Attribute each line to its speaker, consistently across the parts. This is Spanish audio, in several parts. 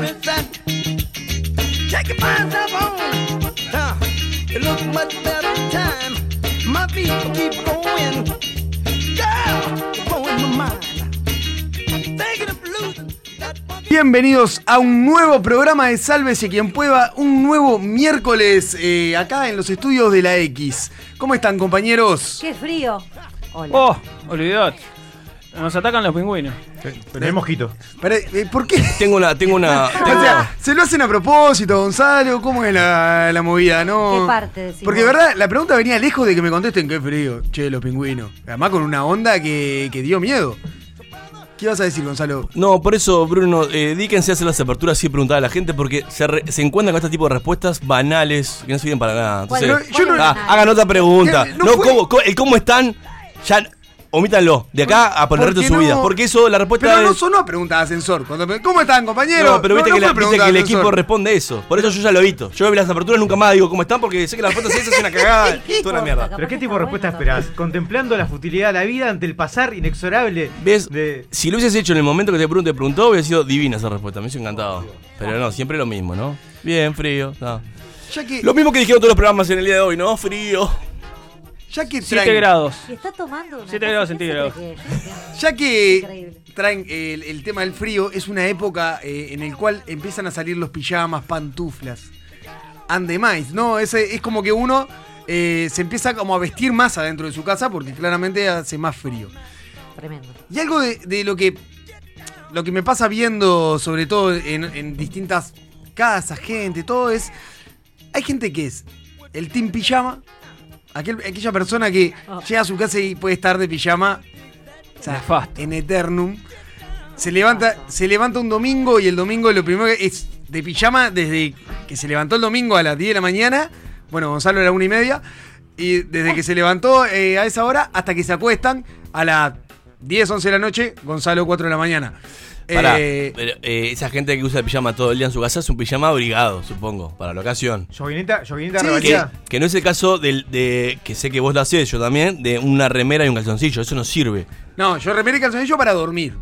Speaker 1: Uh, Take your mind up on. Huh. You look much better in time. My feet will keep going. Girl, you're blowing my mind. Thinking of losing that monkey.
Speaker 2: Bienvenidos a un nuevo programa de Sálvese quien pueda, un nuevo miércoles eh, acá en los estudios de la X. ¿Cómo están compañeros?
Speaker 3: Qué frío. Hola.
Speaker 4: Oh, olvidate. Nos atacan los pingüinos.
Speaker 5: Tenés mosquito.
Speaker 2: Pará, eh, ¿Por qué?
Speaker 6: Tengo una, tengo una.
Speaker 2: O
Speaker 6: tengo-
Speaker 2: sea, ¿se lo hacen a propósito, Gonzalo? ¿Cómo es la, la movida, no?
Speaker 3: ¿Qué parte decimos?
Speaker 2: Porque, verdad, la pregunta venía lejos de que me contesten qué frío, che, los pingüinos. Además con una onda que, que dio miedo. ¿Qué vas a decir, Gonzalo?
Speaker 6: No, por eso, Bruno, eh, dedíquense a hacer las aperturas y preguntar a la gente porque se, re- se encuentran con este tipo de respuestas banales que no sirven para nada. Entonces,
Speaker 2: Bueno, yo no-
Speaker 6: ah, hagan otra pregunta.
Speaker 2: ¿Qué? No
Speaker 6: No,
Speaker 2: fue-
Speaker 6: ¿cómo, cómo- el cómo están, ya omítanlo. De acá a por el resto de su
Speaker 2: no?
Speaker 6: vida. Porque eso, la respuesta
Speaker 2: Pero
Speaker 6: es.
Speaker 2: no sonó a pregunta de ascensor. Cuando me- ¿Cómo están, compañeros?
Speaker 6: No, pero viste, que,
Speaker 2: fue
Speaker 6: la- viste
Speaker 2: pregunta
Speaker 6: que el
Speaker 2: de
Speaker 6: equipo
Speaker 2: ascensor.
Speaker 6: responde eso. Por eso yo ya lo evito. Yo veo las aperturas nunca más digo cómo están porque sé que la respuesta es esa, es una cagada. Toda una mierda.
Speaker 3: Capaz
Speaker 5: ¿Pero qué
Speaker 3: que
Speaker 5: tipo
Speaker 3: está
Speaker 5: de respuesta
Speaker 3: bueno,
Speaker 5: esperás? Contemplando la futilidad de la vida ante el pasar inexorable
Speaker 6: ¿Ves?
Speaker 5: de.
Speaker 6: Si lo hubieses hecho en el momento que te pregunté, preguntó, hubiera sido divina esa respuesta. Me hubiese encantado. Pero no, siempre lo mismo, ¿no? Bien, frío. no.
Speaker 2: Ya que,
Speaker 6: Lo mismo que dijeron todos los programas en el día de hoy, ¿no? Frío.
Speaker 2: ya que
Speaker 4: 7
Speaker 2: traen-
Speaker 4: grados.
Speaker 3: Y está tomando una
Speaker 4: Siete
Speaker 3: cosa,
Speaker 4: grados
Speaker 3: ¿qué se
Speaker 4: centígrados.
Speaker 3: cree que es?
Speaker 2: Ya que
Speaker 3: Increíble.
Speaker 2: traen el, el tema del frío, es una época eh, en el cual empiezan a salir los pijamas, pantuflas, andemais, ¿no? Es, es como que uno eh, se empieza como a vestir más adentro de su casa porque claramente hace más frío.
Speaker 3: Tremendo.
Speaker 2: Y algo de, de lo que lo que me pasa viendo, sobre todo en, en distintas casas, gente, todo es. Hay gente que es el team pijama, aquel- aquella persona que
Speaker 3: Ah.
Speaker 2: llega a su casa y puede estar de pijama o sea,
Speaker 4: Nefasto.
Speaker 2: en Eternum. Se levanta, se levanta un domingo y el domingo lo primero que es de pijama desde que se levantó el domingo a las 10 de la mañana. Bueno, Gonzalo era una y media. Y desde que se levantó eh, a esa hora hasta que se acuestan a las 10, 11 de la noche, Gonzalo 4 de la mañana.
Speaker 6: Pará,
Speaker 2: Eh,
Speaker 6: pero, eh, esa gente que usa el pijama todo el día en su casa es un pijama abrigado, supongo, para la ocasión.
Speaker 5: Llovineta, llovineta
Speaker 2: Sí,
Speaker 6: Que,
Speaker 5: rebalida.
Speaker 6: que no es el caso del, de, que sé que vos lo hacés, yo también, de una remera y un calzoncillo. Eso no sirve.
Speaker 2: no, yo remera y calzoncillo para dormir.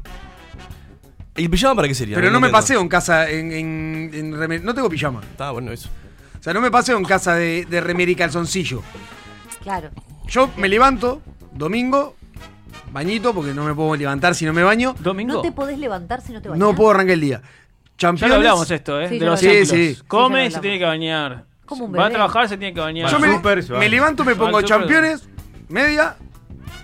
Speaker 6: ¿El pijama para qué sería?
Speaker 2: Pero no me
Speaker 6: entiendo.
Speaker 2: paseo en casa en, en, en remera- No tengo pijama.
Speaker 6: Está Ah, bueno eso.
Speaker 2: O sea, no me paseo en casa de, de remera y calzoncillo.
Speaker 3: Claro.
Speaker 2: Yo me levanto, domingo, bañito, porque no me puedo levantar si no me baño.
Speaker 4: Domingo.
Speaker 3: No te podés levantar si no te bañas.
Speaker 2: No puedo arrancar el día.
Speaker 4: Ya lo
Speaker 2: Campeones.
Speaker 4: hablamos esto, ¿eh?
Speaker 3: Sí,
Speaker 4: de
Speaker 3: ya
Speaker 4: los
Speaker 2: lo hablamos.
Speaker 4: círculos.
Speaker 2: Sí, sí.
Speaker 3: Sí, ya
Speaker 4: Come
Speaker 3: lo
Speaker 4: y se
Speaker 3: hablamos.
Speaker 4: tiene que bañar.
Speaker 3: Como un
Speaker 4: Va a
Speaker 3: bebé.
Speaker 4: trabajar, se tiene que bañar.
Speaker 2: Yo
Speaker 5: Al
Speaker 2: me,
Speaker 5: súper, se va.
Speaker 2: me levanto, me
Speaker 4: Al
Speaker 2: pongo
Speaker 4: súper.
Speaker 2: championes, media,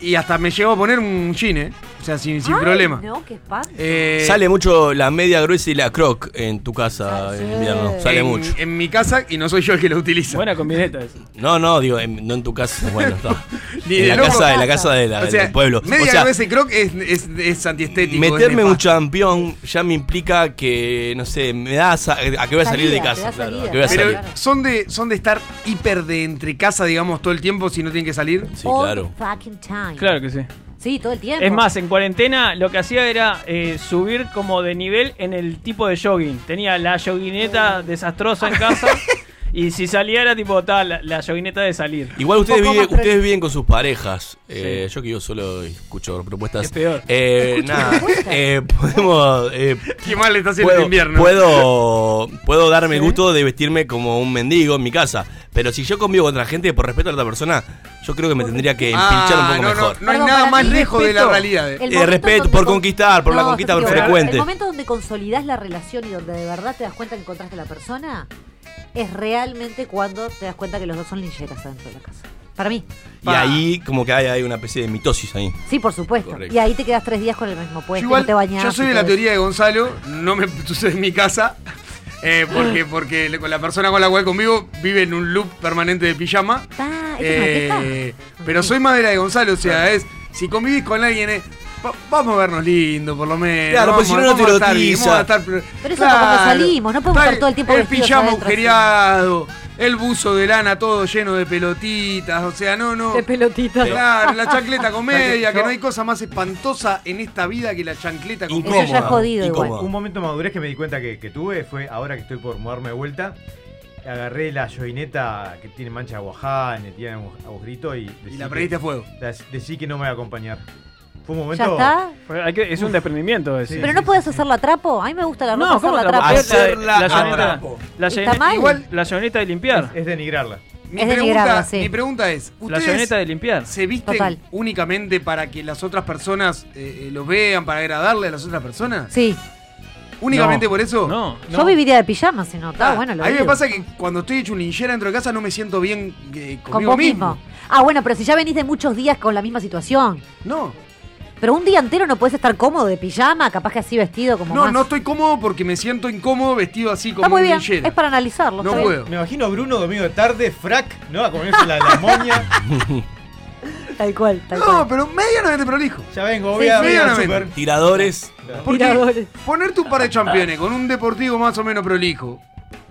Speaker 2: y hasta me llevo a poner un jean, ¿eh? O sea, sin, sin
Speaker 3: Ay,
Speaker 2: problema.
Speaker 3: No, qué espanto.
Speaker 2: Eh,
Speaker 6: Sale mucho la media gruesa y la croc en tu casa
Speaker 3: Ah, Sí.
Speaker 6: en invierno. Sale
Speaker 2: en,
Speaker 6: mucho.
Speaker 2: En mi casa, y no soy yo el que lo utiliza.
Speaker 4: Buena combineta esa.
Speaker 6: No, no, digo, en- no en tu casa. Bueno, está.
Speaker 2: Ni
Speaker 6: en
Speaker 2: de
Speaker 6: la
Speaker 2: loco.
Speaker 6: casa, en la casa de la-
Speaker 2: o sea,
Speaker 6: del pueblo.
Speaker 2: Media
Speaker 6: o sea,
Speaker 2: gruesa y croc es, es, es antiestético.
Speaker 6: meterme
Speaker 2: es
Speaker 6: un
Speaker 2: nefasto.
Speaker 6: champión ya me implica que, no sé, me da sa- a que voy a salir de
Speaker 3: Salida, te
Speaker 6: casa.
Speaker 3: da
Speaker 6: claro,
Speaker 3: salida,
Speaker 6: a que voy a
Speaker 3: claro.
Speaker 6: salir.
Speaker 2: Pero son de, son de estar hiper de entre casa, digamos, todo el tiempo si no tienen que salir.
Speaker 6: Sí,
Speaker 3: All
Speaker 6: claro.
Speaker 3: the fucking time.
Speaker 4: Claro que sí.
Speaker 3: Sí, todo el tiempo.
Speaker 4: Es más, eh, en cuarentena lo que hacía era eh, subir como de nivel en el tipo de jogging. Tenía la joguineta desastrosa en casa. y si salía era tipo tal, la, la joguineta de salir.
Speaker 6: Igual
Speaker 3: Un
Speaker 6: ustedes
Speaker 3: poco
Speaker 6: viven,
Speaker 3: más
Speaker 6: ustedes viven con sus parejas. Eh, Yo que yo solo escucho propuestas.
Speaker 4: Es peor.
Speaker 6: Eh, nada, eh, podemos... eh,
Speaker 2: Qué mal le está haciendo el
Speaker 6: puedo,
Speaker 2: invierno.
Speaker 6: puedo, puedo darme el gusto de vestirme como un mendigo en mi casa. Pero si yo convivo con otra gente, por respeto a la otra persona, yo creo que me tendría que pinchar un
Speaker 2: Ah,
Speaker 6: poco
Speaker 2: no,
Speaker 6: mejor.
Speaker 2: no, no hay
Speaker 3: Perdón,
Speaker 2: nada
Speaker 3: para
Speaker 2: más
Speaker 3: mí,
Speaker 2: lejos de la
Speaker 4: respeto,
Speaker 2: realidad. eh.
Speaker 3: El
Speaker 6: Eh,
Speaker 3: momento
Speaker 6: respeto,
Speaker 3: donde
Speaker 6: por
Speaker 3: con-
Speaker 6: conquistar, por la conquista
Speaker 3: yo te digo,
Speaker 6: frecuente.
Speaker 3: El momento donde consolidás la relación y donde de verdad te das cuenta que encontraste a la persona es realmente cuando te das cuenta que los dos son lincheras adentro de la casa. Para mí.
Speaker 6: Y ahí como que hay, hay una especie de mitosis ahí.
Speaker 3: Sí, por supuesto.
Speaker 6: Correcto.
Speaker 3: Y ahí te quedas tres días con el mismo puesto,
Speaker 2: Yo igual-
Speaker 3: no te bañás.
Speaker 2: Yo soy
Speaker 3: y
Speaker 2: de la
Speaker 3: todo
Speaker 2: teoría de Gonzalo, no me sucede en mi casa, eh,
Speaker 3: Ah.
Speaker 2: porque, porque le- con la persona con la cual convivo vive en un loop permanente de pijama.
Speaker 3: eso. Ah, ¿es una
Speaker 2: Eh,
Speaker 3: queja?
Speaker 2: pero
Speaker 3: Ok.
Speaker 2: soy más de la de Gonzalo, o sea, es, si convivís con alguien es, "Va- vamos a vernos lindo, por lo menos.
Speaker 6: Claro,
Speaker 2: vamos,
Speaker 6: porque si no, no te
Speaker 2: vamos a
Speaker 6: lo
Speaker 2: estar bien,
Speaker 6: tiza.
Speaker 2: vamos a estar-
Speaker 3: Pero eso es cuando salimos, no podemos
Speaker 2: Está
Speaker 3: estar todo el tiempo
Speaker 2: El
Speaker 3: vestidos
Speaker 2: pijama
Speaker 3: adentro,
Speaker 2: agujereado, el buzo de lana todo lleno de pelotitas, o sea, no, no.
Speaker 3: De pelotita.
Speaker 2: Claro, la chancleta con media,
Speaker 5: Yo-
Speaker 2: que no hay cosa más espantosa en esta vida que la chancleta con
Speaker 3: Incómoda. Eso ya es jodido igual.
Speaker 6: incómoda.
Speaker 5: Un momento de madurez que me di cuenta que, que tuve fue ahora que estoy por mudarme de vuelta. Agarré la llovineta que tiene mancha de guaján, tiene agu- agujerito y.
Speaker 2: Y
Speaker 5: decí
Speaker 2: la
Speaker 5: que-
Speaker 2: prendiste a fuego.
Speaker 5: las- Decí que no me va a acompañar. Fue un
Speaker 3: ¿Ya
Speaker 5: momento.
Speaker 3: está?
Speaker 4: Fue- hay que- es un desprendimiento ese.
Speaker 3: Pero no puedes hacerla a trapo. A mí me gusta la ropa
Speaker 4: No, ¿cómo
Speaker 3: hacerla a
Speaker 4: la
Speaker 3: trapo.
Speaker 6: trapo?
Speaker 4: papeleta de-
Speaker 6: Hacerla
Speaker 4: la
Speaker 6: a
Speaker 4: lloneta-
Speaker 6: trapo.
Speaker 4: La
Speaker 3: Está
Speaker 4: lloneta-
Speaker 3: mal.
Speaker 2: Igual-
Speaker 4: La lloneta de limpiar.
Speaker 5: Es denigrarla.
Speaker 2: Mi
Speaker 3: Es
Speaker 2: pregunta,
Speaker 3: denigrarla, sí.
Speaker 2: mi pregunta es,
Speaker 4: La
Speaker 2: ¿ustedes
Speaker 4: lloneta de limpiar.
Speaker 2: se visten
Speaker 3: Total.
Speaker 2: únicamente para que las otras personas eh, eh, los vean, para agradarle a las otras personas?
Speaker 3: Sí.
Speaker 2: ¿Únicamente
Speaker 4: No.
Speaker 2: por eso?
Speaker 4: No.
Speaker 3: Yo viviría de pijama si no. Está
Speaker 2: Ah,
Speaker 3: bueno, lo
Speaker 2: a mí me
Speaker 3: digo.
Speaker 2: pasa que cuando estoy hecho un linchera dentro de casa no me siento bien eh,
Speaker 3: Con
Speaker 2: conmigo
Speaker 3: vos
Speaker 2: mismo.
Speaker 3: mismo. Ah, bueno, pero si ya venís de muchos días con la misma situación.
Speaker 2: No,
Speaker 3: Pero un día entero no puedes estar cómodo de pijama, capaz que así vestido como
Speaker 2: no,
Speaker 3: más.
Speaker 2: no estoy cómodo porque me siento incómodo vestido así como
Speaker 3: Está muy
Speaker 2: un
Speaker 3: bien,
Speaker 2: linchera.
Speaker 3: es para analizarlo.
Speaker 2: No
Speaker 3: está bien.
Speaker 2: puedo.
Speaker 5: Me imagino a Bruno domingo de tarde, frac, ¿no? A comerse la, la moña.
Speaker 3: Tal cual, tal
Speaker 2: No,
Speaker 3: cual.
Speaker 2: pero medianamente prolijo.
Speaker 5: Ya vengo,
Speaker 3: Sí,
Speaker 5: voy a
Speaker 2: sí.
Speaker 5: voy al
Speaker 2: Medianamente.
Speaker 5: super.
Speaker 6: Tiradores.
Speaker 2: Porque
Speaker 3: Tiradores.
Speaker 2: ponerte un par de championes con un deportivo más o menos prolijo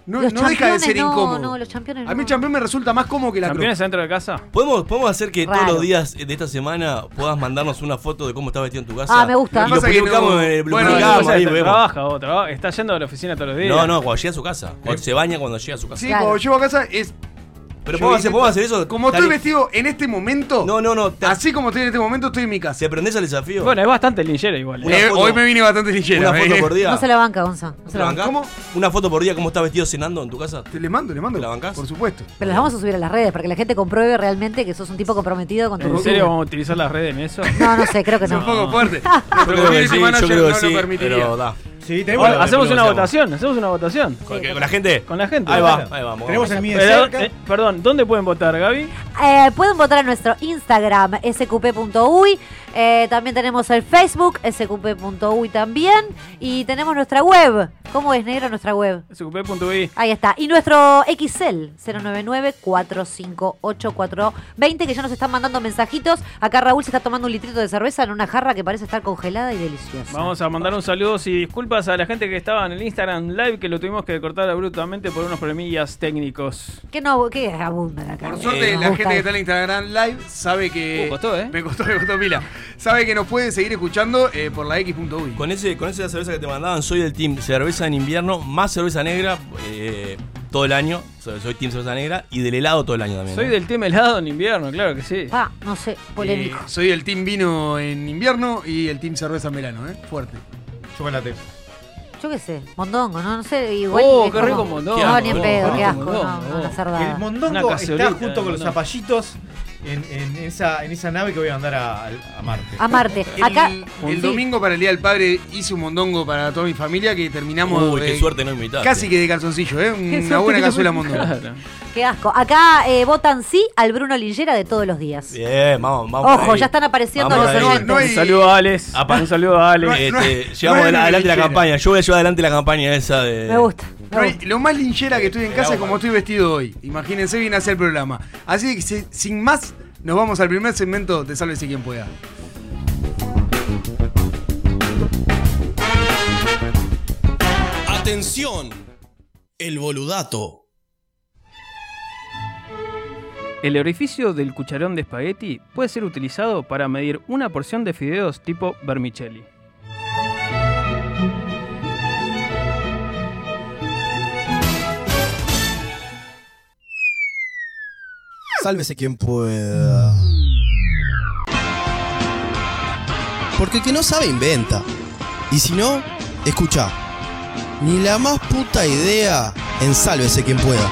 Speaker 2: no,
Speaker 3: Los
Speaker 2: no deja de
Speaker 3: championes
Speaker 2: ser
Speaker 3: no,
Speaker 2: incómodo.
Speaker 3: no, los championes
Speaker 2: A mí
Speaker 3: no.
Speaker 2: el champión me resulta más cómodo que la
Speaker 4: ¿Campeones
Speaker 2: cruz.
Speaker 4: dentro de casa?
Speaker 6: ¿Podemos, podemos hacer que todos
Speaker 3: Raro.
Speaker 6: los días de esta semana puedas mandarnos una foto de cómo estás vestido en tu casa.
Speaker 3: Ah, me gusta.
Speaker 6: Y
Speaker 2: Lo
Speaker 6: lo
Speaker 2: que pasa es que
Speaker 6: publicamos,
Speaker 2: no-
Speaker 6: eh,
Speaker 2: Bueno,
Speaker 4: No,
Speaker 2: digamos,
Speaker 6: publicamos,
Speaker 4: cosa
Speaker 6: ahí
Speaker 4: es,
Speaker 6: vemos.
Speaker 4: trabaja o traba- está yendo a la oficina todos los días.
Speaker 6: No, no, cuando llega a su casa. Cuando se baña, cuando llega a su casa.
Speaker 2: Sí,
Speaker 3: Claro.
Speaker 2: cuando llego a casa es.
Speaker 6: Pero
Speaker 2: yo
Speaker 6: podemos hacer,
Speaker 2: dije-
Speaker 6: podemos hacer eso.
Speaker 2: Como estoy
Speaker 6: Tani.
Speaker 2: vestido en este momento,
Speaker 6: No, no, no. te-
Speaker 2: así como estoy en este momento, estoy en mi casa.
Speaker 6: ¿Se prendés al desafío?
Speaker 4: Bueno, es bastante linchera igual.
Speaker 6: Una
Speaker 4: eh.
Speaker 2: Eh,
Speaker 6: foto-
Speaker 2: hoy me vine bastante ligero.
Speaker 6: una foto por día.
Speaker 3: No se la banca, Gonza. No se
Speaker 6: ¿Te
Speaker 3: la
Speaker 6: la
Speaker 3: banca.
Speaker 6: bancás?
Speaker 2: ¿Cómo?
Speaker 6: ¿Una foto por día cómo estás vestido cenando en tu casa?
Speaker 2: Te les mando, les mando.
Speaker 6: ¿Te la bancás?
Speaker 2: Por supuesto.
Speaker 3: Pero las vamos a subir a las redes para que la gente compruebe realmente que sos un tipo comprometido con tu
Speaker 4: ¿En
Speaker 3: rutina.
Speaker 4: serio vamos a utilizar las redes en eso?
Speaker 3: No, no sé, creo que
Speaker 2: Es un
Speaker 3: no.
Speaker 2: poco fuerte. Nuestro community manager no lo permitiría.
Speaker 6: pero da.
Speaker 5: Sí, tenemos.
Speaker 4: Bueno,
Speaker 5: la-
Speaker 4: hacemos una
Speaker 6: hacemos.
Speaker 4: votación, hacemos una votación.
Speaker 6: ¿Con, qué? ¿Con la gente?
Speaker 4: Con la gente.
Speaker 6: Ahí va,
Speaker 5: Claro.
Speaker 6: ahí vamos.
Speaker 5: Tenemos el mío de
Speaker 4: Pero,
Speaker 5: cerca.
Speaker 4: eh, perdón, ¿dónde pueden votar, Gaby?
Speaker 3: Eh, pueden votar a nuestro Instagram, sqp.uy. Eh, también tenemos el Facebook, sqp.uy también. Y tenemos nuestra web. ¿Cómo es, negro, nuestra web?
Speaker 4: Sucupé.bi.
Speaker 3: Ahí está. Y nuestro XL, 099-458-420, que ya nos están mandando mensajitos. Acá Raúl se está tomando un litrito de cerveza en una jarra que parece estar congelada y deliciosa.
Speaker 4: Vamos a mandar un saludo y disculpas a la gente que estaba en el Instagram Live que lo tuvimos que cortar abruptamente por unos problemillas técnicos.
Speaker 3: ¿Qué no? ¿Qué abundan acá?
Speaker 2: Por suerte,
Speaker 6: Eh,
Speaker 2: la
Speaker 3: Nos
Speaker 2: gente que está
Speaker 3: gusta.
Speaker 2: en Instagram Live sabe que.
Speaker 4: Uh, costó, ¿eh?
Speaker 2: Me costó, me costó pila. Sabe que nos puede seguir escuchando eh, por la X.uy.
Speaker 6: Con, ese, con esa cerveza que te mandaban, soy del team cerveza en invierno, más cerveza negra eh, todo el año. Soy, soy team cerveza negra y del helado todo el año también.
Speaker 4: Soy
Speaker 6: ¿eh?
Speaker 4: del tema helado en invierno, claro que sí.
Speaker 3: Ah, no sé, polémico.
Speaker 2: Eh, soy el team vino en invierno y el team cerveza en verano, ¿eh? Fuerte.
Speaker 5: Chocolate.
Speaker 3: Yo qué sé, mondongo, no, no sé, igual.
Speaker 4: Oh,
Speaker 3: es
Speaker 4: qué rico mondongo.
Speaker 3: No, ni en
Speaker 6: Qué
Speaker 3: pedo,
Speaker 6: asco,
Speaker 3: qué asco,
Speaker 4: mondongo.
Speaker 3: no, no, no,
Speaker 5: eh. El
Speaker 3: cerdada.
Speaker 4: Una
Speaker 5: mondongo
Speaker 4: caceolita,
Speaker 5: está junto con los
Speaker 4: mondongo.
Speaker 5: zapallitos en, en esa, en esa nave que voy a mandar a, a Marte.
Speaker 3: A Marte,
Speaker 2: El,
Speaker 3: acá.
Speaker 2: el
Speaker 3: sí.
Speaker 2: domingo para el Día del Padre hice un mondongo para toda mi familia que terminamos.
Speaker 6: Uy, qué
Speaker 2: eh,
Speaker 6: suerte no invitaste.
Speaker 2: Casi que de calzoncillo, ¿eh? Una buena cazuela mondongo.
Speaker 4: Claro.
Speaker 3: Qué asco. Acá eh, votan sí al Bruno Lingera de todos los días.
Speaker 6: Bien, Eh, vamos, vamos.
Speaker 3: Ojo,
Speaker 6: ahí.
Speaker 3: ya están apareciendo
Speaker 6: Vamos
Speaker 3: los
Speaker 6: ahí.
Speaker 3: oyentes.
Speaker 2: No
Speaker 4: Un
Speaker 2: hay-
Speaker 4: saludo a Alex.
Speaker 6: Apa.
Speaker 4: Un saludo a
Speaker 2: No
Speaker 4: Alex.
Speaker 2: hay-
Speaker 6: Este,
Speaker 2: no hay-
Speaker 6: llevamos
Speaker 2: no hay
Speaker 6: adelante la
Speaker 2: linchera.
Speaker 6: campaña. Yo voy a llevar adelante la campaña esa de.
Speaker 3: Me gusta. me
Speaker 2: No hay-
Speaker 3: gusta.
Speaker 2: Eh, lo más linchera que
Speaker 6: Eh,
Speaker 2: estoy en casa es como estoy vestido hoy. Imagínense, viene a hacer el programa. Así que si- sin más, nos vamos al primer segmento de Sálvese quien pueda.
Speaker 7: Atención, el boludato.
Speaker 4: El orificio del cucharón de espagueti puede ser utilizado para medir una porción de fideos tipo vermicelli.
Speaker 7: Sálvese quien pueda. Porque el que no sabe inventa. Y si no, escucha. Ni la más puta idea en Sálvese quien pueda.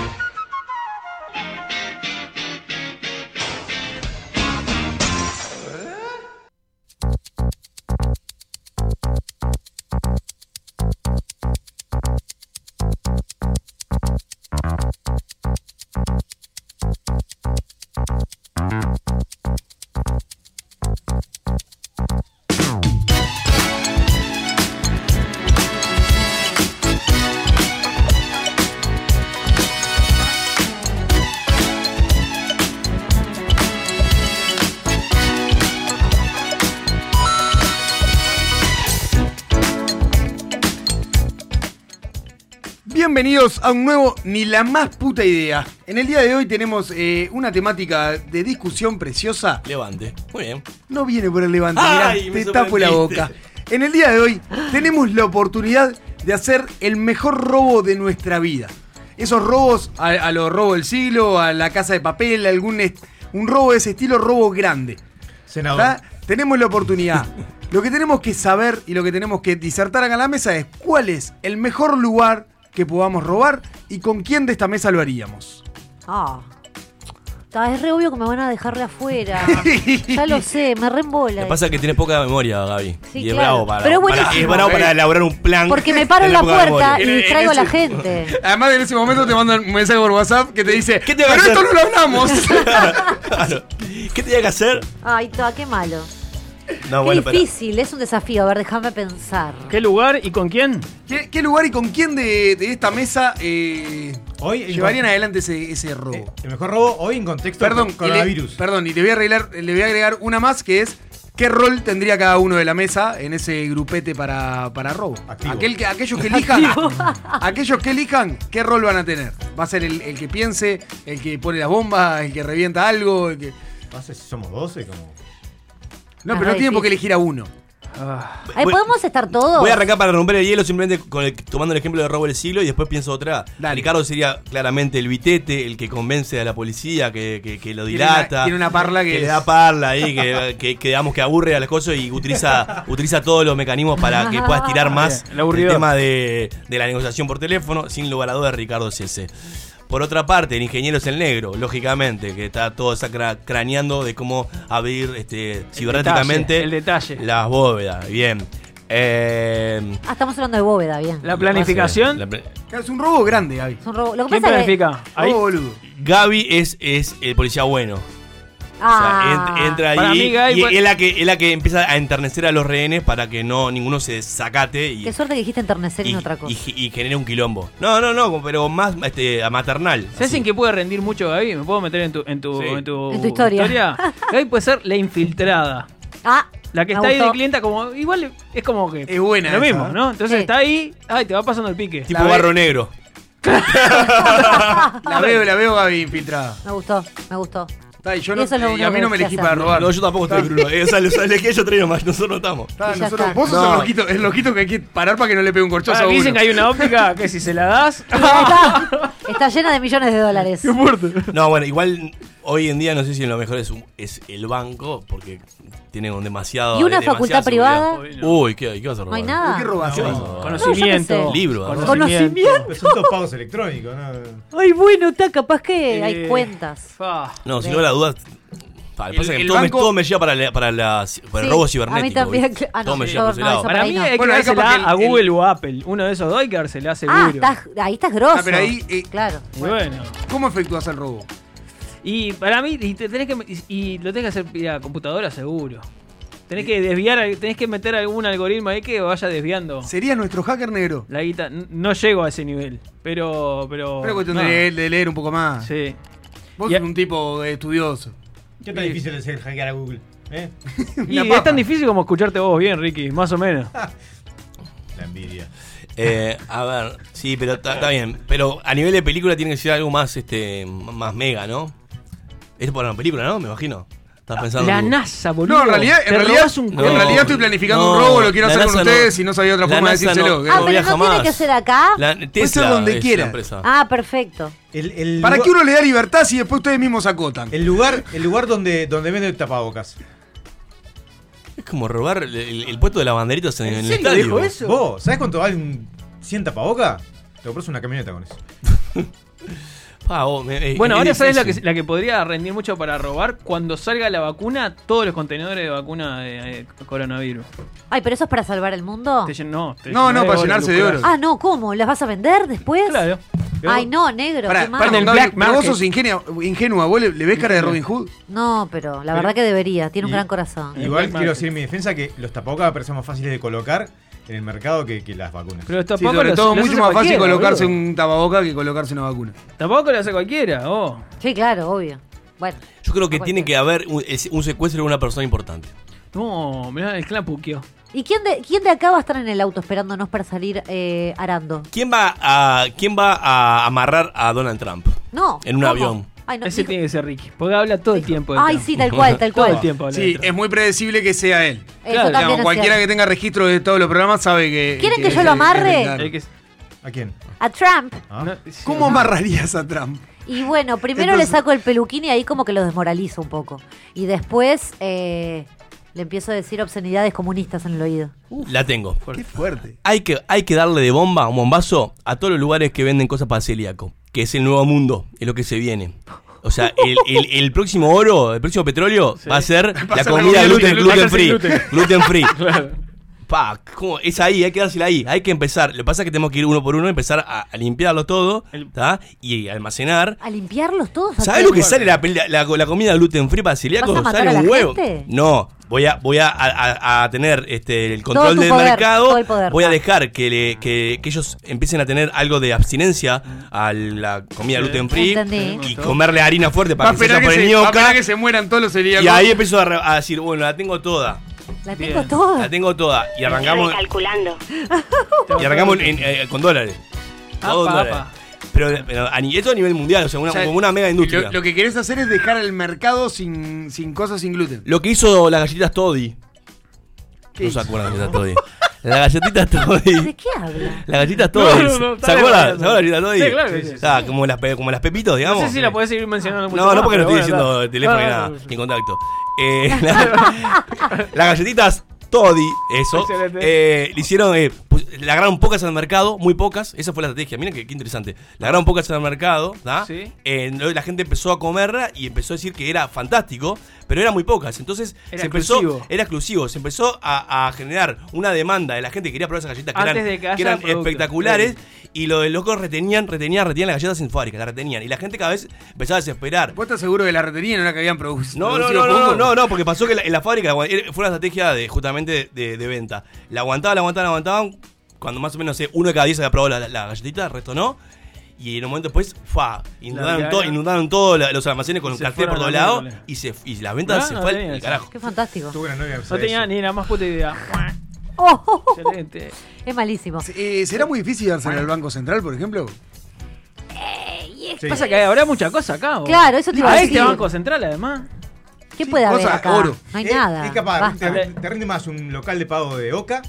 Speaker 2: Bienvenidos a un nuevo Ni la más puta idea. En el día de hoy tenemos eh, una temática de discusión preciosa.
Speaker 6: Levante. Muy bien.
Speaker 2: No viene por el levante,
Speaker 6: Ay,
Speaker 2: mirá,
Speaker 6: me
Speaker 2: te tapo la boca.
Speaker 6: sorprendiste.
Speaker 2: En el día de hoy tenemos la oportunidad de hacer el mejor robo de nuestra vida. Esos robos a, a los robos del siglo, a la casa de papel, algún est- un robo de ese estilo, robo grande.
Speaker 5: Senador.
Speaker 2: ¿Está? Tenemos la oportunidad. Lo que tenemos que saber y lo que tenemos que disertar acá en la mesa es cuál es el mejor lugar que podamos robar y con quién de esta mesa lo haríamos.
Speaker 3: Ah. Ta, Es re obvio que me van a dejarle afuera. ya lo sé, me reembola.
Speaker 6: Lo que pasa es que tienes poca memoria, Gaby.
Speaker 3: Sí,
Speaker 6: y es
Speaker 3: claro.
Speaker 6: bravo para,
Speaker 3: Pero es
Speaker 6: para-
Speaker 3: buenísimo.
Speaker 6: es bravo para elaborar un plan.
Speaker 3: Porque me paro en la
Speaker 6: época de memoria.
Speaker 3: puerta y
Speaker 2: En- en
Speaker 3: distraigo a la
Speaker 2: ese-
Speaker 3: gente.
Speaker 2: Además, en ese momento te mandan un mensaje por WhatsApp que te dice:
Speaker 6: ¿Qué te va a
Speaker 2: Pero esto
Speaker 6: hacer?
Speaker 2: no lo hablamos.
Speaker 6: Claro. ¿Qué tenía que hacer?
Speaker 3: Ay, ta, qué malo.
Speaker 6: No,
Speaker 3: qué
Speaker 6: bueno, pero.
Speaker 3: difícil, es un desafío. A ver, déjame pensar.
Speaker 4: ¿Qué lugar y con quién?
Speaker 2: ¿Qué, qué lugar y con quién de, de esta mesa eh,
Speaker 5: Hoy en-
Speaker 2: llevarían adelante ese, ese robo?
Speaker 5: Eh, el mejor robo hoy en contexto
Speaker 2: Perdón,
Speaker 5: con-
Speaker 2: y le,
Speaker 5: coronavirus.
Speaker 2: perdón, y le voy a arreglar, le voy a agregar una más que es ¿qué rol tendría cada uno de la mesa en ese grupete para, para robo?
Speaker 5: Activo.
Speaker 2: Aquel que- aquellos que elijan, aquellos que elijan, ¿qué rol van a tener? ¿Va a ser el, el que piense, el que pone las bombas, el que revienta algo? el que-
Speaker 5: No sé si somos 12 como.
Speaker 2: No,
Speaker 3: Ah, Es
Speaker 2: pero no
Speaker 3: re
Speaker 2: tienen por qué
Speaker 3: difícil.
Speaker 2: elegir a uno.
Speaker 3: Ay,
Speaker 6: Voy-
Speaker 3: ¿Podemos estar todos?
Speaker 6: Voy a arrancar para romper el hielo simplemente con el- tomando el ejemplo de robo del siglo y después pienso otra.
Speaker 2: Dale.
Speaker 6: Ricardo sería claramente el vitete, el que convence a la policía, que, que- que lo
Speaker 2: Tiene una-
Speaker 6: dilata.
Speaker 2: tiene una parla que
Speaker 6: le
Speaker 2: es-
Speaker 6: da parla ahí, que, que, que digamos que aburre a las cosas y utiliza, utiliza todos los mecanismos para que puedas tirar más
Speaker 4: Bien, el
Speaker 6: el,
Speaker 4: aburridor.
Speaker 6: tema de, de la negociación por teléfono. Sin lugar a dudas, Ricardo Cese. Por otra parte, el ingeniero es el negro, lógicamente, que está todo sacra- craneando de cómo abrir este, cibernéticamente
Speaker 4: el detalle.
Speaker 6: las bóvedas. Bien. Eh,
Speaker 3: Ah, estamos hablando de bóveda, bien.
Speaker 4: La planificación.
Speaker 6: la pla-
Speaker 2: Claro, es un robo grande, Gaby.
Speaker 3: Es un robo. Lo que
Speaker 4: ¿Quién
Speaker 3: pasa es que-
Speaker 4: planifica? Ahí.
Speaker 2: Robo oh, boludo.
Speaker 6: Gaby es, es el policía bueno. O sea,
Speaker 3: Ah,
Speaker 6: ent- entra ahí
Speaker 4: Para mí, Gaby,
Speaker 6: y
Speaker 4: pues-
Speaker 6: es la, que, es la que empieza a enternecer a los rehenes para que no ninguno se sacate y,
Speaker 3: Qué suerte que dijiste enternecer y,
Speaker 6: y,
Speaker 3: no otra cosa.
Speaker 6: y ge- y genere un quilombo. No, no, no, pero más este, a maternal.
Speaker 4: ¿Sabes
Speaker 6: así.
Speaker 4: en qué puede rendir mucho Gaby? ¿Me puedo meter en tu, en tu,
Speaker 6: Sí.
Speaker 4: en tu,
Speaker 3: En tu historia.
Speaker 4: Gaby puede ser la infiltrada.
Speaker 3: ah,
Speaker 4: La que
Speaker 3: me
Speaker 4: está ahí de
Speaker 3: gustó.
Speaker 4: clienta, como igual es como que.
Speaker 2: Es buena
Speaker 4: Lo
Speaker 2: esa,
Speaker 4: mismo,
Speaker 2: ¿eh?
Speaker 4: ¿no? Entonces
Speaker 3: Sí.
Speaker 4: está ahí, ay, te va pasando el pique.
Speaker 6: Tipo
Speaker 2: La ve-
Speaker 6: barro negro.
Speaker 2: La veo, la veo, Gaby, infiltrada.
Speaker 3: Me gustó, me gustó.
Speaker 2: Está, y yo
Speaker 3: Y
Speaker 2: no,
Speaker 3: eso es lo
Speaker 2: y
Speaker 3: único
Speaker 2: a mí
Speaker 3: que
Speaker 2: no me
Speaker 3: sé Ah.
Speaker 2: elegí
Speaker 3: hacer.
Speaker 2: para robar.
Speaker 6: No, yo tampoco estoy Bruno. Eh, sale, sale que yo traigo más, nosotros no estamos.
Speaker 2: Está,
Speaker 3: Y ya
Speaker 2: nosotros-
Speaker 3: está.
Speaker 2: Vos sos
Speaker 6: No.
Speaker 2: el loquito, el loquito que hay que parar para que no le pegue un corchazo
Speaker 4: Ahora,
Speaker 2: a
Speaker 4: que
Speaker 2: uno.
Speaker 4: dicen que hay una óptica que si se la das.
Speaker 3: Y acá está llena de millones de dólares.
Speaker 6: No, bueno, igual hoy en día no sé si lo mejor es, un- es el banco, porque tiene un demasiado.
Speaker 3: ¿Y una
Speaker 6: demasiada
Speaker 3: facultad
Speaker 6: seguridad.
Speaker 4: privada?
Speaker 6: Uy, ¿qué, qué vas a
Speaker 3: No
Speaker 6: robar?
Speaker 3: hay nada.
Speaker 2: ¿Qué robás,
Speaker 5: No.
Speaker 2: Gaby?
Speaker 3: No, yo
Speaker 4: Conocimiento.
Speaker 3: qué sé.
Speaker 6: Libro, ¿no?
Speaker 3: Conocimiento.
Speaker 5: Son todos pagos electrónicos, ¿no?
Speaker 3: Ay, bueno, está capaz que
Speaker 4: Eh,
Speaker 3: hay cuentas.
Speaker 4: fa.
Speaker 6: No, sin lugar a dudas. pa,
Speaker 2: El-
Speaker 6: pasa que
Speaker 2: el
Speaker 6: todo, me-
Speaker 2: banco-
Speaker 6: todo me lleva para, la- para, la- para
Speaker 3: Sí,
Speaker 6: el robo
Speaker 3: A
Speaker 6: cibernético.
Speaker 3: mí también.
Speaker 6: ¿viste?
Speaker 3: Ah,
Speaker 6: todo
Speaker 3: no,
Speaker 6: me
Speaker 3: yo-
Speaker 6: lleva por ese
Speaker 3: no,
Speaker 6: lado.
Speaker 3: eso
Speaker 4: Para mí
Speaker 3: no.
Speaker 4: hay que
Speaker 2: Bueno, ahí
Speaker 4: dársela
Speaker 2: capaz que el-
Speaker 4: a
Speaker 2: el-
Speaker 4: Google o Apple. Uno de esos dos hay que dársela seguro.
Speaker 3: Ah, estás- ahí estás grosso.
Speaker 2: Ah, pero ahí, eh,
Speaker 3: Y Claro.
Speaker 4: Y bueno.
Speaker 2: ¿cómo efectúas el robo?
Speaker 4: Y para mí, y, te tenés que, y, y lo tenés que hacer vía computadora seguro. Tenés que desviar, tenés que meter algún algoritmo ahí que vaya desviando.
Speaker 2: ¿Serías nuestro hacker negro?
Speaker 4: La guita, n- no llego a ese nivel. Pero. Pero,
Speaker 2: Pero cuestión
Speaker 4: no.
Speaker 2: de leer, de leer un poco más.
Speaker 4: Sí.
Speaker 2: Vos
Speaker 4: Y-
Speaker 2: sos un tipo eh, estudioso.
Speaker 5: ¿Qué tan difícil es el hackear a Google? ¿Eh?
Speaker 4: Y
Speaker 2: Una
Speaker 4: es
Speaker 2: papa.
Speaker 4: tan difícil como escucharte vos bien, Ricky, más o menos.
Speaker 5: La envidia.
Speaker 6: Eh, a ver, sí, pero está está bien. Pero a nivel de película tiene que ser algo más este más mega, ¿no? Es por una película, ¿no? Me imagino. Estás pensando.
Speaker 4: La
Speaker 6: tú.
Speaker 4: NASA, boludo.
Speaker 2: No, en realidad, en
Speaker 4: Te
Speaker 2: realidad,
Speaker 4: robás un
Speaker 2: en
Speaker 6: No,
Speaker 4: coche.
Speaker 2: realidad estoy planificando un
Speaker 6: no,
Speaker 2: robo, lo quiero
Speaker 6: la
Speaker 2: hacer con
Speaker 6: NASA
Speaker 2: ustedes
Speaker 6: no.
Speaker 2: y no sabía otra
Speaker 6: La
Speaker 2: forma de
Speaker 6: NASA no.
Speaker 2: decírselo. que-
Speaker 3: Ah, pero
Speaker 6: viaja
Speaker 3: no tiene
Speaker 6: más.
Speaker 3: que ser acá.
Speaker 6: La, Tesla
Speaker 2: ser donde
Speaker 6: es la
Speaker 2: quiera.
Speaker 6: empresa.
Speaker 3: Ah, perfecto.
Speaker 5: El, el
Speaker 2: ¿Para
Speaker 5: lugar,
Speaker 2: qué uno le da libertad si después ustedes mismos acotan?
Speaker 5: El lugar, el lugar donde, donde venden tapabocas.
Speaker 6: Es como robar el, el- el puesto de las banderitas en, el
Speaker 4: serio
Speaker 6: estadio.
Speaker 4: dijo eso?
Speaker 5: ¿Vos? ¿Sabés cuánto vale un 100 tapabocas? Te compras una camioneta con eso.
Speaker 6: Pa, vos, me- eh,
Speaker 4: Bueno,
Speaker 6: es
Speaker 4: ahora sabes la que,
Speaker 6: difícil.
Speaker 4: la que podría rendir mucho para robar cuando salga la vacuna, todos los contenedores de vacuna de, eh, coronavirus.
Speaker 3: Ay, pero eso es para salvar el mundo.
Speaker 4: Te llen- no, te
Speaker 2: No,
Speaker 4: llenás
Speaker 2: no, para
Speaker 4: oro,
Speaker 2: llenarse de
Speaker 4: lucrás.
Speaker 2: oro.
Speaker 3: Ah, no, ¿cómo? ¿Las vas a vender después?
Speaker 4: Claro.
Speaker 3: Ay, no, negro.
Speaker 2: Pará,
Speaker 3: qué mal.
Speaker 2: perdón,
Speaker 4: El
Speaker 2: Gaby,
Speaker 4: black
Speaker 2: pero vos
Speaker 4: market.
Speaker 2: sos ingenua, ingenua ¿vos le, le ves cara de Robin Hood?
Speaker 3: No, pero la verdad que debería. Tiene un
Speaker 5: Y-
Speaker 3: gran corazón.
Speaker 5: Igual quiero
Speaker 4: Black market.
Speaker 5: decir en mi defensa que los tapabocas me parecen más fáciles de colocar en el mercado que, que las vacunas.
Speaker 4: Pero
Speaker 2: Sí,
Speaker 4: tampoco
Speaker 2: sobre
Speaker 4: los-
Speaker 2: todo
Speaker 4: los
Speaker 2: mucho
Speaker 4: hace
Speaker 2: más fácil
Speaker 4: cualquiera,
Speaker 2: colocarse
Speaker 4: boludo.
Speaker 2: un tapaboca que colocarse una vacuna.
Speaker 4: Tampoco lo hace cualquiera, oh.
Speaker 3: Sí, claro, obvio. Bueno.
Speaker 6: Yo creo que
Speaker 3: no
Speaker 6: tiene
Speaker 3: cualquiera.
Speaker 6: que haber un, es- un secuestro de una persona importante.
Speaker 4: No, mirá el clan puqueó.
Speaker 3: ¿Y quién de, quién de acá va a estar en el auto esperándonos para salir eh, arando?
Speaker 6: ¿Quién va a quién va a amarrar a Donald Trump?
Speaker 3: No.
Speaker 6: En un
Speaker 3: ¿cómo?
Speaker 6: avión.
Speaker 3: Ay, no,
Speaker 4: Ese
Speaker 3: dijo-
Speaker 4: tiene que ser Ricky, porque habla todo el tiempo. del
Speaker 3: Ay,
Speaker 4: Trump.
Speaker 3: sí, tal cual, tal
Speaker 4: Todo
Speaker 3: cual.
Speaker 4: el tiempo habla de
Speaker 2: Sí,
Speaker 4: Trump.
Speaker 2: es muy predecible que sea él.
Speaker 3: Eso
Speaker 4: Claro.
Speaker 3: también
Speaker 2: Digamos,
Speaker 3: es
Speaker 2: cualquiera
Speaker 3: cierto.
Speaker 2: que tenga registro de todos los programas sabe que.
Speaker 3: ¿Quieren que yo lo
Speaker 2: es-
Speaker 3: amarre?
Speaker 2: es claro.
Speaker 4: Hay que-
Speaker 5: ¿A quién?
Speaker 3: A Trump.
Speaker 5: ¿Ah?
Speaker 4: no, sí.
Speaker 2: ¿Cómo amarrarías a Trump?
Speaker 3: Y bueno, primero
Speaker 2: Entonces-
Speaker 3: le saco el peluquín y ahí como que lo desmoralizo un poco. Y después eh, Le empiezo a decir obscenidades comunistas en el oído.
Speaker 6: La tengo.
Speaker 2: Qué fuerte.
Speaker 6: Hay que, hay que darle de bomba, un bombazo, a todos los lugares que venden cosas para celíaco. Que es el nuevo mundo, es lo que se viene. O sea, el, el- el próximo oro, el próximo petróleo va a ser la
Speaker 2: ser
Speaker 6: comida
Speaker 2: la
Speaker 6: gluten,
Speaker 2: comida
Speaker 6: gluten
Speaker 4: gluten-
Speaker 6: free.
Speaker 4: gluten.
Speaker 6: Gluten free.
Speaker 4: Claro.
Speaker 6: Pa, ¿cómo? Es ahí, hay que dársela ahí. Hay que empezar. Lo que pasa es que tenemos que ir uno por uno, empezar a, a limpiarlo todo
Speaker 4: El-
Speaker 6: ¿tá? y almacenar.
Speaker 3: ¿A limpiarlos todos? a
Speaker 6: ¿Sabes lo
Speaker 3: todos?
Speaker 6: que sale la, peli- la- la comida gluten free para
Speaker 3: ¿Vas
Speaker 6: celíacos?
Speaker 3: a matar
Speaker 6: Sale
Speaker 3: a
Speaker 6: un
Speaker 3: la
Speaker 6: huevo.
Speaker 3: gente?
Speaker 6: No, voy a, voy a, a- a tener este, el
Speaker 3: Todo
Speaker 6: control
Speaker 3: tu
Speaker 6: del
Speaker 3: poder, todo
Speaker 6: mercado.
Speaker 3: el poder.
Speaker 6: voy a dejar que, le- que, que ellos empiecen a tener algo de abstinencia a la comida
Speaker 4: Sí.
Speaker 6: gluten free
Speaker 3: Entendí.
Speaker 6: y comerle harina fuerte
Speaker 2: Va a
Speaker 6: para que se
Speaker 2: esperar
Speaker 6: echen
Speaker 2: que,
Speaker 6: por el
Speaker 2: se, va a esperar que
Speaker 6: ñoca.
Speaker 2: se mueran todos los celíacos.
Speaker 6: Y ahí empiezo a, re- a decir, bueno, la tengo toda.
Speaker 3: La
Speaker 4: Bien.
Speaker 3: tengo toda.
Speaker 6: La tengo toda. Y arrancamos,
Speaker 8: Recalculando.
Speaker 6: y arrancamos en- eh, con dólares. Todo
Speaker 4: Apa,
Speaker 6: en dólares.
Speaker 4: apa.
Speaker 6: Pero, pero a ni- esto a nivel mundial, o sea, una,
Speaker 2: O sea,
Speaker 6: como una mega industria.
Speaker 2: Lo, lo que querés hacer es dejar el mercado sin, sin cosas sin gluten.
Speaker 6: Lo que hizo las galletitas Toddy.
Speaker 2: ¿Qué
Speaker 6: No se
Speaker 2: hizo?
Speaker 6: acuerdan de las galletitas Toddy. Las galletitas
Speaker 3: ¿De
Speaker 6: Toddy.
Speaker 3: qué habla?
Speaker 6: Las galletitas
Speaker 4: No,
Speaker 6: Toddy.
Speaker 4: no, no,
Speaker 6: ¿Se
Speaker 4: está
Speaker 6: acuerdan? ¿Se
Speaker 4: bien, está
Speaker 6: acuerdan de las galletitas
Speaker 4: bien.
Speaker 6: Toddy?
Speaker 4: Sí, claro que sí.
Speaker 6: Ah, como, las, pe- como las pepitos, digamos.
Speaker 4: No sé si la podés seguir mencionando mucho
Speaker 6: No, no
Speaker 4: más,
Speaker 6: porque no
Speaker 4: pero
Speaker 6: estoy
Speaker 4: bueno,
Speaker 6: diciendo
Speaker 4: está.
Speaker 6: teléfono
Speaker 4: No,
Speaker 6: ni
Speaker 4: no,
Speaker 6: nada,
Speaker 4: no.
Speaker 6: ni contacto. Eh, la- las galletitas Toddy, eso,
Speaker 4: Excelente.
Speaker 6: eh, le hicieron, eh, pus- le agarraron pocas al mercado, muy pocas, esa fue la estrategia, miren qué, qué interesante. Le agarraron pocas al mercado, ¿da?
Speaker 4: Sí.
Speaker 6: Eh, no- la gente empezó a comerla y empezó a decir que era fantástico, pero eran muy pocas, entonces
Speaker 4: Era
Speaker 6: se empezó,
Speaker 4: exclusivo.
Speaker 6: era exclusivo, se empezó a, a generar una demanda de la gente que quería probar esas galletas que
Speaker 4: Antes
Speaker 6: eran,
Speaker 4: de que haya
Speaker 6: que eran
Speaker 4: producto.
Speaker 6: espectaculares.
Speaker 4: Sí.
Speaker 6: Y los locos retenían, retenían, retenían las galletas en fábrica, las retenían. Y la gente cada vez empezaba a desesperar.
Speaker 2: ¿Vos estás seguro de la retenía no la que habían produc-
Speaker 6: No, no,
Speaker 2: producido?
Speaker 6: no, no,
Speaker 2: juntos?
Speaker 6: no, no, porque pasó que la- en la fábrica bueno, era- fue una estrategia de, justamente de, de venta. La aguantaban, la aguantaban, la aguantaban. Cuando más o menos no sé, uno de cada diez había probado la, la galletita, el resto no. Y en un momento después, fa, inundaron,
Speaker 4: La
Speaker 6: todo,
Speaker 4: cara.
Speaker 6: inundaron todos la- los almacenes con
Speaker 4: Y se
Speaker 6: cartel por
Speaker 4: fueron
Speaker 6: todos
Speaker 4: a la
Speaker 6: lados
Speaker 4: mierda.
Speaker 6: y, se- y las ventas
Speaker 4: No,
Speaker 6: se
Speaker 4: no
Speaker 6: fue
Speaker 4: tenía
Speaker 6: al
Speaker 4: eso.
Speaker 6: carajo.
Speaker 3: Qué fantástico.
Speaker 5: Tuve una novia que
Speaker 4: No
Speaker 5: usaba
Speaker 4: tenía
Speaker 5: eso.
Speaker 4: ni la más puta idea.
Speaker 3: Oh, oh, oh,
Speaker 4: Excelente.
Speaker 3: es malísimo.
Speaker 2: Eh, ¿Será muy difícil dársela al Banco Central, por ejemplo?
Speaker 5: Sí.
Speaker 4: Pasa que habrá mucha cosa acá. vos.
Speaker 3: Claro, eso te iba a
Speaker 4: A
Speaker 3: decir.
Speaker 4: este Banco Central, además.
Speaker 3: ¿Qué puede haber
Speaker 2: cosa,
Speaker 3: acá?
Speaker 2: oro.
Speaker 3: No hay
Speaker 5: Eh,
Speaker 3: nada.
Speaker 5: Es capaz,
Speaker 3: Basta.
Speaker 5: te, te rinde más un local de pago de Oca,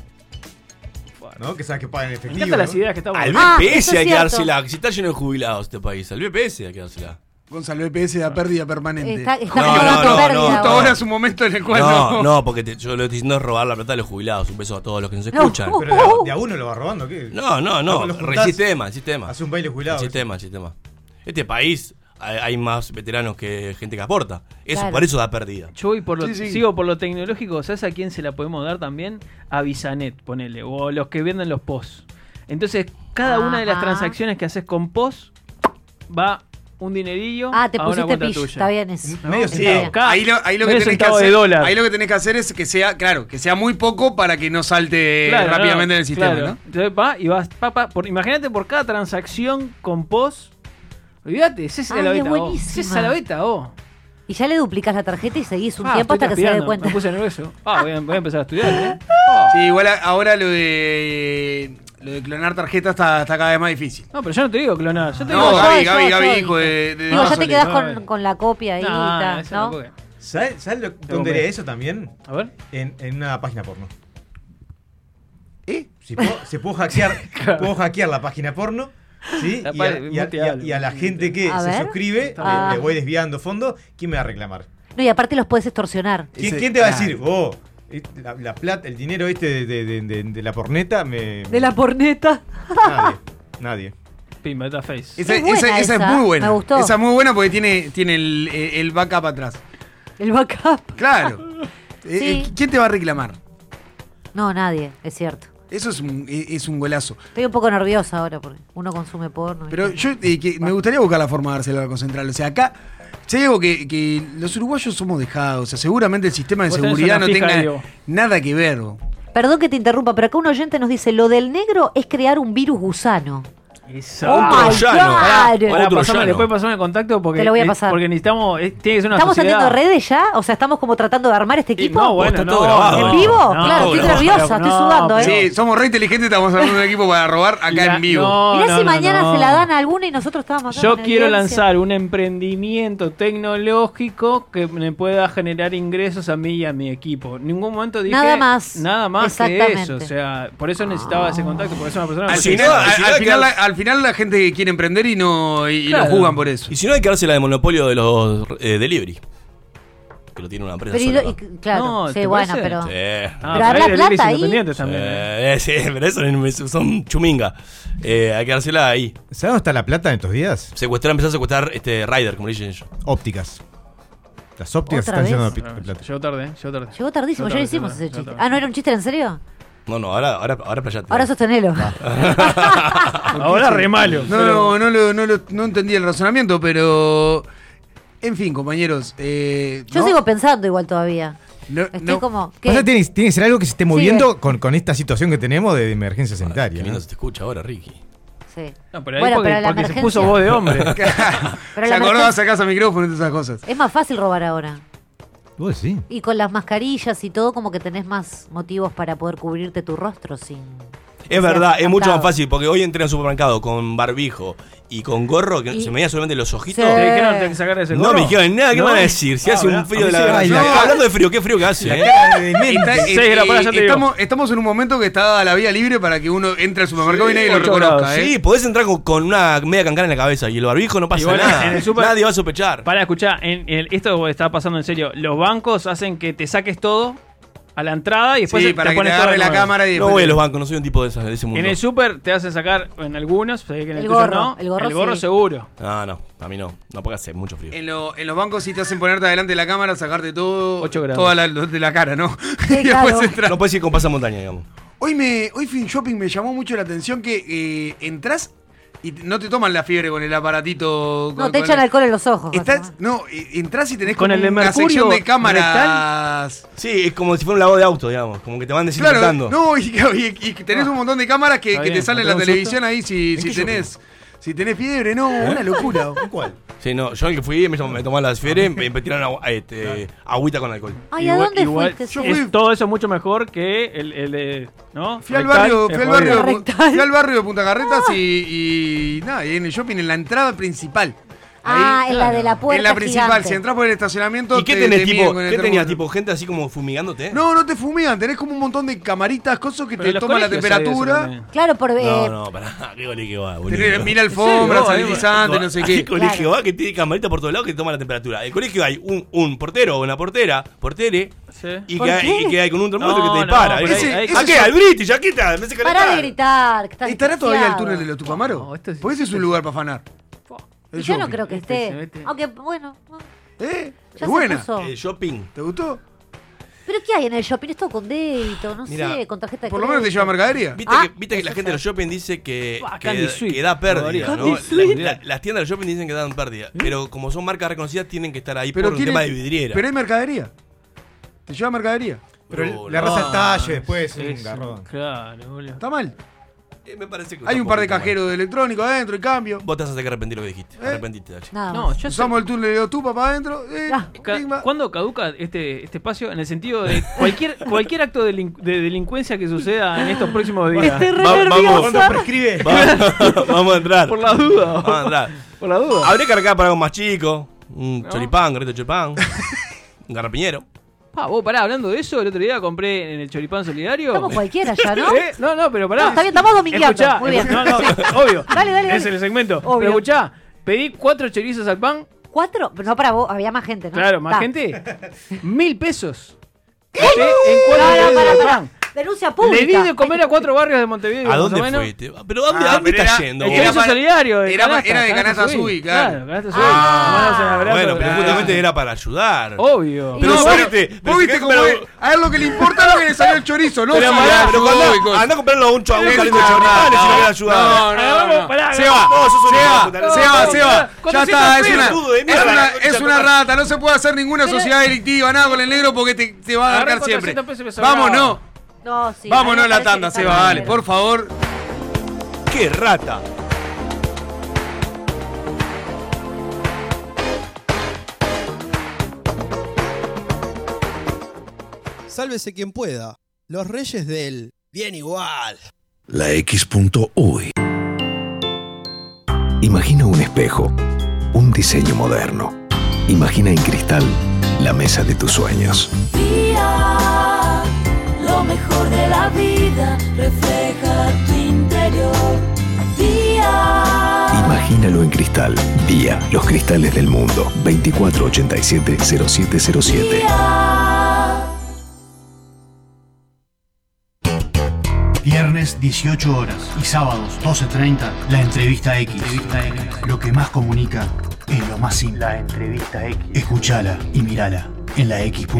Speaker 5: ¿no? Que sabes que pagan en
Speaker 4: Me
Speaker 5: efectivo.
Speaker 4: encantan las
Speaker 5: ¿no?
Speaker 4: ideas que estamos
Speaker 6: Al
Speaker 3: Ah,
Speaker 6: BPS
Speaker 3: eso es
Speaker 6: hay que
Speaker 3: cierto.
Speaker 6: dársela. Si está lleno de jubilados este país, al BPS hay que dársela.
Speaker 2: Gonzalo EPS da pérdida permanente.
Speaker 3: Ah. Está, está
Speaker 6: No,
Speaker 3: como
Speaker 6: no,
Speaker 3: dando
Speaker 6: no,
Speaker 3: pérdida
Speaker 6: no,
Speaker 3: ahora.
Speaker 2: Justo ahora es un momento en el cual
Speaker 6: No,
Speaker 2: no.
Speaker 6: no, porque te- yo lo que estoy diciendo es robar la plata de los jubilados. Un beso a todos los que nos
Speaker 3: Ah, No.
Speaker 6: escuchan.
Speaker 5: Pero de a- de a uno lo va robando, ¿qué?
Speaker 6: No, no,
Speaker 5: Ah,
Speaker 6: no.
Speaker 5: los
Speaker 6: Re-
Speaker 5: juntás,
Speaker 6: sistema, el sistema.
Speaker 5: Hace un baile
Speaker 6: El
Speaker 5: jubilado.
Speaker 6: sistema, el sistema. Este país hay, hay más veteranos que gente que aporta. Eso,
Speaker 3: Claro.
Speaker 6: por eso da pérdida.
Speaker 4: Yo voy por lo,
Speaker 2: Sí, sí.
Speaker 4: sigo por lo tecnológico, ¿sabes a quién se la podemos dar también? A Bisanet, ponele, o a los que venden los POS. Entonces, cada una de las
Speaker 3: Ajá.
Speaker 4: transacciones que haces con POS va un dinerillo
Speaker 3: Ah, te
Speaker 4: a una
Speaker 3: pusiste
Speaker 4: cuenta
Speaker 3: pish.
Speaker 4: tuya.
Speaker 3: Está bien eso.
Speaker 5: ¿no? Medio
Speaker 3: Está
Speaker 5: sí.
Speaker 3: bien.
Speaker 4: Cada-
Speaker 2: Ahí lo, ahí lo que tenés
Speaker 4: medio
Speaker 2: que
Speaker 4: centavo de
Speaker 2: hacer,
Speaker 4: dólar.
Speaker 2: ahí lo que tenés que hacer es que sea, claro, que sea muy poco para que no salte
Speaker 4: Claro,
Speaker 2: Eh, rápidamente
Speaker 4: no,
Speaker 2: en el sistema,
Speaker 4: claro.
Speaker 2: ¿no?
Speaker 4: Entonces, va y vas, pa, pa, por- imagínate por cada transacción con POS. Olvídate, César
Speaker 3: Ay,
Speaker 4: la
Speaker 3: es
Speaker 4: beta, vos.
Speaker 3: buenísima.
Speaker 4: César la beta, vos.
Speaker 3: Y ya le duplicas la tarjeta y seguís un
Speaker 4: Oh. Ah,
Speaker 3: tiempo
Speaker 4: estoy
Speaker 3: hasta que se dé
Speaker 4: transpirando,
Speaker 3: cuenta.
Speaker 4: Me puse nervioso. Ah, voy a, voy a empezar a estudiar, ¿eh?
Speaker 2: Sí, igual a- ahora lo de lo de clonar tarjetas está, está cada vez más difícil.
Speaker 4: No, pero yo no te digo clonar. Yo te
Speaker 2: No,
Speaker 4: digo.
Speaker 2: Gaby,
Speaker 3: yo,
Speaker 2: Gaby,
Speaker 3: yo,
Speaker 2: Gaby,
Speaker 3: yo,
Speaker 2: hijo de- de-
Speaker 3: Digo,
Speaker 2: no,
Speaker 3: ya te
Speaker 4: Sole,
Speaker 3: quedás
Speaker 4: no,
Speaker 3: con,
Speaker 4: no.
Speaker 3: con la copia ahí,
Speaker 4: Nah,
Speaker 3: ta,
Speaker 4: eso
Speaker 3: ¿no?
Speaker 4: puede.
Speaker 5: ¿Sabes, sabes lo- dónde
Speaker 4: compré.
Speaker 5: haría eso también?
Speaker 4: A ver.
Speaker 5: En, en una página porno.
Speaker 2: ¿Eh?
Speaker 5: Si puedo, si puedo hackear, puedo hackear la página porno. ¿sí?
Speaker 4: La
Speaker 5: Y, a,
Speaker 4: pa-
Speaker 5: y a- y a- y a la gente que
Speaker 3: A
Speaker 5: se
Speaker 3: ver.
Speaker 5: suscribe,
Speaker 3: Ah.
Speaker 5: le, le voy desviando fondo, ¿quién me va a reclamar?
Speaker 3: No, y aparte los puedes extorsionar.
Speaker 5: ¿Quién,
Speaker 2: Ese-
Speaker 5: quién te va a
Speaker 2: claro.
Speaker 5: decir, oh, eh, la, la plata, el dinero este de, de- de- de- de la porneta me.
Speaker 3: De la porneta.
Speaker 5: Nadie. nadie.
Speaker 4: Pimba, está face.
Speaker 2: Esa,
Speaker 3: Es buena
Speaker 2: esa- esa es
Speaker 3: esa,
Speaker 2: muy buena.
Speaker 3: me gustó.
Speaker 2: Esa es muy buena porque tiene, tiene el, el backup atrás.
Speaker 3: El backup.
Speaker 2: Claro. Eh, eh, ¿Quién te va a reclamar?
Speaker 3: No, nadie, es cierto.
Speaker 2: Eso es un, eh, es un golazo.
Speaker 3: Estoy un poco nerviosa ahora porque uno consume porno. y
Speaker 2: Pero
Speaker 3: todo.
Speaker 2: yo eh, que me gustaría buscar la forma de dársela al Banco Central. O sea, acá, si hay algo que, que los uruguayos somos dejados, o sea, seguramente el sistema de
Speaker 4: Vos tenés
Speaker 2: seguridad
Speaker 4: una
Speaker 2: no
Speaker 4: fija,
Speaker 2: tenga
Speaker 4: Diego.
Speaker 2: nada que ver. vos.
Speaker 3: Perdón que te interrumpa, pero acá un oyente nos dice, lo del negro es crear un virus gusano.
Speaker 4: Esa.
Speaker 3: Oh my
Speaker 6: troyano.
Speaker 3: God.
Speaker 6: Pará,
Speaker 4: Ahora,
Speaker 6: Otro
Speaker 4: pasame-
Speaker 6: llano.
Speaker 4: después pasame el contacto porque,
Speaker 3: Te lo voy a pasar.
Speaker 4: porque necesitamos. eh, tiene que ser una
Speaker 3: ¿Estamos
Speaker 4: sociedad.
Speaker 3: haciendo redes ya? O sea, ¿estamos como tratando de armar este
Speaker 4: Y
Speaker 3: equipo?
Speaker 4: No, bueno,
Speaker 6: Está
Speaker 4: no,
Speaker 6: todo grabado.
Speaker 4: no,
Speaker 3: ¿En vivo?
Speaker 4: no,
Speaker 3: claro, estoy
Speaker 4: no,
Speaker 3: nerviosa,
Speaker 4: no,
Speaker 3: estoy sudando, ¿eh?
Speaker 2: Sí, somos re inteligentes, estamos armando un equipo para robar acá
Speaker 4: La-
Speaker 2: en vivo.
Speaker 4: no,
Speaker 3: Mirá
Speaker 4: no,
Speaker 3: si
Speaker 4: no,
Speaker 3: mañana
Speaker 4: no.
Speaker 3: se la dan a alguna y nosotros estábamos acá
Speaker 4: Yo
Speaker 3: con
Speaker 4: quiero
Speaker 3: evidencia.
Speaker 4: lanzar un emprendimiento tecnológico que me pueda generar ingresos a mí y a mi equipo. En ningún momento dije
Speaker 3: Nada más.
Speaker 4: Nada más que
Speaker 3: Exactamente.
Speaker 4: eso. O sea, por eso necesitaba ese contacto, por eso una persona.
Speaker 2: Al
Speaker 6: Ah, Sí,
Speaker 2: final,
Speaker 6: no,
Speaker 2: al-
Speaker 6: al
Speaker 2: al
Speaker 6: final
Speaker 2: final la,
Speaker 6: quedas-
Speaker 2: al final la gente quiere emprender y no, y, y
Speaker 4: Claro.
Speaker 2: no jugan por eso.
Speaker 6: Y si no, hay que darse la de monopolio de los eh, delivery. que lo tiene una empresa.
Speaker 3: Pero y
Speaker 6: sola,
Speaker 3: lo- y
Speaker 6: ¿no?
Speaker 3: c- claro,
Speaker 4: No,
Speaker 3: sí,
Speaker 4: ¿te
Speaker 3: bueno,
Speaker 4: parece?
Speaker 3: pero.
Speaker 6: Sí.
Speaker 4: Ah,
Speaker 3: Pero habrá
Speaker 4: hay deliveries
Speaker 3: plata ahí.
Speaker 4: independientes también.
Speaker 6: Eh, sí, pero eso no- son chuminga. Eh, hay que dársela ahí.
Speaker 5: ¿Sabes dónde está la plata en estos días?
Speaker 6: Secuestrar, empezar a secuestrar este Rider, como le dicen ellos.
Speaker 5: Ópticas. Las ópticas
Speaker 3: ¿Otra
Speaker 5: están llenas de
Speaker 3: vez?
Speaker 5: pi- de plata.
Speaker 4: Llegó tarde, ¿eh? llegó tarde.
Speaker 3: Llegó
Speaker 4: Llegó
Speaker 3: tardísimo, ya lo
Speaker 4: tarde,
Speaker 3: hicimos
Speaker 4: llegó
Speaker 3: ese
Speaker 4: tarde,
Speaker 3: chiste.
Speaker 4: llegó
Speaker 3: Ah, ¿no era un chiste en serio?
Speaker 6: No, no, ahora, ahora, ahora playate.
Speaker 3: Ahora sostenelo.
Speaker 4: tarde. Ahora re malo.
Speaker 2: No, no, no, lo- no, lo- no entendí el razonamiento, pero. En fin, compañeros. eh,
Speaker 3: Yo
Speaker 2: ¿no?
Speaker 3: sigo pensando igual todavía.
Speaker 2: No,
Speaker 3: Estoy
Speaker 2: no.
Speaker 3: como. ¿qué? eh.
Speaker 5: O sea, tiene, tiene que ser algo que se esté
Speaker 3: Sigue.
Speaker 5: moviendo con, con esta situación que tenemos de, de emergencia sanitaria.
Speaker 6: Qué lindo
Speaker 5: ¿no?
Speaker 6: se te escucha ahora, Ricky.
Speaker 3: Sí.
Speaker 4: No, pero ahí
Speaker 3: Bueno,
Speaker 4: porque,
Speaker 3: pero la
Speaker 4: porque se
Speaker 3: emergencia-
Speaker 4: puso voz de hombre.
Speaker 3: Pero
Speaker 2: ¿Se
Speaker 3: la
Speaker 2: acordaba
Speaker 3: emergencia-
Speaker 2: sacás a micrófono y todas esas cosas?
Speaker 3: Es más fácil robar ahora.
Speaker 5: Vos sí.
Speaker 3: Y con las mascarillas y todo, como que tenés más motivos para poder cubrirte tu rostro sin.
Speaker 6: Es
Speaker 3: O sea,
Speaker 6: verdad, es mucho más
Speaker 3: encantado.
Speaker 6: fácil porque hoy entré al supermercado con barbijo y con gorro que
Speaker 3: Y-
Speaker 6: se me veía solamente los ojitos.
Speaker 3: Sí.
Speaker 4: Te dijeron que sacar ese
Speaker 6: No
Speaker 4: gorro.
Speaker 6: me dijeron nada, ¿qué
Speaker 4: No.
Speaker 6: van a decir? Si
Speaker 5: Ah,
Speaker 6: hace un
Speaker 5: ¿verdad?
Speaker 6: frío
Speaker 5: A
Speaker 6: de
Speaker 5: mí
Speaker 6: la
Speaker 5: se me
Speaker 6: gran-
Speaker 5: baila.
Speaker 6: No, Hablando de frío, qué frío que hace, ¿eh?
Speaker 2: Está-
Speaker 4: Seis de la mañana, ya te digo.
Speaker 2: estamos, estamos en un momento que está la vía libre para que uno entre al supermercado y nadie lo
Speaker 4: ocho
Speaker 2: reconozca.
Speaker 4: grados,
Speaker 2: ¿eh?
Speaker 6: Sí, podés entrar con, con una media cancana en la cabeza y el barbijo no pasa
Speaker 4: Igual,
Speaker 6: nada.
Speaker 4: en el super-
Speaker 6: Nadie va a sospechar.
Speaker 4: Para escuchar, en, en el- esto está pasando en serio. Los bancos hacen que te saques todo a la entrada y después
Speaker 2: Sí,
Speaker 4: te
Speaker 2: para que te
Speaker 4: pones todo
Speaker 2: agarre
Speaker 4: de
Speaker 2: la
Speaker 4: nuevo.
Speaker 2: cámara y
Speaker 6: No
Speaker 2: después.
Speaker 6: voy a los bancos, no soy un tipo de, esas- de ese mundo.
Speaker 4: En el super te hacen sacar en algunos, sé que en el,
Speaker 3: El
Speaker 4: tuyo
Speaker 3: gorro,
Speaker 4: no,
Speaker 3: el gorro sí.
Speaker 4: seguro.
Speaker 6: No, Ah, no, a mí no. No, porque hace mucho frío.
Speaker 2: en, lo- en los bancos sí te hacen ponerte delante de la cámara, sacarte todo.
Speaker 4: Ocho grados.
Speaker 2: Toda la, lo- de la cara, ¿no?
Speaker 3: Sí,
Speaker 2: Y después
Speaker 3: claro.
Speaker 2: entrar.
Speaker 6: No puedes ir con pasamontaña, digamos.
Speaker 2: Hoy, me, hoy Fin Shopping me llamó mucho la atención que eh, entras y t- no te toman la fiebre con el aparatito. con-
Speaker 3: No, te
Speaker 2: con
Speaker 3: echan
Speaker 2: el-
Speaker 3: alcohol en los ojos.
Speaker 2: Estás,
Speaker 3: José.
Speaker 2: no, eh, entras y tenés
Speaker 4: Con
Speaker 2: como
Speaker 4: el de
Speaker 2: una
Speaker 4: mercurio
Speaker 2: sección de cámaras.
Speaker 6: Sí, es como si fuera un lavado de auto, digamos. Como que te van
Speaker 2: Claro,
Speaker 6: desinfectando.
Speaker 2: no, y, y- y tenés un montón de cámaras que,
Speaker 4: Ah. Está
Speaker 2: que te
Speaker 4: bien,
Speaker 2: salen en la
Speaker 4: no tengo
Speaker 2: televisión ahí si,
Speaker 6: ¿En
Speaker 2: si
Speaker 6: qué
Speaker 2: tenés. Si tenés fiebre, no,
Speaker 4: ¿Eh?
Speaker 2: una locura.
Speaker 5: ¿Cuál?
Speaker 6: Sí, no, yo el que fui me, tomé- me tomaba las fieres, me, me tiraron agua- este, agüita con alcohol.
Speaker 3: Ay, ¿a
Speaker 4: Igual-
Speaker 3: dónde
Speaker 4: igual-
Speaker 3: fuiste?
Speaker 2: Yo
Speaker 4: es-
Speaker 2: fui-
Speaker 4: todo eso es mucho mejor que el, el de. ¿No?
Speaker 2: Fui al
Speaker 4: Rectal,
Speaker 2: barrio,
Speaker 4: es
Speaker 2: fui al
Speaker 4: jodido.
Speaker 2: barrio,
Speaker 3: Rectal. Ah.
Speaker 2: fui al barrio de Punta Carretas y, y nada, y en el shopping, en la entrada principal.
Speaker 3: Ah,
Speaker 2: Ahí,
Speaker 3: en la de la puerta.
Speaker 2: en la principal,
Speaker 3: gigante.
Speaker 2: si entras por el estacionamiento.
Speaker 6: ¿Y qué
Speaker 2: te-
Speaker 6: tenés,
Speaker 2: te miden
Speaker 6: tipo?
Speaker 2: con el
Speaker 6: ¿Qué tenías,
Speaker 2: termómetro.
Speaker 6: tipo? ¿Gente así como fumigándote?
Speaker 2: No, no te fumigan, tenés como un montón de camaritas, cosas que
Speaker 4: Pero en
Speaker 2: te
Speaker 4: los
Speaker 2: toman la
Speaker 4: colegios hay eso
Speaker 2: temperatura.
Speaker 4: también.
Speaker 3: Claro, por.
Speaker 6: No,
Speaker 3: eh,
Speaker 6: no, pará, qué golé que va, boludo.
Speaker 2: Tenés, mira alfombras,
Speaker 6: Sí, vos,
Speaker 2: sanitizante,
Speaker 6: eh,
Speaker 2: no sé
Speaker 6: hay
Speaker 2: qué.
Speaker 6: colegio
Speaker 3: Claro.
Speaker 6: va que tiene camarita por todos lados que toma la temperatura. El colegio hay un, un portero o una portera, portere,
Speaker 4: Sí.
Speaker 6: y, que
Speaker 3: ¿Por
Speaker 6: hay,
Speaker 3: qué?
Speaker 6: y que hay con un termómetro
Speaker 4: No,
Speaker 6: que te
Speaker 4: no,
Speaker 6: dispara.
Speaker 4: pero
Speaker 6: ¿viste?
Speaker 2: ahí- ahí-
Speaker 6: ¿A qué? ¿Al British? ¿A qué está? Me hace
Speaker 3: Pará de
Speaker 6: calentar.
Speaker 3: gritar. Que estás
Speaker 2: ¿Estará todavía el
Speaker 3: desquiciado.
Speaker 2: túnel de los Tupamaros?
Speaker 4: No, esto es-
Speaker 2: Porque ese es un lugar para afanar.
Speaker 3: Y
Speaker 2: El
Speaker 3: Yo no
Speaker 2: shopping.
Speaker 3: creo que
Speaker 4: Este, se
Speaker 3: esté.
Speaker 4: mete.
Speaker 3: Aunque, bueno. no.
Speaker 2: ¿Eh?
Speaker 3: Ya se
Speaker 2: Es buena.
Speaker 3: puso.
Speaker 6: Eh, shopping.
Speaker 2: ¿Te gustó?
Speaker 3: Pero ¿qué hay en el shopping? Esto con débito, no
Speaker 6: Mira,
Speaker 3: sé, con tarjeta de
Speaker 2: Por lo menos te
Speaker 3: crédito.
Speaker 2: lleva mercadería.
Speaker 6: Viste,
Speaker 3: Ah,
Speaker 6: que, viste que la gente de los shopping dice que,
Speaker 4: Buah, Candy
Speaker 6: que,
Speaker 4: Sweet.
Speaker 6: que da pérdida,
Speaker 4: Candy
Speaker 6: ¿no?
Speaker 4: Sweet.
Speaker 6: La- la- las tiendas de los shopping dicen que dan pérdida. Pero como son marcas reconocidas, tienen que estar ahí
Speaker 2: Pero
Speaker 6: por
Speaker 2: tiene-
Speaker 6: un tema de vidriera.
Speaker 2: Pero hay mercadería. Te lleva mercadería.
Speaker 5: Pero el-
Speaker 6: Oh,
Speaker 5: la
Speaker 6: no.
Speaker 5: raza del talle después es
Speaker 4: Es
Speaker 5: un
Speaker 4: un-
Speaker 5: garrón.
Speaker 4: Claro, boludo.
Speaker 2: Está mal.
Speaker 6: Eh, me parece que
Speaker 2: Hay
Speaker 6: está
Speaker 2: un par de
Speaker 6: poquito mal.
Speaker 2: cajeros de electrónicos adentro, en cambio.
Speaker 6: Vos te vas a tener que arrepentir lo que dijiste.
Speaker 2: ¿Eh?
Speaker 6: Arrepentiste, Dachi.
Speaker 3: Nada
Speaker 4: No,
Speaker 3: más.
Speaker 4: yo sé.
Speaker 2: Usamos el túnel de Otupa para adentro. Eh,
Speaker 3: Ah,
Speaker 4: Ca-
Speaker 2: pimba.
Speaker 4: ¿Cuándo caduca este, este espacio? En el sentido de cualquier, cualquier acto de, delin- de delincuencia que suceda en estos próximos días.
Speaker 6: Va- vamos,
Speaker 5: prescribe?
Speaker 6: Va- vamos a entrar.
Speaker 4: Por la duda.
Speaker 6: Vamos a entrar.
Speaker 4: Por la duda.
Speaker 6: Habría que arrancar para algo más chico. Un
Speaker 4: ¿No?
Speaker 6: choripán, gorrito de choripán. un garrapiñero.
Speaker 4: Ah, vos pará, hablando de eso, el otro día compré en el Choripán Solidario.
Speaker 3: Estamos cualquiera ya, ¿no?
Speaker 4: ¿Eh? No, no, pero pará.
Speaker 3: No, está bien, estamos domingueando.
Speaker 4: Escuchá,
Speaker 3: Muy bien.
Speaker 4: No, no, obvio.
Speaker 3: Dale, dale,
Speaker 4: Es
Speaker 3: dale.
Speaker 4: el segmento.
Speaker 3: Obvio.
Speaker 4: Pero escuchá, pedí cuatro chorizos al pan,
Speaker 3: ¿Cuatro? No, para vos, había más gente, ¿no?
Speaker 4: claro, más
Speaker 3: Ta.
Speaker 4: gente, mil pesos. Gasté en cuatro
Speaker 3: No, no,
Speaker 4: chorizos
Speaker 3: pará,
Speaker 4: al
Speaker 3: pará.
Speaker 4: pan.
Speaker 3: Denuncia pública.
Speaker 4: Le di de comer a cuatro barrios de Montevideo.
Speaker 6: ¿A dónde
Speaker 4: más o menos.
Speaker 6: fuiste? Pero ¿a dónde,
Speaker 2: Ah,
Speaker 6: a dónde
Speaker 2: pero
Speaker 6: estás
Speaker 2: era-
Speaker 6: yendo?
Speaker 4: El
Speaker 6: vos?
Speaker 2: Era
Speaker 4: chorizo
Speaker 2: pa-
Speaker 4: solidario.
Speaker 2: era pa- era de canasta sui, claro.
Speaker 4: Claro, canasta sui.
Speaker 2: Ah.
Speaker 4: Mandanos un abrazo.
Speaker 6: Bueno, pero
Speaker 2: Ah.
Speaker 6: justamente era para ayudar.
Speaker 4: Obvio.
Speaker 6: Pero
Speaker 2: no,
Speaker 6: vos
Speaker 2: pero-
Speaker 6: viste-
Speaker 2: vos
Speaker 6: pero
Speaker 2: viste
Speaker 6: que-
Speaker 2: cómo
Speaker 6: pero-
Speaker 2: es. A él lo que le importa es lo que le salió el chorizo, no
Speaker 6: Pero
Speaker 2: si
Speaker 6: pará,
Speaker 2: la
Speaker 6: pero
Speaker 2: ayudó
Speaker 6: cuando-
Speaker 2: y cosas.
Speaker 6: andá a comprarlo a un chabón
Speaker 2: Sí,
Speaker 6: caliente de
Speaker 2: no,
Speaker 6: choripán, si
Speaker 2: no,
Speaker 6: no hubiera ayudado.
Speaker 2: no, no, no.
Speaker 4: Pará,
Speaker 2: Seba,
Speaker 6: no, sos un hijo de puta, no,
Speaker 2: Seba, Seba,
Speaker 6: no,
Speaker 2: Seba,
Speaker 4: no,
Speaker 2: ya está, es
Speaker 4: 400
Speaker 2: una,
Speaker 6: pesos, de
Speaker 2: es,
Speaker 6: mierda,
Speaker 2: una,
Speaker 6: concha
Speaker 2: es
Speaker 6: tu
Speaker 2: una
Speaker 6: madre.
Speaker 2: rata, no se puede hacer ninguna sociedad delictiva, nada con el negro porque te, te va a
Speaker 4: Agarrá
Speaker 2: agarrar siempre.
Speaker 4: 400 pesos y me sobraba.
Speaker 2: Vámonos, no,
Speaker 3: No, sí.
Speaker 2: vámonos
Speaker 3: a
Speaker 2: a
Speaker 3: mí
Speaker 2: la
Speaker 3: me parece que
Speaker 2: tanda,
Speaker 3: está
Speaker 2: Seba,
Speaker 3: mal.
Speaker 2: dale, por favor.
Speaker 6: ¡Qué rata!
Speaker 7: Sálvese quien pueda. Los reyes del... Bien igual.
Speaker 8: La X.UI. Imagina un espejo, un diseño moderno. Imagina en cristal la mesa de tus sueños.
Speaker 9: día. Lo mejor de la vida refleja tu interior. Día.
Speaker 10: Imagínalo en cristal. Día, los cristales del mundo. 2487-0707.
Speaker 11: Viernes 18 horas y sábados 12.30, la entrevista X. Lo que más comunica es lo más simple. La entrevista X. Escuchala y mirala en la X.U.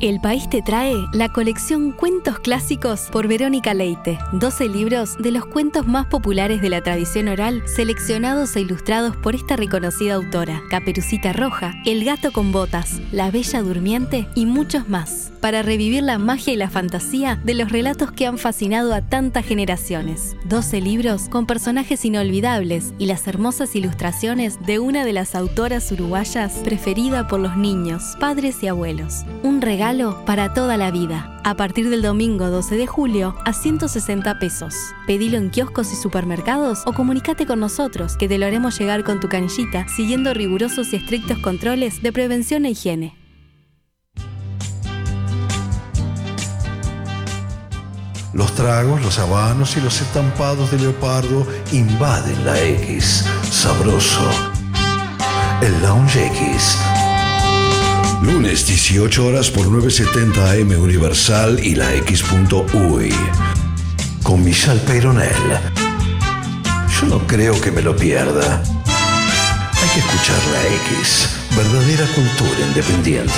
Speaker 12: El país te trae la colección Cuentos Clásicos por Verónica Leite. 12 libros de los cuentos más populares de la tradición oral, seleccionados e ilustrados por esta reconocida autora. Caperucita Roja, El Gato con Botas, La Bella Durmiente y muchos más. Para revivir la magia y la fantasía de los relatos que han fascinado a tantas generaciones. 12 libros con personajes inolvidables y las hermosas ilustraciones de una de las autoras uruguayas preferida por los niños, padres y abuelos. Un regalo para toda la vida. A partir del domingo 12 de julio a 160 pesos. Pedilo en kioscos y supermercados o comunícate con nosotros que te lo haremos llegar con tu canillita siguiendo rigurosos y estrictos controles de prevención e higiene.
Speaker 13: Los tragos, los habanos y los estampados de leopardo invaden la X. Sabroso. El Lounge X. Lunes 18 horas por 970 AM Universal y la X.UI. Con Michal Peyronel. Yo no creo que me lo pierda. Hay que escuchar la X. Verdadera cultura independiente.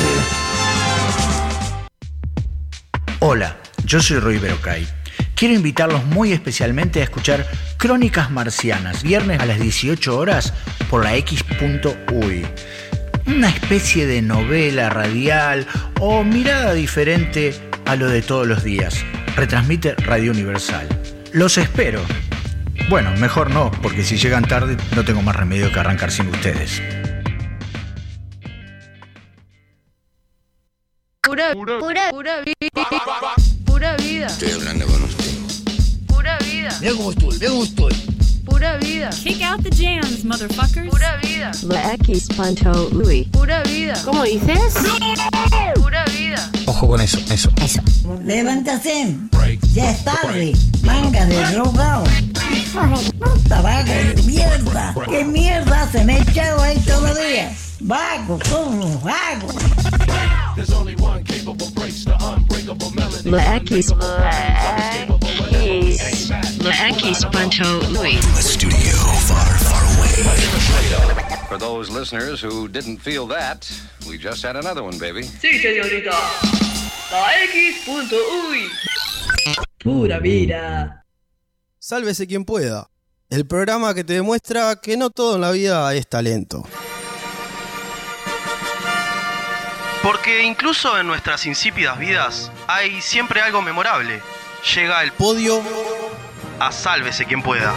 Speaker 14: Hola, yo soy Rui Berocay. Quiero invitarlos muy especialmente a escuchar Crónicas Marcianas, viernes a las 18 horas por la X.uy. Una especie de novela radial o mirada diferente a lo de todos los días. Retransmite Radio Universal. Los espero. Bueno, mejor no, porque si llegan tarde no tengo más remedio que arrancar sin ustedes.
Speaker 15: Pura, pura, pura vida. Pura vida.
Speaker 16: Estoy hablando con usted.
Speaker 15: Pura vida.
Speaker 16: Me gusto, me gusto.
Speaker 15: Pura vida. Kick out the jams, motherfuckers. Pura vida.
Speaker 17: La X Panto Louis.
Speaker 15: Pura vida.
Speaker 17: ¿Cómo dices?
Speaker 15: Pura vida.
Speaker 14: Ojo con eso, eso. Eso.
Speaker 1: Levántate. Ya es tarde. Manga de drogado. Puta vago de mierda. ¿Qué mierda se me ha echado ahí todavía? Vago, como vago.
Speaker 17: La X. La X Panto Louis.
Speaker 18: For those listeners who didn't feel that, we just had another one, baby.
Speaker 15: Sí, señorita. La X.uy.
Speaker 19: Pura vida. Sálvese quien pueda. El programa que te demuestra que no todo en la vida es talento.
Speaker 7: Porque incluso en nuestras insípidas vidas hay siempre algo memorable. Llega el
Speaker 19: podio
Speaker 7: a sálvese quien pueda.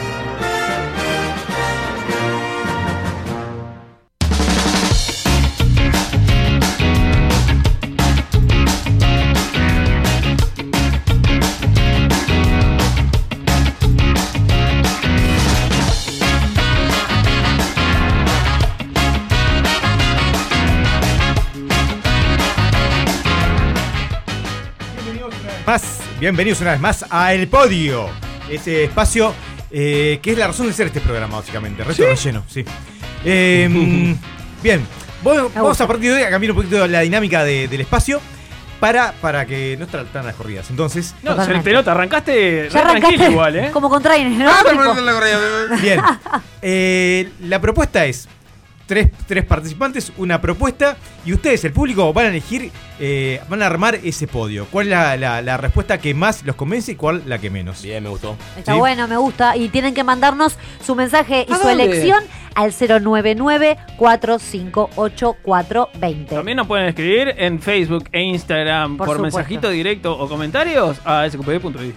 Speaker 5: Más, bienvenidos una vez más a El Podio, ese espacio eh, que es la razón de ser este programa, básicamente. Reto relleno, sí. Eh, mm, bien, Bueno, vamos a partir de hoy a cambiar un poquito la dinámica de- del espacio para, para que no saltan las corridas. Entonces,
Speaker 4: No, se te nota, arrancaste
Speaker 3: Ya
Speaker 4: re tranquilo
Speaker 3: arrancaste
Speaker 4: igual, ¿eh?
Speaker 3: como con traines, ¿no?
Speaker 2: Ah,
Speaker 3: Tipo,
Speaker 5: Bien. Eh, la propuesta es tres, tres participantes, una propuesta, y ustedes, el público, van a elegir, eh, van a armar ese podio. ¿Cuál es la, la- la respuesta que más los convence y cuál la que menos?
Speaker 6: Bien, me gustó.
Speaker 3: Está bueno, me gusta. Y tienen que mandarnos su mensaje y
Speaker 4: ¿A
Speaker 3: su
Speaker 4: dónde?
Speaker 3: elección al 099-458-420.
Speaker 4: También nos pueden escribir en Facebook e Instagram
Speaker 3: Por
Speaker 4: por,
Speaker 3: supuesto.
Speaker 4: mensajito directo o comentarios a sqpd.i.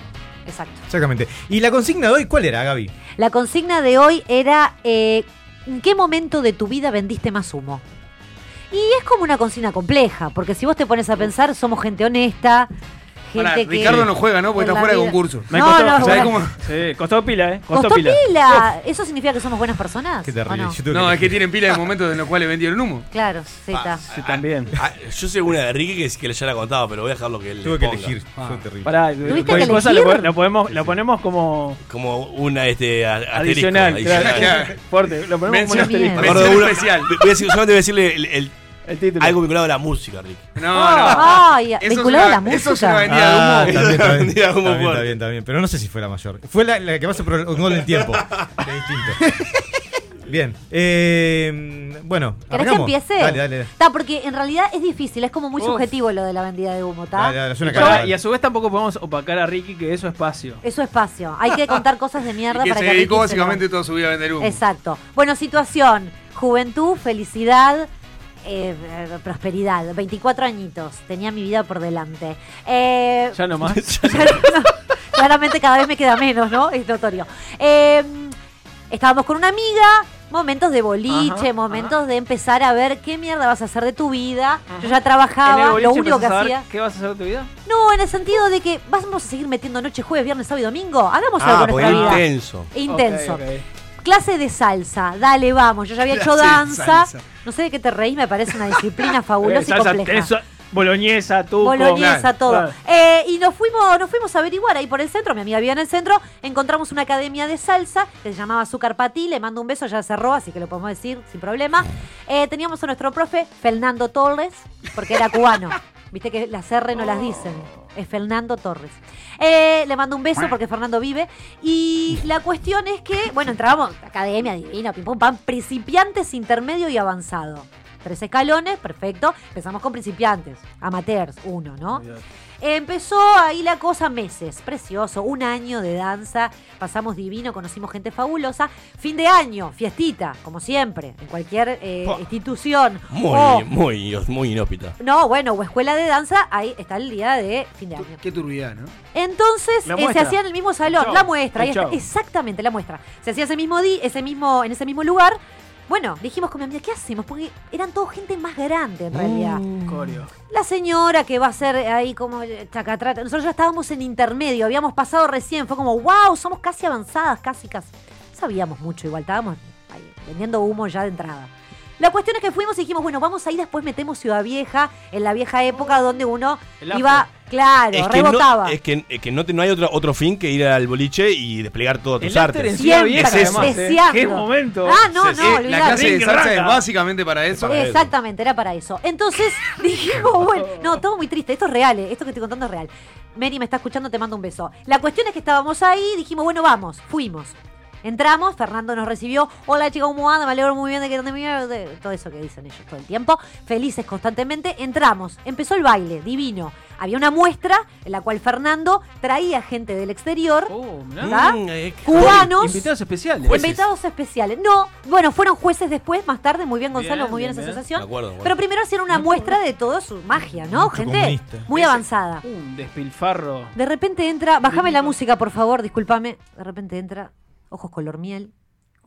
Speaker 3: Exacto.
Speaker 5: Exactamente. ¿Y la consigna de hoy cuál era, Gaby?
Speaker 3: La consigna de hoy era eh, ¿en qué momento de tu vida vendiste más humo? Y es como una consigna compleja, porque si vos te pones a pensar, somos gente honesta, gente
Speaker 2: Pará,
Speaker 3: que.
Speaker 2: Ricardo no juega, ¿no? Porque
Speaker 3: por
Speaker 2: está
Speaker 3: la
Speaker 2: fuera de
Speaker 3: vida-
Speaker 2: concurso.
Speaker 4: Me
Speaker 3: no,
Speaker 4: costó,
Speaker 3: no,
Speaker 4: ¿sabés
Speaker 3: bueno.
Speaker 4: cómo? Sí, costó pila, ¿eh? Costó,
Speaker 3: Costó
Speaker 4: pila.
Speaker 3: pila. ¿Eso significa que somos buenas personas?
Speaker 2: Qué
Speaker 3: ¿o no?
Speaker 2: No, es que tienen pila de momentos en los cuales vendieron humo.
Speaker 3: Claro, sí, está.
Speaker 4: Sí, también.
Speaker 6: Ah, yo sé una de Ricky que, que ya la contaba, pero voy a dejar lo que él.
Speaker 5: Tuve que
Speaker 6: ponga.
Speaker 5: elegir,
Speaker 2: Ah.
Speaker 5: fue terrible.
Speaker 3: Ah.
Speaker 4: Pará,
Speaker 6: ¿Tuviste
Speaker 4: cualquier
Speaker 6: que
Speaker 4: cosa lo,
Speaker 6: elegir?
Speaker 4: pone- lo podemos, lo ponemos como
Speaker 6: Como una este, a- asterisco,
Speaker 4: adicional. Claro. Fuerte, lo ponemos como
Speaker 6: Mención-
Speaker 4: un
Speaker 6: Me
Speaker 4: asterisco.
Speaker 6: acuerdo de uno- Voy a decir, solamente voy a decirle el, el-
Speaker 4: algo
Speaker 6: vinculado a la música, Rick.
Speaker 2: Ah, No, no.
Speaker 3: Oh, Ay,
Speaker 2: Eso es
Speaker 3: vinculado a la
Speaker 2: una- eso
Speaker 3: música.
Speaker 2: es una vendida de humo.
Speaker 5: Ah,
Speaker 2: Eso
Speaker 5: también,
Speaker 2: es una
Speaker 5: también,
Speaker 2: vendida de humo
Speaker 5: también,
Speaker 2: fuerte.
Speaker 5: también, también, pero no sé si fue la mayor. Fue la, la que pasa por el gol en tiempo. Qué distinto. Bien. eh, bueno,
Speaker 3: ¿Querés que
Speaker 5: arrancamos.
Speaker 3: empiece?
Speaker 5: Dale, dale. dale.
Speaker 3: Está, porque en realidad es difícil, es como muy subjetivo lo de la vendida de humo, ¿está?
Speaker 5: Dale, dale, es una
Speaker 4: Y
Speaker 5: cagada.
Speaker 4: pará, Y a su vez tampoco podemos opacar a Ricky que es su espacio.
Speaker 3: Es su espacio. Hay que contar cosas de mierda
Speaker 2: Y que
Speaker 3: para
Speaker 2: se
Speaker 3: que Ricky
Speaker 2: dedicó
Speaker 3: lo-
Speaker 2: básicamente toda su vida a vender humo.
Speaker 3: Exacto. Bueno, situación. Juventud, felicidad, eh, eh, prosperidad. 24 añitos. Tenía mi vida por delante. Eh,
Speaker 4: Ya nomás.
Speaker 3: Claramente cada vez me queda menos, ¿no? Es notorio. Eh, estábamos con una amiga, momentos de boliche,
Speaker 20: Ajá,
Speaker 3: momentos de empezar a ver qué mierda vas a hacer de tu vida. Yo ya trabajaba,
Speaker 4: En el
Speaker 3: lo
Speaker 4: boliche
Speaker 3: único
Speaker 4: empezás
Speaker 3: que
Speaker 4: a saber
Speaker 3: hacía...
Speaker 4: ¿Qué vas a hacer de tu vida?
Speaker 3: No, en el sentido de que vamos a seguir metiendo noche, jueves, viernes, sábado y domingo. Hagamos
Speaker 6: Ah,
Speaker 3: algo con
Speaker 6: porque
Speaker 4: pues
Speaker 3: nuestra
Speaker 6: era
Speaker 3: vida.
Speaker 6: intenso.
Speaker 3: pues Intenso.
Speaker 6: Ok, ok.
Speaker 3: Clase de salsa, dale, vamos. Yo ya había hecho
Speaker 4: Clase de
Speaker 3: danza.
Speaker 4: salsa.
Speaker 3: No sé de qué te reís, me parece una disciplina fabulosa
Speaker 4: Eh, salsa,
Speaker 3: y compleja.
Speaker 4: eso, boloñesa, tuco.
Speaker 3: Boloñesa,
Speaker 4: Claro,
Speaker 3: todo.
Speaker 4: claro.
Speaker 3: Eh, y nos fuimos, nos fuimos a averiguar ahí por el centro. Mi amiga vivía en el centro. Encontramos una academia de salsa que se llamaba Azúcar Patí. Le mando un beso, ya cerró, así que lo podemos decir sin problema. Eh, teníamos a nuestro profe, Fernando Torres, porque era cubano. Viste que las R no las dicen. Es Fernando Torres. Eh, le mando un beso porque Fernando vive. Y la cuestión es que, bueno, entrábamos, academia divina, pim pum pam, principiantes, intermedio y avanzado. Tres escalones, perfecto. Empezamos con principiantes, amateurs, uno, ¿no? Empezó ahí la cosa meses, precioso, un año de danza, pasamos divino, conocimos gente fabulosa, fin de año, fiestita, como siempre, en cualquier eh, institución.
Speaker 6: Muy,
Speaker 3: o-
Speaker 6: muy, muy inhóspita.
Speaker 3: no, bueno, o escuela de danza, ahí está el día de fin de año.
Speaker 2: Qué turbidad, ¿no?
Speaker 3: Entonces
Speaker 2: La
Speaker 3: eh, se
Speaker 2: muestra.
Speaker 3: hacía en el mismo salón,
Speaker 2: show,
Speaker 3: la
Speaker 2: el
Speaker 3: muestra, ahí está,
Speaker 2: show.
Speaker 3: exactamente, la muestra. Se hacía ese mismo día, ese mismo, en ese mismo lugar. Bueno, dijimos con mi amiga, ¿qué hacemos? Porque eran todo gente más grande en realidad.
Speaker 2: Uh.
Speaker 4: Corio.
Speaker 3: La señora que va a ser ahí como eh, chacatrata. Nosotros ya estábamos en intermedio, habíamos pasado recién. Fue como, wow, somos casi avanzadas, casi, casi. Sabíamos mucho, igual estábamos ahí, vendiendo humo ya de entrada. La cuestión es que fuimos y dijimos, bueno, vamos ahí, después metemos Ciudad Vieja, en la vieja época donde uno
Speaker 4: El
Speaker 3: iba, claro,
Speaker 6: Es que, no, eh,
Speaker 3: rebotaba.
Speaker 6: es que, es que no, te- no hay otro, otro fin que ir al boliche y desplegar todas
Speaker 4: El
Speaker 6: tus
Speaker 4: after
Speaker 6: artes.
Speaker 4: en Ciudad Vieja,
Speaker 6: Es eso.
Speaker 4: además, ¿eh? Qué momento.
Speaker 3: Ah, no, no,
Speaker 6: Sí, sí.
Speaker 3: olvidate.
Speaker 2: La clase de
Speaker 6: Ring
Speaker 2: salsa
Speaker 6: rata.
Speaker 2: es básicamente para eso.
Speaker 3: Exactamente, era para eso. Entonces dijimos, bueno, no, todo muy triste, esto es real, eh, esto que estoy contando es real. Mary me está escuchando, te mando un beso. La cuestión es que estábamos ahí, dijimos, bueno, vamos, fuimos. Entramos, Fernando nos recibió. Hola, chica, ¿cómo anda? Me alegro muy bien de que te de Todo eso que dicen ellos todo el tiempo. Felices constantemente. Entramos, empezó el baile, divino. Había una muestra en la cual Fernando traía gente del exterior. ¿tá?
Speaker 4: Mm,
Speaker 3: Cubanos.
Speaker 4: Invitados especiales.
Speaker 3: Invitados especiales. No, bueno, fueron jueces después, más tarde. Muy bien, Gonzalo,
Speaker 4: Bien,
Speaker 3: muy bien,
Speaker 4: bien,
Speaker 3: esa
Speaker 4: bien.
Speaker 3: sensación.
Speaker 4: De acuerdo, de acuerdo.
Speaker 3: Pero primero hacían una muestra de toda su magia, ¿no? Gente
Speaker 4: comunista.
Speaker 3: muy avanzada.
Speaker 4: Un despilfarro.
Speaker 3: De repente entra, bájame la música, por favor, discúlpame. De repente entra, ojos color miel,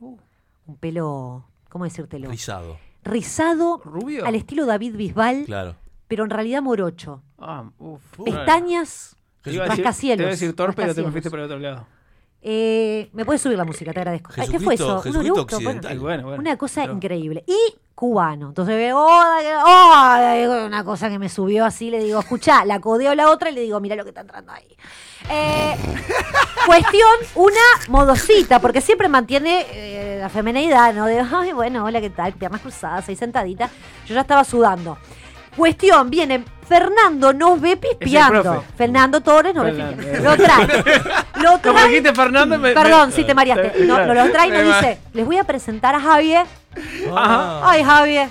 Speaker 4: Uh.
Speaker 3: un pelo, ¿cómo decírtelo?
Speaker 6: Rizado.
Speaker 3: Rizado,
Speaker 4: Rubio.
Speaker 3: al estilo David Bisbal,
Speaker 6: Claro.
Speaker 3: pero en realidad morocho.
Speaker 4: Ah, uf.
Speaker 3: Pestañas,
Speaker 4: Te iba a decir-
Speaker 3: rascacielos.
Speaker 4: Te iba a decir torpe, pero te me
Speaker 3: rascacielos.
Speaker 4: fuiste por el otro lado.
Speaker 3: Eh, me puedes subir la música, te agradezco. Ay, ¿Qué
Speaker 4: Jesucristo-
Speaker 3: fue eso? Un
Speaker 4: Jesucristo
Speaker 3: eructo,
Speaker 4: occidental. Bueno, bueno.
Speaker 3: Una cosa
Speaker 4: Pero-
Speaker 3: increíble. Y cubano. Entonces veo, oh, eh, oh, eh, una cosa que me subió así, le digo, escuchá, la codeo la otra y le digo, mira lo que está entrando ahí. Eh, cuestión, una modosita, porque siempre mantiene eh, la femenidad, ¿no? De, ay, bueno, hola, ¿qué tal? Piernas cruzadas, ahí sentadita. Yo ya estaba sudando. Cuestión, viene Fernando, nos ve pispeando.
Speaker 4: profe.
Speaker 3: Fernando Torres nos
Speaker 4: Fernando.
Speaker 3: ve pispeando. Lo trae. Lo
Speaker 4: Como
Speaker 3: trae.
Speaker 4: dijiste, Fernando, me-
Speaker 3: Perdón,
Speaker 4: me- eh,
Speaker 3: sí, te mareaste. No, no, lo trae y nos dice, les voy a presentar a Javier.
Speaker 4: Ajá.
Speaker 3: Ay, Javier.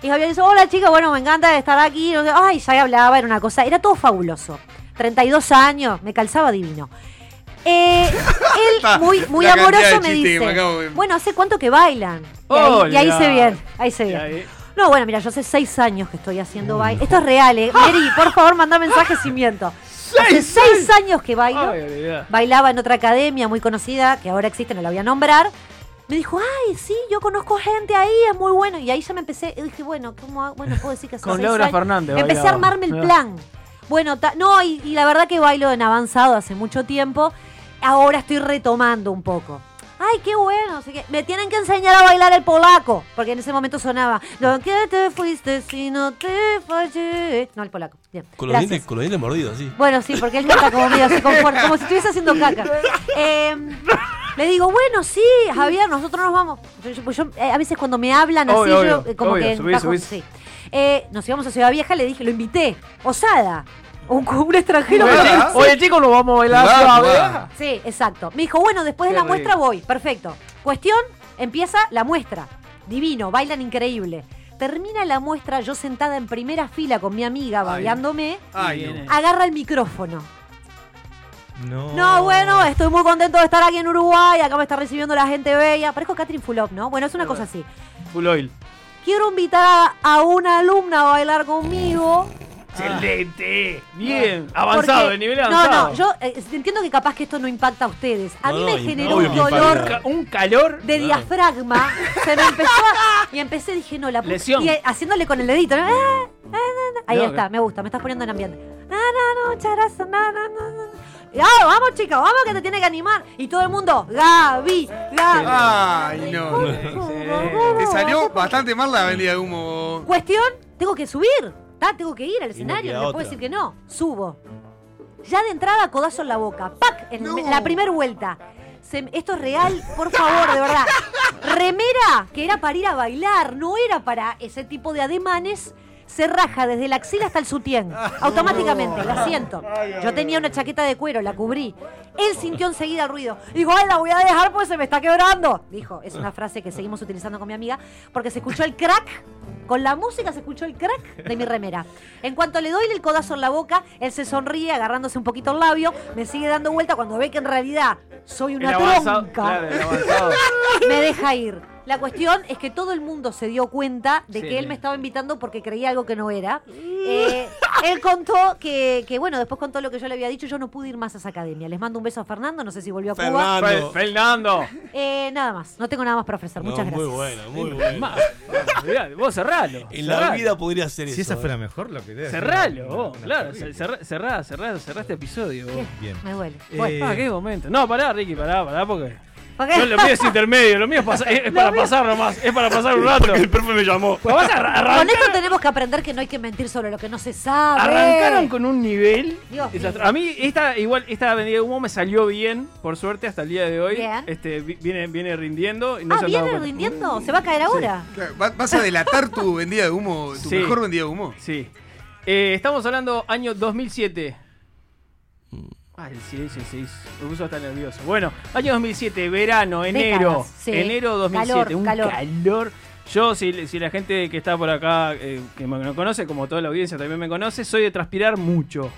Speaker 3: Y Javier dice, hola chicas, bueno, me encanta estar aquí. No sé, Ay, ya hablaba, era una cosa, era todo fabuloso. 32 años, me calzaba divino. Eh, él, muy, muy
Speaker 2: la cantidad
Speaker 3: amoroso,
Speaker 2: de chistes
Speaker 3: me
Speaker 2: que
Speaker 3: dice,
Speaker 2: me acabo de-
Speaker 3: bueno, ¿hace cuánto que bailan? Y ahí, y ahí
Speaker 4: Hola.
Speaker 3: se bien, ahí se bien. No, bueno, mira, yo hace seis años que estoy haciendo
Speaker 2: Uh,
Speaker 3: baile. Esto es real, eh. Mary, por favor, manda mensajes si miento. Hace seis años que bailo.
Speaker 4: Ay, olvidá.
Speaker 3: Bailaba en otra academia muy conocida, que ahora existe, no la voy a nombrar. Me dijo, ay, sí, yo conozco gente ahí, es muy bueno. Y ahí ya me empecé, y dije, bueno, ¿cómo hago? Bueno, puedo decir que hace
Speaker 4: Con
Speaker 3: seis
Speaker 4: Laura
Speaker 3: años.
Speaker 4: Fernández
Speaker 3: Empecé a
Speaker 4: bailaba. Ah.
Speaker 3: armarme el
Speaker 4: Mirá.
Speaker 3: plan. Bueno, ta- no, y, y la verdad que bailo en avanzado hace mucho tiempo. Ahora estoy retomando un poco. Ay, qué bueno. así que me tienen que enseñar a bailar el polaco. Porque en ese momento sonaba. No que te fuiste si no te fallé. No, el polaco. Bien.
Speaker 6: Con los
Speaker 3: Gracias.
Speaker 6: dientes, con los dientes mordidos, sí.
Speaker 3: Bueno, sí, porque él canta como medio así, con fuerza, como si estuviese haciendo caca. Eh, le digo, bueno, sí, Javier, nosotros nos vamos. Yo- yo- pues yo, eh, a veces cuando me hablan así,
Speaker 4: Obvio,
Speaker 3: yo
Speaker 4: obvio,
Speaker 3: eh, como
Speaker 4: obvio,
Speaker 3: que
Speaker 4: subís,
Speaker 3: encajo-
Speaker 4: subís.
Speaker 3: sí. Eh, nos íbamos a Ciudad Vieja, le dije, lo invité, osada. Un, un extranjero.
Speaker 4: Oye,
Speaker 3: Sí.
Speaker 4: chicos, oye, chicos, nos vamos a bailar a Ciudad Vieja.
Speaker 3: Sí, exacto. Me dijo, bueno, después de
Speaker 4: Qué
Speaker 3: la muestra
Speaker 4: rico.
Speaker 3: voy. Perfecto. Cuestión, empieza la muestra. Divino, bailan increíble. Termina la muestra, yo sentada en primera fila con mi amiga bailándome,
Speaker 2: Ay, no.
Speaker 3: agarra el micrófono.
Speaker 5: No.
Speaker 3: No, bueno, estoy muy contento de estar aquí en Uruguay. Acá me está recibiendo la gente bella. Parezco Catherine Fulop, ¿no? Bueno, es una cosa así.
Speaker 4: ¿eh? Full oil.
Speaker 3: Quiero invitar a, a una alumna a bailar conmigo.
Speaker 4: Excelente. Ah. Bien. Avanzado,
Speaker 3: porque-
Speaker 4: el nivel avanzado.
Speaker 3: No, no, yo eh, entiendo que capaz que esto no impacta a ustedes. A
Speaker 4: No,
Speaker 3: mí
Speaker 4: no,
Speaker 3: me
Speaker 4: y-
Speaker 3: generó
Speaker 4: obvio
Speaker 3: un
Speaker 4: que impacta.
Speaker 3: dolor.
Speaker 4: Un ca- Un calor.
Speaker 3: de diafragma se me empezó a- y empecé dije no la puta-
Speaker 4: Lesión.
Speaker 3: y eh, haciéndole con el dedito ¿no? Ah, ah, ah, ah. ahí
Speaker 4: No,
Speaker 3: está me gusta me estás poniendo en ambiente no no no charazo no no no no. Y, ah, vamos chicos vamos que te tiene que animar y todo el mundo Gaby Gaby
Speaker 2: Ay, no. Te salió bastante mal la vendida de humo.
Speaker 3: Cuestión, tengo que subir. ta, Tengo que ir al escenario,
Speaker 2: queda
Speaker 3: no, le puedo
Speaker 2: otra.
Speaker 3: decir que no. Subo. Ya de entrada, codazo en la boca. ¡Pac! En me- la primera vuelta. Se me- esto es real, por favor, de verdad. Remera, que era para ir a bailar, no era para ese tipo de ademanes. Se raja desde la axila hasta el sutién, automáticamente, lo siento. Yo tenía una chaqueta de cuero, la cubrí. Él sintió enseguida el ruido. Dijo, ay, la voy a dejar porque se me está quebrando. Dijo, es una frase que seguimos utilizando con mi amiga, porque se escuchó el crack con la música se escuchó el crack de mi remera. En cuanto le doy el codazo en la boca, él se sonríe agarrándose un poquito el labio, me sigue dando vuelta cuando ve que en realidad soy
Speaker 4: El
Speaker 3: una
Speaker 4: avanzado-
Speaker 3: tronca.
Speaker 4: claro, el avanzado.
Speaker 3: Me deja ir. La cuestión es que todo el mundo se dio cuenta de
Speaker 4: Sí.
Speaker 3: que él me estaba invitando porque creía algo que no era. Eh, él contó que, que, bueno, después contó lo que yo le había dicho, yo no pude ir más a esa academia. Les mando un beso a Fernando, no sé si volvió a Cuba.
Speaker 4: Fe- Fernando.
Speaker 3: Eh, nada más, no tengo nada más para ofrecer. Muchas gracias.
Speaker 6: bueno, muy bueno.
Speaker 4: Más. Mirá, vos cerralo.
Speaker 6: En la
Speaker 4: cerralo.
Speaker 6: vida podría hacer eso. eh.
Speaker 5: Si esa
Speaker 2: eh.
Speaker 5: fuera mejor, lo que debe ser
Speaker 4: Cerralo,
Speaker 5: una-
Speaker 4: vos,
Speaker 5: una
Speaker 4: claro.
Speaker 5: terrible.
Speaker 4: Cerrá, cerrá, cerrá, cerrá este episodio. vos.
Speaker 5: Bien.
Speaker 3: Me duele.
Speaker 4: Bueno,
Speaker 5: Eh,
Speaker 4: ah, qué momento. No, pará, Ricky, pará, pará, porque.
Speaker 3: ¿Por qué?
Speaker 4: No, lo mío es intermedio, lo mío es, pas- es- es para pasar nomás, es para pasar un rato. Porque el
Speaker 6: profe me llamó.
Speaker 4: vas a arra- arrancar-
Speaker 3: Con esto tenemos que aprender que no hay que mentir sobre lo que no se sabe.
Speaker 4: arrancaron con un nivel.
Speaker 3: Dios
Speaker 4: desastroso.
Speaker 3: mío. Ah,
Speaker 4: A mí esta igual esta vendida de humo me salió bien, por suerte hasta el día de hoy.
Speaker 3: Bien.
Speaker 4: Este vi- viene viene rindiendo y no
Speaker 3: Ah,
Speaker 4: se han dado
Speaker 3: viene
Speaker 4: cuenta.
Speaker 3: rindiendo. ¿Se va a caer ahora?
Speaker 2: Claro, va- Vas a delatar tu vendida de humo, tu
Speaker 4: Sí.
Speaker 2: mejor vendida de humo.
Speaker 4: Sí. Eh, estamos hablando año 2007.
Speaker 3: Mm.
Speaker 4: Ah, el silencio se hizo. Me puso hasta nervioso. Bueno, año 2007, verano, enero.
Speaker 14: Décadas, sí.
Speaker 4: Enero 2007,
Speaker 14: Calor,
Speaker 4: un
Speaker 14: calor.
Speaker 4: calor. Yo, si, si la gente que está por acá, eh, que me me conoce, como toda la audiencia también me conoce, soy de transpirar mucho.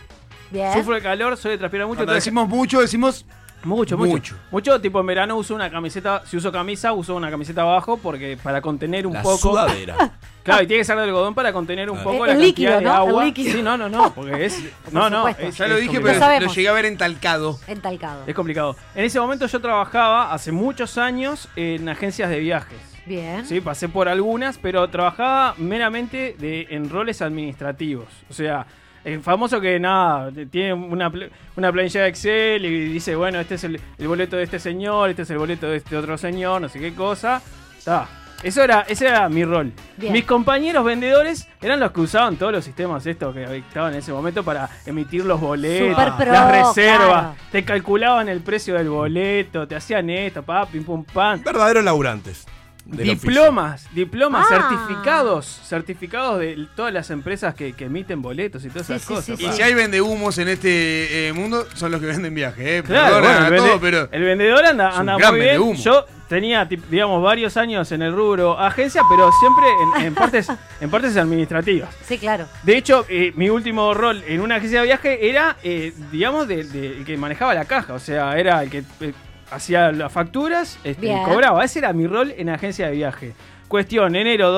Speaker 3: Bien.
Speaker 4: Sufro de calor, soy de transpirar mucho.
Speaker 2: Cuando
Speaker 4: entonces-
Speaker 2: decimos mucho, decimos
Speaker 4: mucho, mucho, mucho. tipo en verano uso una camiseta, si uso camisa, uso una camiseta abajo porque para contener un
Speaker 6: La
Speaker 4: poco.
Speaker 6: sudadera.
Speaker 4: Claro, y tiene que ser de algodón para contener un
Speaker 6: Claro.
Speaker 4: poco
Speaker 3: El-
Speaker 4: la
Speaker 3: el
Speaker 4: cantidad
Speaker 3: líquido,
Speaker 4: de
Speaker 3: ¿no? El
Speaker 4: agua.
Speaker 3: líquido.
Speaker 4: Sí, no, no, no, porque es no, no, es-
Speaker 2: ya lo
Speaker 4: es
Speaker 2: dije,
Speaker 4: complicado.
Speaker 2: pero lo llegué a ver entalcado.
Speaker 3: Entalcado.
Speaker 4: Es complicado. En ese momento yo trabajaba hace muchos años en agencias de viajes.
Speaker 3: Bien.
Speaker 4: Sí, pasé por algunas, pero trabajaba meramente de, en roles administrativos. O sea, el famoso que nada, te- tiene una, pl- una planilla de Excel y dice, bueno, este es el, el boleto de este señor, este es el boleto de este otro señor, no sé qué cosa. Ta. Eso era, ese era mi rol.
Speaker 14: Bien.
Speaker 4: Mis compañeros vendedores eran los que usaban todos los sistemas estos que estaban en ese momento para emitir los boletos,
Speaker 14: Super pro,
Speaker 4: las reservas,
Speaker 14: claro.
Speaker 4: te calculaban el precio del boleto, te hacían esto, pa, pim pum pam.
Speaker 6: Verdaderos laburantes. del
Speaker 4: Diplomas, diplomas,
Speaker 6: Ah.
Speaker 4: certificados, certificados de todas las empresas que, que emiten boletos y todas esas cosas.
Speaker 2: y
Speaker 4: pa.
Speaker 2: si hay vendehumos en este eh, mundo, son los que venden viaje, ¿eh?
Speaker 4: Claro,
Speaker 2: Perdonan
Speaker 4: bueno,
Speaker 2: a
Speaker 4: el, vende-
Speaker 2: todo, pero.
Speaker 4: el vendedor anda,
Speaker 2: es un
Speaker 4: anda
Speaker 2: gran
Speaker 4: muy bien.
Speaker 2: vendehumo.
Speaker 4: Yo tenía, tip- digamos, varios años en el rubro agencia, pero siempre en, en partes, en partes administrativas.
Speaker 3: Sí, claro.
Speaker 4: De hecho, eh, mi último rol en una agencia de viaje era, eh, digamos, de- de- el que manejaba la caja. O sea, era el que eh, hacía las facturas este, y
Speaker 14: Bien.
Speaker 4: cobraba. Ese era mi rol en agencia de viaje. Cuestión, enero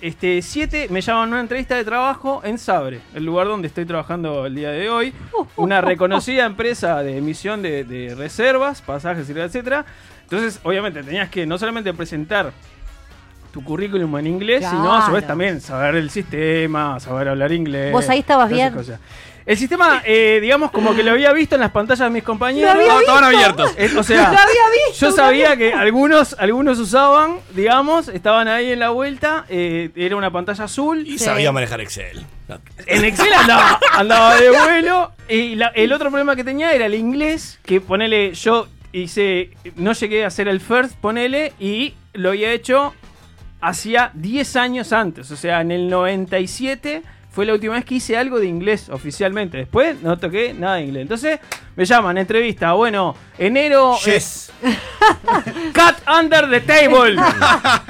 Speaker 4: 2007 este, me llaman a una entrevista de trabajo en Sabre, el lugar donde estoy trabajando el día de hoy. Una reconocida empresa de emisión de, de reservas, pasajes, etcétera, etcétera. Entonces, obviamente, tenías que no solamente presentar tu currículum en inglés, sino a su vez
Speaker 3: Claro.
Speaker 4: también saber el sistema, saber hablar inglés.
Speaker 3: Vos ahí estabas
Speaker 4: todas esas
Speaker 3: bien.
Speaker 4: cosas. El sistema, eh, digamos, como que lo había visto en las pantallas de mis compañeros.
Speaker 6: Lo había No, estaban visto. abiertos.
Speaker 4: Eh, o sea,
Speaker 6: Lo había visto,
Speaker 4: yo
Speaker 6: lo
Speaker 4: sabía
Speaker 6: había
Speaker 4: que algunos, algunos usaban, digamos, estaban ahí en la vuelta, eh, era una pantalla azul.
Speaker 6: Y sabía manejar Excel.
Speaker 4: En Excel andaba, andaba de vuelo. Y la- el otro problema que tenía era el inglés, que ponele, yo hice, no llegué a hacer el first, ponele, y lo había hecho hacía 10 años antes, o sea, en el 97 fue la última vez que hice algo de inglés oficialmente. Después no toqué nada de inglés. Entonces me llaman, entrevista, bueno, enero...
Speaker 5: Yes.
Speaker 4: eh, cut under the table.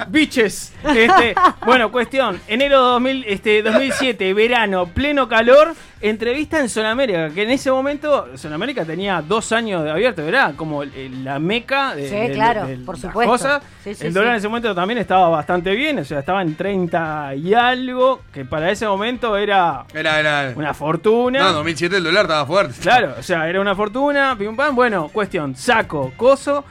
Speaker 4: Bitches. Este, bueno, cuestión. Enero 2000, este, 2007, verano, pleno calor. Entrevista en Sonamérica, que en ese momento Sonamérica tenía dos años de abierto, ¿verdad? Como eh, la meca de,
Speaker 3: Sí,
Speaker 4: de-
Speaker 3: claro,
Speaker 4: de- de
Speaker 3: por
Speaker 4: las
Speaker 3: supuesto.
Speaker 4: cosas.
Speaker 3: Sí, sí,
Speaker 4: el dólar
Speaker 3: sí.
Speaker 4: en ese momento también estaba bastante bien, o sea, estaba en 30 y algo, que para ese momento era
Speaker 2: Era, era.
Speaker 4: una fortuna.
Speaker 2: No, 2007 el dólar estaba fuerte.
Speaker 4: Claro, o sea, era una fortuna, pim pam. Bueno, cuestión, saco, coso,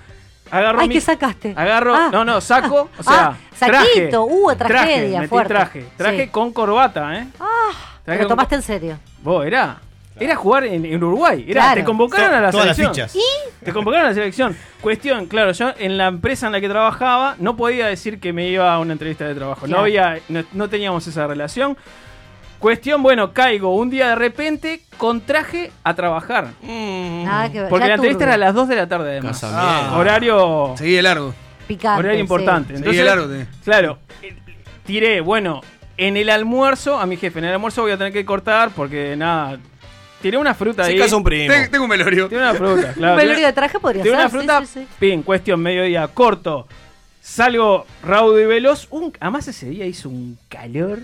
Speaker 4: agarro
Speaker 3: Ay,
Speaker 4: mi-
Speaker 3: ¿qué sacaste?
Speaker 4: Agarro,
Speaker 3: Ah.
Speaker 4: no, no, saco, o sea,
Speaker 3: Ah, saquito,
Speaker 4: traje,
Speaker 3: uh,
Speaker 4: traje,
Speaker 3: tragedia,
Speaker 4: metí
Speaker 3: fuerte.
Speaker 4: traje, traje
Speaker 3: Sí.
Speaker 4: con corbata, ¿eh?
Speaker 3: Te
Speaker 4: Traje
Speaker 3: lo
Speaker 4: con-
Speaker 3: tomaste en serio.
Speaker 4: Vos, era, era jugar en, en Uruguay, era,
Speaker 3: Claro.
Speaker 4: te convocaron
Speaker 3: To-
Speaker 4: a la
Speaker 3: todas las
Speaker 4: selección.
Speaker 3: fichas. ¿Y?
Speaker 4: Te convocaron a la selección. Cuestión, claro, yo en la empresa en la que trabajaba no podía decir que me iba a una entrevista de trabajo, no
Speaker 21: Claro.
Speaker 4: había, no- no teníamos esa relación. Cuestión, bueno, caigo un día de repente con traje a trabajar.
Speaker 3: Nada que ver.
Speaker 4: Porque
Speaker 3: ya
Speaker 4: la entrevista era
Speaker 3: turbio.
Speaker 4: a las 2 de la tarde, además.
Speaker 6: Casa Ah. mierda.
Speaker 4: Horario.
Speaker 2: Seguí largo.
Speaker 3: Picante,
Speaker 4: Horario importante.
Speaker 2: sí.
Speaker 4: Entonces,
Speaker 2: Seguí largo, sí.
Speaker 4: Claro. eh, Tiré, bueno, en el almuerzo, a mi jefe, en el almuerzo voy a tener que cortar porque nada. Tiré una fruta
Speaker 6: Se
Speaker 4: ahí.
Speaker 6: casa un primo. Te-
Speaker 2: tengo un velorio.
Speaker 4: Tiré una fruta, claro.
Speaker 3: Un velorio de traje podría
Speaker 4: Tiré
Speaker 3: ser.
Speaker 4: una
Speaker 3: sí,
Speaker 4: fruta,
Speaker 3: sí, sí.
Speaker 4: pin, cuestión mediodía, corto. Salgo raudo y veloz. Un, además ese día hizo un calor.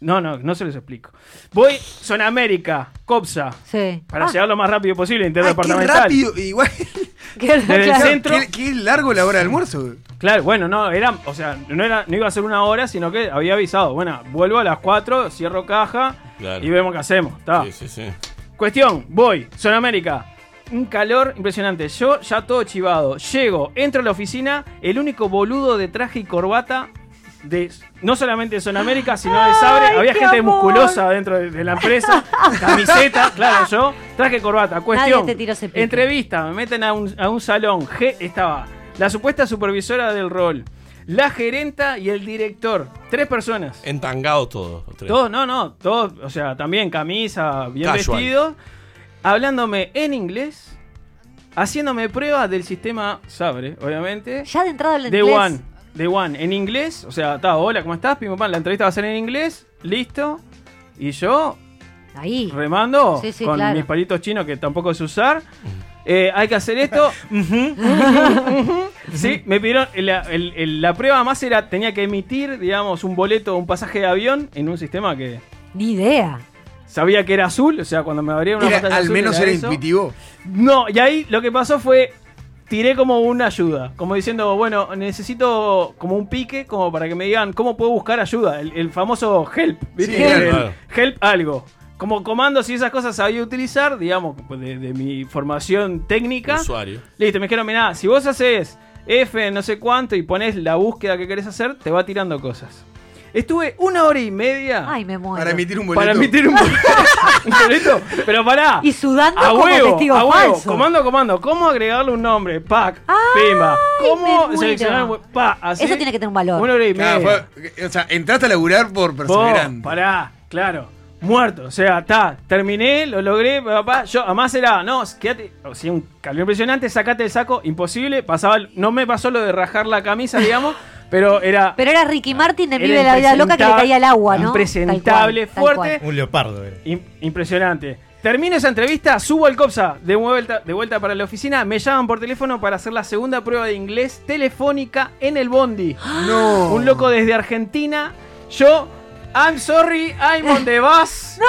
Speaker 4: No, no, no se los explico. Voy, Zona América, Copsa.
Speaker 3: Sí.
Speaker 4: Para
Speaker 3: Ah.
Speaker 4: llegar lo más rápido posible,
Speaker 2: Qué
Speaker 4: interdepartamental.
Speaker 2: rápido, igual.
Speaker 4: Desde el
Speaker 2: Claro,
Speaker 4: centro.
Speaker 2: Qué, qué largo la hora de almuerzo.
Speaker 4: Claro, bueno, no, era, o sea, no era, no iba a ser una hora, sino que había avisado. Bueno, vuelvo a las 4, cierro caja
Speaker 6: Claro.
Speaker 4: y vemos qué hacemos. ta.
Speaker 6: Sí, sí, sí.
Speaker 4: Cuestión, voy, América. Un calor impresionante. Yo ya todo chivado. Llego, entro a la oficina, el único boludo de traje y corbata de no solamente de América, sino de Sabre.
Speaker 21: Ay,
Speaker 4: Había
Speaker 21: qué
Speaker 4: gente
Speaker 21: amor.
Speaker 4: musculosa dentro de, de la empresa. Camiseta, claro, yo. Traje y corbata. Cuestión.
Speaker 3: te tiró ese pique.
Speaker 4: entrevista, me meten a un, a un salón. G- estaba la supuesta supervisora del rol, la gerenta y el director. Tres personas.
Speaker 6: Entangados todos. los tres.
Speaker 4: Todos, no, no, todos, o sea, también camisa, bien
Speaker 6: Casual.
Speaker 4: vestido, hablándome en inglés, haciéndome pruebas del sistema Sabre, obviamente.
Speaker 3: Ya de entrada hablan
Speaker 4: De
Speaker 3: inglés.
Speaker 4: One, de One, en inglés, o sea, está, hola, ¿cómo estás? Pim, pam, pam, la entrevista va a ser en inglés, listo. Y yo,
Speaker 3: ahí,
Speaker 4: remando,
Speaker 3: Sí, sí,
Speaker 4: con
Speaker 3: claro.
Speaker 4: mis palitos chinos que tampoco sé usar. Eh, hay que hacer esto. Sí, me pidieron. La, el- el- la prueba más era: tenía que emitir, digamos, un boleto, un pasaje de avión en un sistema que
Speaker 3: Ni idea.
Speaker 4: Sabía que era azul, o sea, cuando me abría una
Speaker 2: Era-
Speaker 4: pantalla
Speaker 2: al
Speaker 4: azul
Speaker 2: menos era
Speaker 4: eso.
Speaker 2: intuitivo.
Speaker 4: No, y ahí lo que pasó fue tiré como una ayuda, como diciendo, bueno, necesito como un pique como para que me digan cómo puedo buscar ayuda, el, el famoso help, ¿viste?
Speaker 2: Sí,
Speaker 4: El-
Speaker 2: claro.
Speaker 4: help algo. Como comandos y esas cosas sabía utilizar, digamos, pues, de, de mi formación técnica.
Speaker 6: Usuario.
Speaker 4: Listo, me dijeron, mirá, si vos haces F no sé cuánto y pones la búsqueda que querés hacer, te va tirando cosas. Estuve una hora y media.
Speaker 3: Ay, me muero.
Speaker 4: Para emitir un boleto. Para emitir un boleto. Un boleto, Pero pará.
Speaker 3: Y sudando
Speaker 4: a
Speaker 3: como
Speaker 4: huevo,
Speaker 3: testigo
Speaker 4: a huevo.
Speaker 3: falso.
Speaker 4: Comando, comando. ¿Cómo agregarle un nombre? Pac, pimba. ¿Cómo
Speaker 3: muero.
Speaker 4: seleccionar? un- Pa, así.
Speaker 3: Eso tiene que tener un valor.
Speaker 4: Una hora y media.
Speaker 2: Claro, fue- o sea, entraste a laburar por
Speaker 4: Vos,
Speaker 2: perseverante.
Speaker 4: pará, claro. Muerto, o sea, está, terminé, lo logré, papá. Yo, además era, no, quédate, o sea, un calor impresionante, sacate el saco, imposible. Pasaba, el- no me pasó lo de rajar la camisa, digamos, pero era.
Speaker 3: Pero era Ricky Martin de
Speaker 4: Era
Speaker 3: Vive la Vida Loca que le
Speaker 4: impresentable-
Speaker 3: caía el agua, ¿no?
Speaker 4: Ah, Impresentable,
Speaker 3: Tal cual, tal
Speaker 4: fuerte.
Speaker 5: Un leopardo era.
Speaker 4: Im- impresionante. Termino esa entrevista, subo al COPSA de vuelta, de vuelta para la oficina, me llaman por teléfono para hacer la segunda prueba de inglés telefónica en el Bondi.
Speaker 21: ¡Ah!
Speaker 2: No.
Speaker 4: Un loco desde Argentina. Yo, I'm sorry, I'm on the bus.
Speaker 21: No,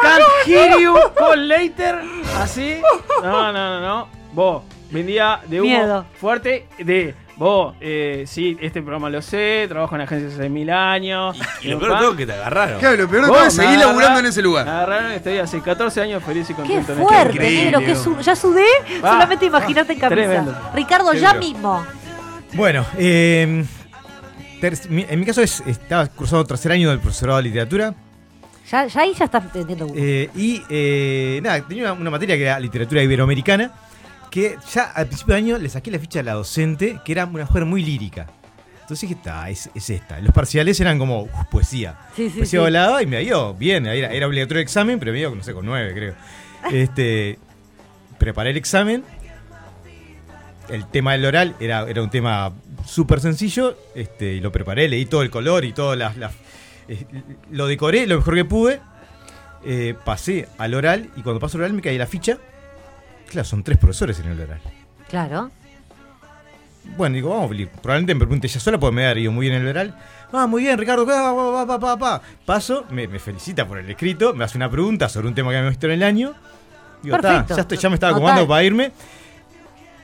Speaker 4: Can't
Speaker 21: no,
Speaker 4: hear
Speaker 21: no.
Speaker 4: you, call later. Así. No, no, no, no. Vos, vendía de humo
Speaker 3: Miedo.
Speaker 4: fuerte de... Vos, eh, sí, este programa lo sé, trabajo en agencia hace mil años.
Speaker 6: Y lo peor de todo es que te agarraron.
Speaker 2: Claro, lo peor de todo es seguir laburando en ese lugar.
Speaker 4: Me agarraron, estoy hace 14 años feliz y
Speaker 3: Qué
Speaker 4: contento. en este
Speaker 3: fuerte,
Speaker 4: momento.
Speaker 3: negro. qué su- ya sudé
Speaker 4: Ah,
Speaker 3: solamente imagínate en camisa.
Speaker 4: tremendo.
Speaker 3: Ricardo,
Speaker 5: Qué
Speaker 3: ya
Speaker 5: duro.
Speaker 3: mismo.
Speaker 5: Bueno, eh, ter- mi- en mi caso es, estaba cursando tercer año del profesorado de literatura.
Speaker 3: Ya, ya ahí ya estás entendiendo uno.
Speaker 5: Eh, y eh, nada, tenía una, una materia que era literatura iberoamericana, que ya al principio de año le saqué la ficha a la docente, que era una mujer muy lírica. Entonces dije, está, es, es esta. Los parciales eran como uf, poesía.
Speaker 3: Sí, sí,
Speaker 5: poesía
Speaker 3: sí.
Speaker 5: volada y me dio bien. Era, era obligatorio el examen, pero me dio, no sé, con nueve, creo. Este, preparé el examen. El tema del oral era, era un tema súper sencillo. Este, y lo preparé, leí todo el color y todas las. las- eh, lo decoré lo mejor que pude. Eh, pasé al oral y cuando paso al oral me caí la ficha. Claro, son tres profesores en el oral.
Speaker 3: Claro.
Speaker 5: Bueno, digo, vamos, Felipe. Probablemente me pregunte ella sola porque me ha ido muy bien el oral. Ah, muy bien, Ricardo. ah, pa, pa, pa, pa. Paso, me, me felicita por el escrito, me hace una pregunta sobre un tema que había visto en el año. Digo, está,
Speaker 3: Perfecto.
Speaker 5: ya, estoy- ya me estaba
Speaker 3: Total.
Speaker 5: acomodando para irme.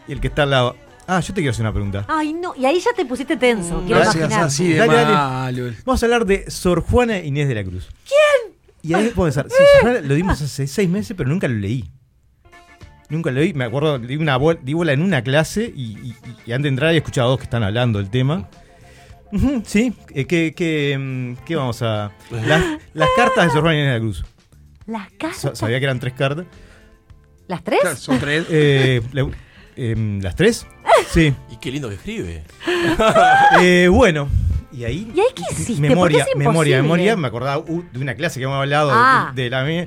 Speaker 5: Y el que está al lado, ah, yo te quiero hacer una pregunta.
Speaker 3: Ay, no. Y ahí ya te pusiste tenso. Quiero
Speaker 5: Mm, Gracias,
Speaker 3: imaginar.
Speaker 5: así de Dale, dale. malo. Vamos a hablar de Sor Juana e Inés de la Cruz.
Speaker 3: ¿Quién? Ah. Eh.
Speaker 5: Y ahí puedo pensar, sí, Sor Juana lo dimos hace seis meses, pero nunca lo leí. Nunca lo leí. Me acuerdo, di, una bol- di bola en una clase y, y- y antes de entrar había escuchado a dos que están hablando del tema. Ujú, sí, eh, ¿qué, qué, mm, qué vamos a...? Las, las cartas de Sor Juana e Inés de la Cruz.
Speaker 3: Las cartas.
Speaker 5: Sa- Sabía que eran tres cartas. Eh,
Speaker 3: ¿Las tres?
Speaker 2: tres.
Speaker 5: em, ¿Las tres? Sí.
Speaker 6: Y qué lindo que escribe.
Speaker 5: Eh, bueno, y ahí.
Speaker 3: ¿Y ahí qué hiciste?
Speaker 5: Memoria,
Speaker 3: Porque es
Speaker 5: memoria,
Speaker 3: imposible.
Speaker 5: memoria. Me acordaba uh, de una clase que hemos hablado de-
Speaker 3: Ah.
Speaker 5: de, la mía.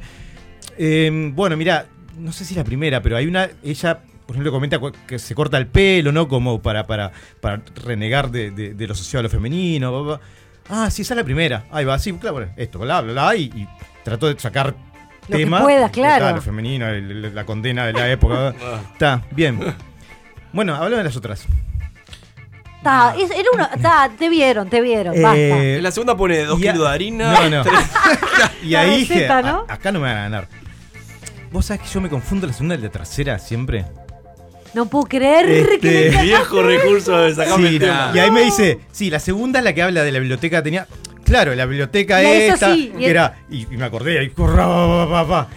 Speaker 5: Eh, bueno, mira, no sé si es la primera, pero hay una. Ella, por ejemplo, comenta cu- que se corta el pelo, ¿no? Como para, para, para renegar de, de- de lo social a lo femenino. bla, bla, bla. Ah, sí, esa es la primera. Ahí va, sí, claro, bueno, esto, bla, bla, bla. Y, y trató de sacar
Speaker 3: Lo que
Speaker 5: tema.
Speaker 3: pueda, claro.
Speaker 5: Lo femenino, el- el- la condena de la época. Está, bien. Bueno, hablamos de las otras.
Speaker 3: Ta, Ah, es- era uno. ta, te vieron, te vieron. basta.
Speaker 5: Eh,
Speaker 6: En la segunda pone dos
Speaker 5: y a-
Speaker 6: kilos de harina.
Speaker 5: No, no.
Speaker 6: tres-
Speaker 5: y
Speaker 6: La
Speaker 5: ahí dije,
Speaker 6: receta,
Speaker 5: "A-
Speaker 6: ¿no?
Speaker 5: acá no me van a ganar. Vos sabés que yo me confundo la segunda y la tercera siempre.
Speaker 3: No puedo creer que.
Speaker 5: Este-
Speaker 3: me
Speaker 6: Viejo recurso de sacarme
Speaker 5: Sí,
Speaker 6: el tema.
Speaker 5: y ahí me dice, sí, la segunda es la que habla de la biblioteca que tenía. Claro, la biblioteca
Speaker 6: La hizo
Speaker 5: esta.
Speaker 6: así, y
Speaker 5: que
Speaker 6: el-
Speaker 5: era, y, y me acordé, ahí corra, pa, pa, pa, pa.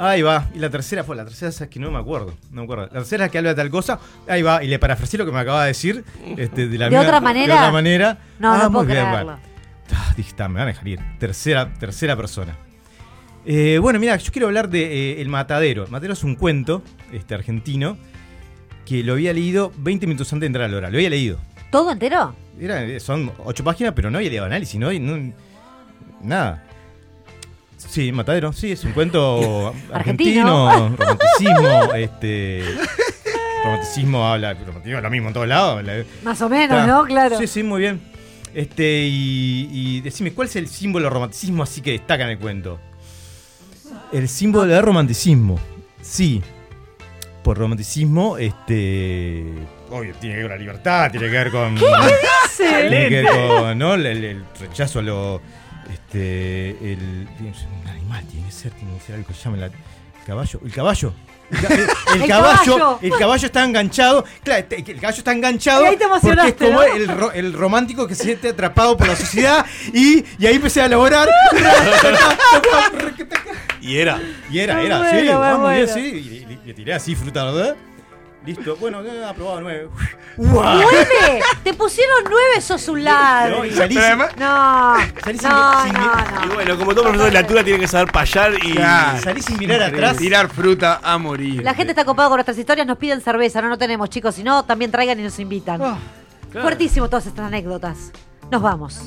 Speaker 5: Ahí va. Y la tercera fue, la tercera es que no me acuerdo. No me acuerdo. La tercera es que habla de tal cosa. Ahí va. Y le parafraseé lo que me acaba de decir. este, de la
Speaker 3: ¿De
Speaker 5: misma-
Speaker 3: otra manera?
Speaker 5: De otra manera.
Speaker 3: No,
Speaker 5: Ah,
Speaker 3: no puedo
Speaker 5: muy bien,
Speaker 3: creerlo.
Speaker 5: vale. Ah, Dije, está, me van a dejar ir. Tercera, tercera persona. Eh, bueno, mira, yo quiero hablar de eh, El Matadero. El Matadero es un cuento este, argentino que lo había leído 20 minutos antes de entrar a la hora. Lo había leído.
Speaker 3: ¿Todo entero?
Speaker 5: Era- son ocho páginas, pero no había leído análisis, no, no- nada. Sí, Matadero, sí, es un cuento
Speaker 3: Argentino.
Speaker 5: argentino, romanticismo, este romanticismo habla, romanticismo es lo mismo en todos lados. la-
Speaker 3: Más o menos,
Speaker 5: Está.
Speaker 3: ¿no? Claro.
Speaker 5: Sí, sí, muy bien. Este, y, y decime, ¿cuál es el símbolo del romanticismo así que destaca en el cuento? El símbolo del romanticismo. Sí. Por romanticismo, este. Obvio, tiene que ver con la libertad, tiene que ver con.
Speaker 1: ¿Qué? ¿Qué dice?
Speaker 5: Tiene que ver con. ¿no? El, el- el rechazo a lo. Este. El. Un animal tiene que ser, tiene que ser algo que llamen la. El caballo. El caballo. El, ca- el-
Speaker 1: El
Speaker 5: el caballo,
Speaker 1: caballo.
Speaker 5: El caballo está enganchado. Claro, este- el caballo está enganchado.
Speaker 1: Y ahí te
Speaker 5: porque es
Speaker 1: emocionaste,
Speaker 5: como
Speaker 1: ¿no?
Speaker 5: el, ro- el romántico que se siente atrapado por la sociedad. Y, y ahí empecé a elaborar.
Speaker 6: Y era.
Speaker 5: Y era,
Speaker 6: Me
Speaker 5: era, sí,
Speaker 6: muero, me
Speaker 5: vamos, bien,
Speaker 6: muero.
Speaker 5: sí. Y- y- y Le tiré así, fruta, ¿verdad? Listo, bueno, eh, aprobado nueve.
Speaker 3: ¡Nueve! Te pusieron nueve, sos un largo.
Speaker 6: No, y salí sin-
Speaker 3: No, no, no.
Speaker 6: Y bueno, como todo profesor de lectura tiene que saber payar y.
Speaker 2: Claro.
Speaker 5: Salí sin
Speaker 2: mirar atrás. Tirar fruta a morir.
Speaker 3: La gente está copada con nuestras historias, nos piden cerveza, no, no tenemos chicos, si no, también traigan y nos invitan.
Speaker 6: Ah,
Speaker 3: Fuertísimo todas estas anécdotas. Nos vamos.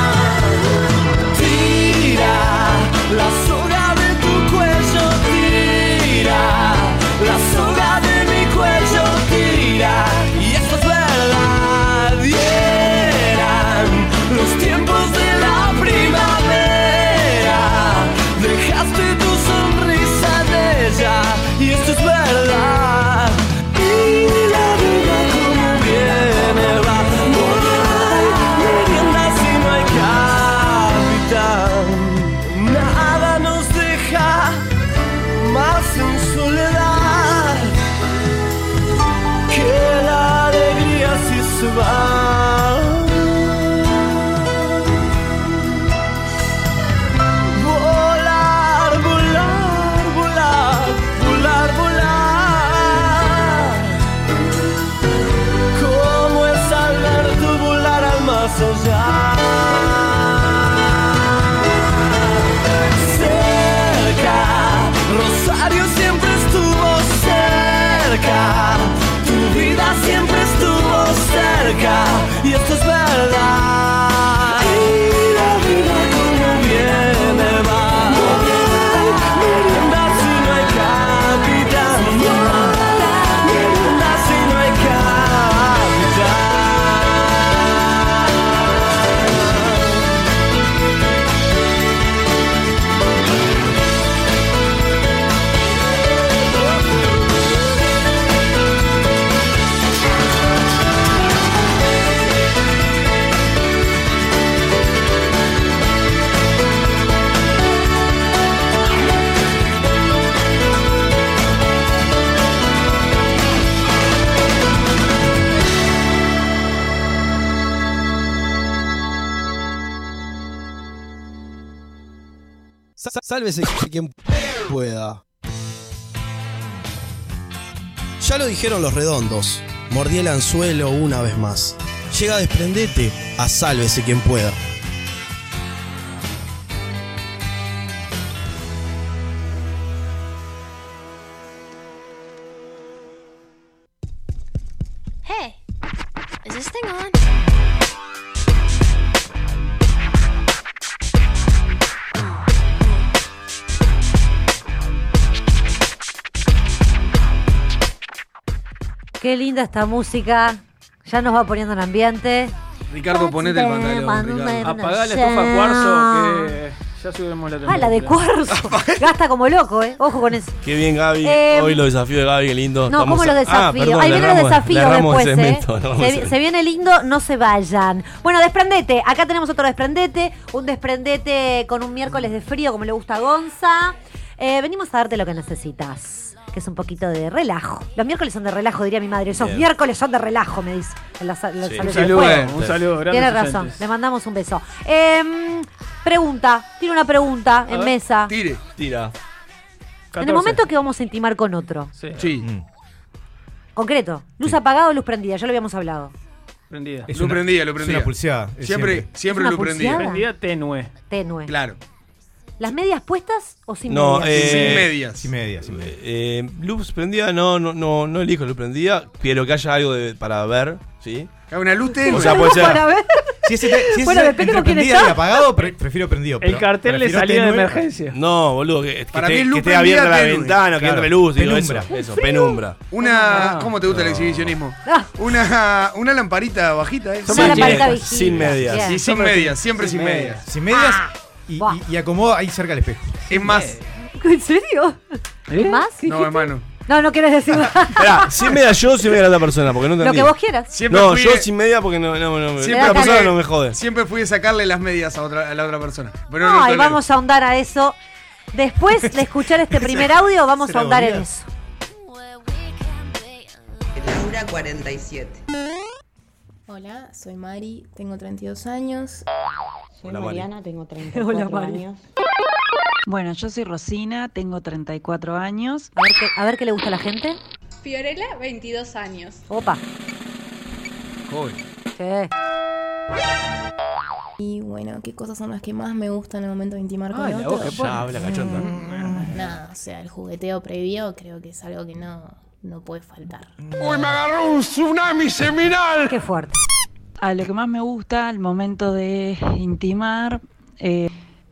Speaker 1: allá. Tira la soga de tu cuello, tira la soga de mi cuello, tira. Y esto es verdad, y eran los tiempos de la primavera. Dejaste tu sonrisa en ella, y esto es verdad. Y la vida como viene va. No hay merienda si no hay capitán. Nada nos deja más en soledad que la alegría si se va. Volar, volar, volar, volar, volar. ¿Cómo es Alberto volar al más allá? Cerca, Rosario siempre estuvo cerca. Tu vida siempre estuvo cerca. Y esto es verdad. Y la vida como viene va. Merienda si no hay capitán. Merienda si no hay capitán.
Speaker 7: Sa- sa- Sálvese quien pueda. Ya lo dijeron los redondos. Mordí el anzuelo una vez más. Llega a desprendete a sálvese quien pueda.
Speaker 22: Hey, is this thing on?
Speaker 3: Qué linda esta música. Ya nos va poniendo en ambiente.
Speaker 2: Ricardo, ponete el
Speaker 3: Manu
Speaker 2: pantalón. Ricardo.
Speaker 3: Merna.
Speaker 4: Apagá la estufa cuarzo que ya subimos la temperatura.
Speaker 3: Ah, la de cuarzo. Gasta como loco, ¿eh? Ojo con eso.
Speaker 6: Qué bien, Gaby.
Speaker 3: Em,
Speaker 6: Hoy los desafíos de Gaby, qué lindo.
Speaker 3: No, ¿cómo los desafíos?
Speaker 6: Ah, perdón,
Speaker 3: Ahí
Speaker 6: le
Speaker 3: vienen los
Speaker 6: erramos- le
Speaker 3: desafíos
Speaker 6: erramos
Speaker 3: después,
Speaker 6: el segmento,
Speaker 3: ¿eh?
Speaker 6: le erramos
Speaker 3: Se,
Speaker 6: el
Speaker 3: vi-
Speaker 6: segmento.
Speaker 3: se viene lindo, no se vayan. Bueno, desprendete. Acá tenemos otro desprendete. Un desprendete con un miércoles de frío, como le gusta a Gonza. Eh, venimos a darte lo que necesitas, que es un poquito de relajo. Los miércoles son de relajo, diría mi madre. Esos
Speaker 4: Bien.
Speaker 3: miércoles son de relajo, me dice. En la sa- en la
Speaker 4: Sí.
Speaker 3: sala
Speaker 4: Un
Speaker 3: de
Speaker 4: saludo,
Speaker 3: juego.
Speaker 4: un saludo, grandes
Speaker 3: Tiene razón,
Speaker 4: oyentes.
Speaker 3: le mandamos un beso. Em, pregunta, tiene una pregunta en
Speaker 6: ver,
Speaker 3: mesa.
Speaker 6: Tire. Tira.
Speaker 3: En el momento que vamos a intimar con otro.
Speaker 2: Sí.
Speaker 3: Concreto, luz apagada o luz prendida, ya lo habíamos hablado.
Speaker 4: Prendida.
Speaker 2: Lo prendía, lo prendía.
Speaker 5: una pulseada, es
Speaker 2: Siempre,
Speaker 5: siempre.
Speaker 2: siempre,
Speaker 3: ¿Es una
Speaker 2: lo prendía.
Speaker 3: pulseada? Prendida
Speaker 4: tenue.
Speaker 3: Tenue.
Speaker 2: Claro.
Speaker 3: ¿Las medias puestas o sin
Speaker 6: No,
Speaker 3: medias?
Speaker 6: eh,
Speaker 5: Sin medias, sin
Speaker 6: medias. Eh, luz prendida, no, no, no, no elijo luz prendida, pero que haya algo de- para ver, ¿sí?
Speaker 2: Una luz tenue.
Speaker 6: O sea, puede ser.
Speaker 3: Para ver.
Speaker 5: Si ese, te- si ese
Speaker 3: Bueno,
Speaker 5: se-
Speaker 3: depende
Speaker 5: entre
Speaker 3: con quién
Speaker 5: prendido
Speaker 3: está.
Speaker 5: y apagado, pre- prefiero prendido.
Speaker 4: El cartel le salía de emergencia.
Speaker 6: No, boludo, que, que
Speaker 2: Para
Speaker 6: esté-
Speaker 2: mí es luz
Speaker 6: que esté abierta
Speaker 2: prendida
Speaker 6: la
Speaker 2: tenue.
Speaker 6: ventana, que
Speaker 2: Claro.
Speaker 6: entre luz y todo eso.
Speaker 2: Penumbra.
Speaker 6: Eso, penumbra.
Speaker 2: Una. Ah,
Speaker 4: Ah.
Speaker 2: ¿Cómo te gusta el exhibicionismo?
Speaker 3: Ah.
Speaker 2: Una, una lamparita bajita, ¿eh?
Speaker 6: Son Una martines, lamparita bajita. sin medias. Bien.
Speaker 2: Y sin
Speaker 6: Son
Speaker 2: medias, siempre sin
Speaker 5: medias.
Speaker 2: medias.
Speaker 5: Sin medias
Speaker 3: Ah,
Speaker 5: y, y- y acomodo ahí cerca del espejo.
Speaker 2: Es más.
Speaker 3: ¿En serio?
Speaker 2: ¿Eh?
Speaker 3: ¿Más?
Speaker 2: No, hermano.
Speaker 3: No, no quieres decir
Speaker 6: Esperá, sin media yo, sin media la otra persona, porque no
Speaker 3: Lo
Speaker 6: entendí.
Speaker 3: que vos quieras. Siempre
Speaker 6: no,
Speaker 2: fui-
Speaker 6: yo sin media porque no, no, no,
Speaker 2: Siempre
Speaker 6: la persona
Speaker 2: fui-
Speaker 6: no me jode.
Speaker 2: Siempre fui a sacarle las medias a, otra, a la otra persona. Pero no, lo
Speaker 3: Ay,
Speaker 2: tolero.
Speaker 3: vamos a ahondar a eso. Después de escuchar este primer audio, vamos a
Speaker 2: ¿Será
Speaker 3: ahondar en
Speaker 2: bonita?
Speaker 3: eso.
Speaker 23: Laura 47.
Speaker 17: Hola, soy Mari, tengo 32 años.
Speaker 24: Soy Mariana, tengo 34
Speaker 17: Hola, Mari.
Speaker 24: años. Bueno, yo soy Rosina, tengo 34 años.
Speaker 3: A ver, qué, a ver qué le gusta a la gente.
Speaker 12: Fiorella, 22 años.
Speaker 3: Opa. Sí.
Speaker 17: Y bueno, ¿qué cosas son las que más me gustan en el momento de intimar con
Speaker 6: Ay, la
Speaker 17: otro?
Speaker 6: boca, ya habla cachonda.
Speaker 17: Mm, Nada, o sea, el jugueteo previo creo que es algo que no, no puede faltar.
Speaker 4: Mm.
Speaker 24: Uy, me agarró un tsunami seminal.
Speaker 3: Qué fuerte.
Speaker 24: A lo que más me gusta, al momento de intimar, eh,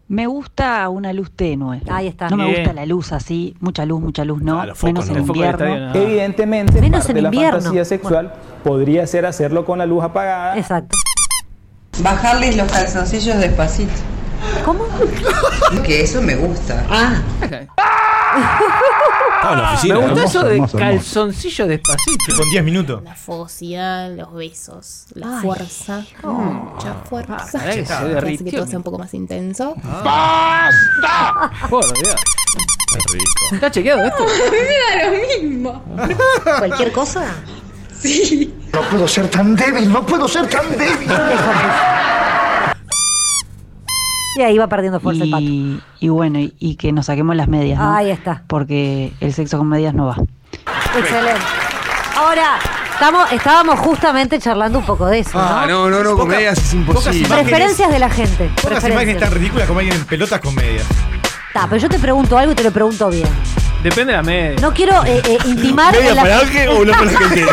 Speaker 24: me gusta una luz tenue.
Speaker 3: Ahí está.
Speaker 24: No me
Speaker 3: Bien.
Speaker 24: gusta la luz así, mucha luz, mucha luz, no.
Speaker 8: los focos,
Speaker 24: menos
Speaker 8: ¿no?
Speaker 24: en
Speaker 8: El foco del estadio,
Speaker 24: invierno.
Speaker 8: nada.
Speaker 24: Evidentemente,
Speaker 3: Menos parte en de la invierno. fantasía
Speaker 24: sexual
Speaker 8: Podría ser hacerlo con la luz apagada.
Speaker 3: Exacto.
Speaker 25: Bajarles los calzoncillos despacito.
Speaker 3: ¿Cómo?
Speaker 25: Que eso me gusta. Ah.
Speaker 5: Ah, la oficina.
Speaker 4: Me gusta
Speaker 5: Hermoso,
Speaker 4: eso de
Speaker 5: hermoso, hermoso.
Speaker 4: calzoncillo despacito.
Speaker 5: Con 10 minutos.
Speaker 17: La fogosidad, los besos, la
Speaker 24: Ay.
Speaker 17: fuerza, mucha fuerza.
Speaker 4: Oh. Ah, caray, se
Speaker 17: que hace que
Speaker 4: derritió.
Speaker 17: todo sea un poco más intenso.
Speaker 4: ¡Basta! Por Dios. ¿Está chequeado esto?
Speaker 26: Me da lo mismo.
Speaker 24: ¿Cualquier
Speaker 26: cosa?
Speaker 14: No puedo ser tan débil, no puedo ser tan débil.
Speaker 3: Y ahí va perdiendo fuerza el pato.
Speaker 24: Y, y bueno, y, y que nos saquemos las medias, ¿no?
Speaker 3: Ahí está.
Speaker 24: Porque el sexo con medias no va.
Speaker 3: Excelente. Ahora, estamos, estábamos justamente charlando un poco de eso.
Speaker 2: Ah, no, no, no,
Speaker 5: Pocas-
Speaker 2: comedias es imposible.
Speaker 5: pocas imágenes-
Speaker 3: Preferencias de la gente.
Speaker 5: Pocas imágenes
Speaker 3: Preferencias.
Speaker 5: tan ridículas como alguien en pelotas con medias.
Speaker 3: Ta, pero yo te pregunto algo y te lo pregunto bien.
Speaker 4: Depende de la media.
Speaker 3: No quiero eh, eh, intimar.
Speaker 4: ¿Media
Speaker 3: en la-
Speaker 4: para Ángel o una para Argentina?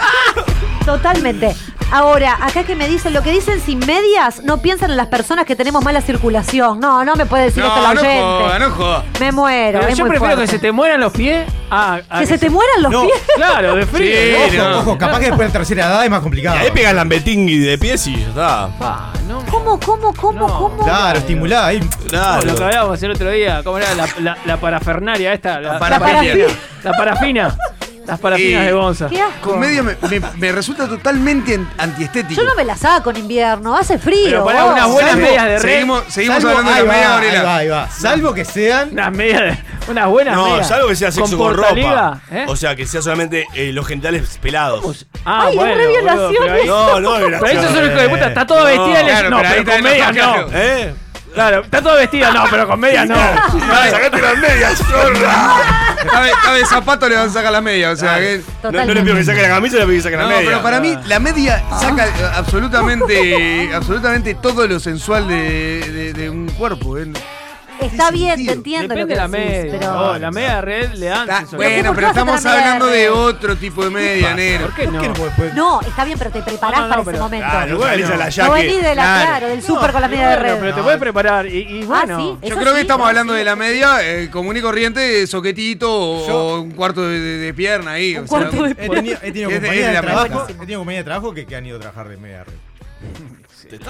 Speaker 3: Totalmente. Ahora, acá que me dicen, lo que dicen sin medias, no piensan en las personas que tenemos mala circulación. No, no me puede decir esto la
Speaker 2: No, no
Speaker 3: oyente.
Speaker 2: joda, no joda.
Speaker 3: Me muero.
Speaker 4: Pero
Speaker 3: es
Speaker 4: yo
Speaker 3: muy
Speaker 4: prefiero
Speaker 3: fuerte.
Speaker 4: que se te mueran los pies a. a
Speaker 3: ¿Que se te mueran los pies?
Speaker 4: Claro, de frío.
Speaker 5: ojo,
Speaker 4: no.
Speaker 5: ojo, capaz que después de la tercera edad es más complicado.
Speaker 6: Ahí pegas lambetingui de pies y ya está.
Speaker 3: Ah, ¿Cómo, cómo, cómo, cómo?
Speaker 5: Claro, estimulada ahí.
Speaker 6: Claro.
Speaker 4: Lo que hablábamos el otro día, ¿cómo era la, la- la parafernaria esta? La,
Speaker 2: parafernalia.
Speaker 4: La parafina. Las parafinas
Speaker 2: Eh,
Speaker 4: de Gonza.
Speaker 3: Qué asco.
Speaker 2: Comedia me, me- me resulta totalmente an- antiestético.
Speaker 3: Yo no me la saco en invierno, hace frío.
Speaker 4: Pero pará, Ah,
Speaker 3: vos.
Speaker 4: unas buenas
Speaker 2: Salvo-
Speaker 4: medias de red.
Speaker 2: seguimos- seguimos hablando de la
Speaker 5: ahí
Speaker 2: media,
Speaker 5: va,
Speaker 2: Gabriela.
Speaker 5: ahí va, ahí va. Salvo que sean.
Speaker 4: Unas medias de- Unas buenas
Speaker 6: No,
Speaker 4: medias.
Speaker 6: salvo que sea sexo con
Speaker 4: portaliga,
Speaker 6: ropa.
Speaker 4: ¿eh?
Speaker 6: O sea, que sea solamente eh, los genitales pelados.
Speaker 4: Ah,
Speaker 3: Ay, es
Speaker 4: bueno.
Speaker 3: re
Speaker 4: boludo,
Speaker 3: violaciones.
Speaker 4: pero ahí-
Speaker 6: No, no, es
Speaker 4: Pero eso es un hijo de puta. Está toda
Speaker 6: No,
Speaker 4: vestida y le
Speaker 6: claro,
Speaker 4: no,
Speaker 6: pero ahí
Speaker 4: pero
Speaker 6: está
Speaker 4: con
Speaker 6: el
Speaker 4: medias no.
Speaker 6: pajajo. ¿Eh?
Speaker 4: Claro, está toda vestida, no, pero con medias no.
Speaker 6: Ah, sacate las medias, zorra.
Speaker 2: Cabe, cabe zapato le van a sacar la media, o sea que.
Speaker 6: No, no le pido que saque la camisa, le pido que saque la
Speaker 2: No,
Speaker 6: media.
Speaker 2: pero para mí la media saca
Speaker 3: Ah.
Speaker 2: eh, absolutamente, absolutamente todo lo sensual de, de- de un cuerpo. ¿eh?
Speaker 3: Está bien, te entiendo
Speaker 4: Depende de
Speaker 3: lo
Speaker 4: la
Speaker 3: que decís,
Speaker 4: media.
Speaker 3: pero...
Speaker 4: No, la media red le dan.
Speaker 2: Ah,
Speaker 4: sensualidad.
Speaker 2: bueno,
Speaker 3: ¿Por qué
Speaker 2: pero
Speaker 3: vas a
Speaker 2: estamos
Speaker 3: traer
Speaker 2: hablando
Speaker 3: media?
Speaker 2: de otro tipo de media, negro.
Speaker 4: ¿Por qué no?
Speaker 3: No, está bien, pero te preparás
Speaker 4: No, no, no,
Speaker 3: para ese
Speaker 4: pero-
Speaker 3: momento.
Speaker 6: Claro, bueno, Elisa la
Speaker 3: no
Speaker 6: yaque.
Speaker 3: venís de la, claro, del súper con la media de
Speaker 4: Bueno,
Speaker 3: red.
Speaker 4: pero te puedes preparar. Y, y bueno.
Speaker 3: sí, eh,
Speaker 2: Yo
Speaker 3: Eso
Speaker 2: creo que
Speaker 3: sí,
Speaker 2: estamos
Speaker 3: no,
Speaker 2: hablando
Speaker 3: sí.
Speaker 2: de la media eh, común y corriente, soquetito o,
Speaker 5: Yo-
Speaker 2: o un cuarto de, de- de pierna ahí.
Speaker 3: Un
Speaker 2: o sea, eh,
Speaker 3: cuarto de
Speaker 5: He tenido, he tenido
Speaker 2: Es de-
Speaker 5: compañeras
Speaker 2: es de
Speaker 5: de
Speaker 2: la
Speaker 5: trabajo,
Speaker 2: práctica.
Speaker 5: he tenido compañeras de trabajo que, que han ido a trabajar de media red.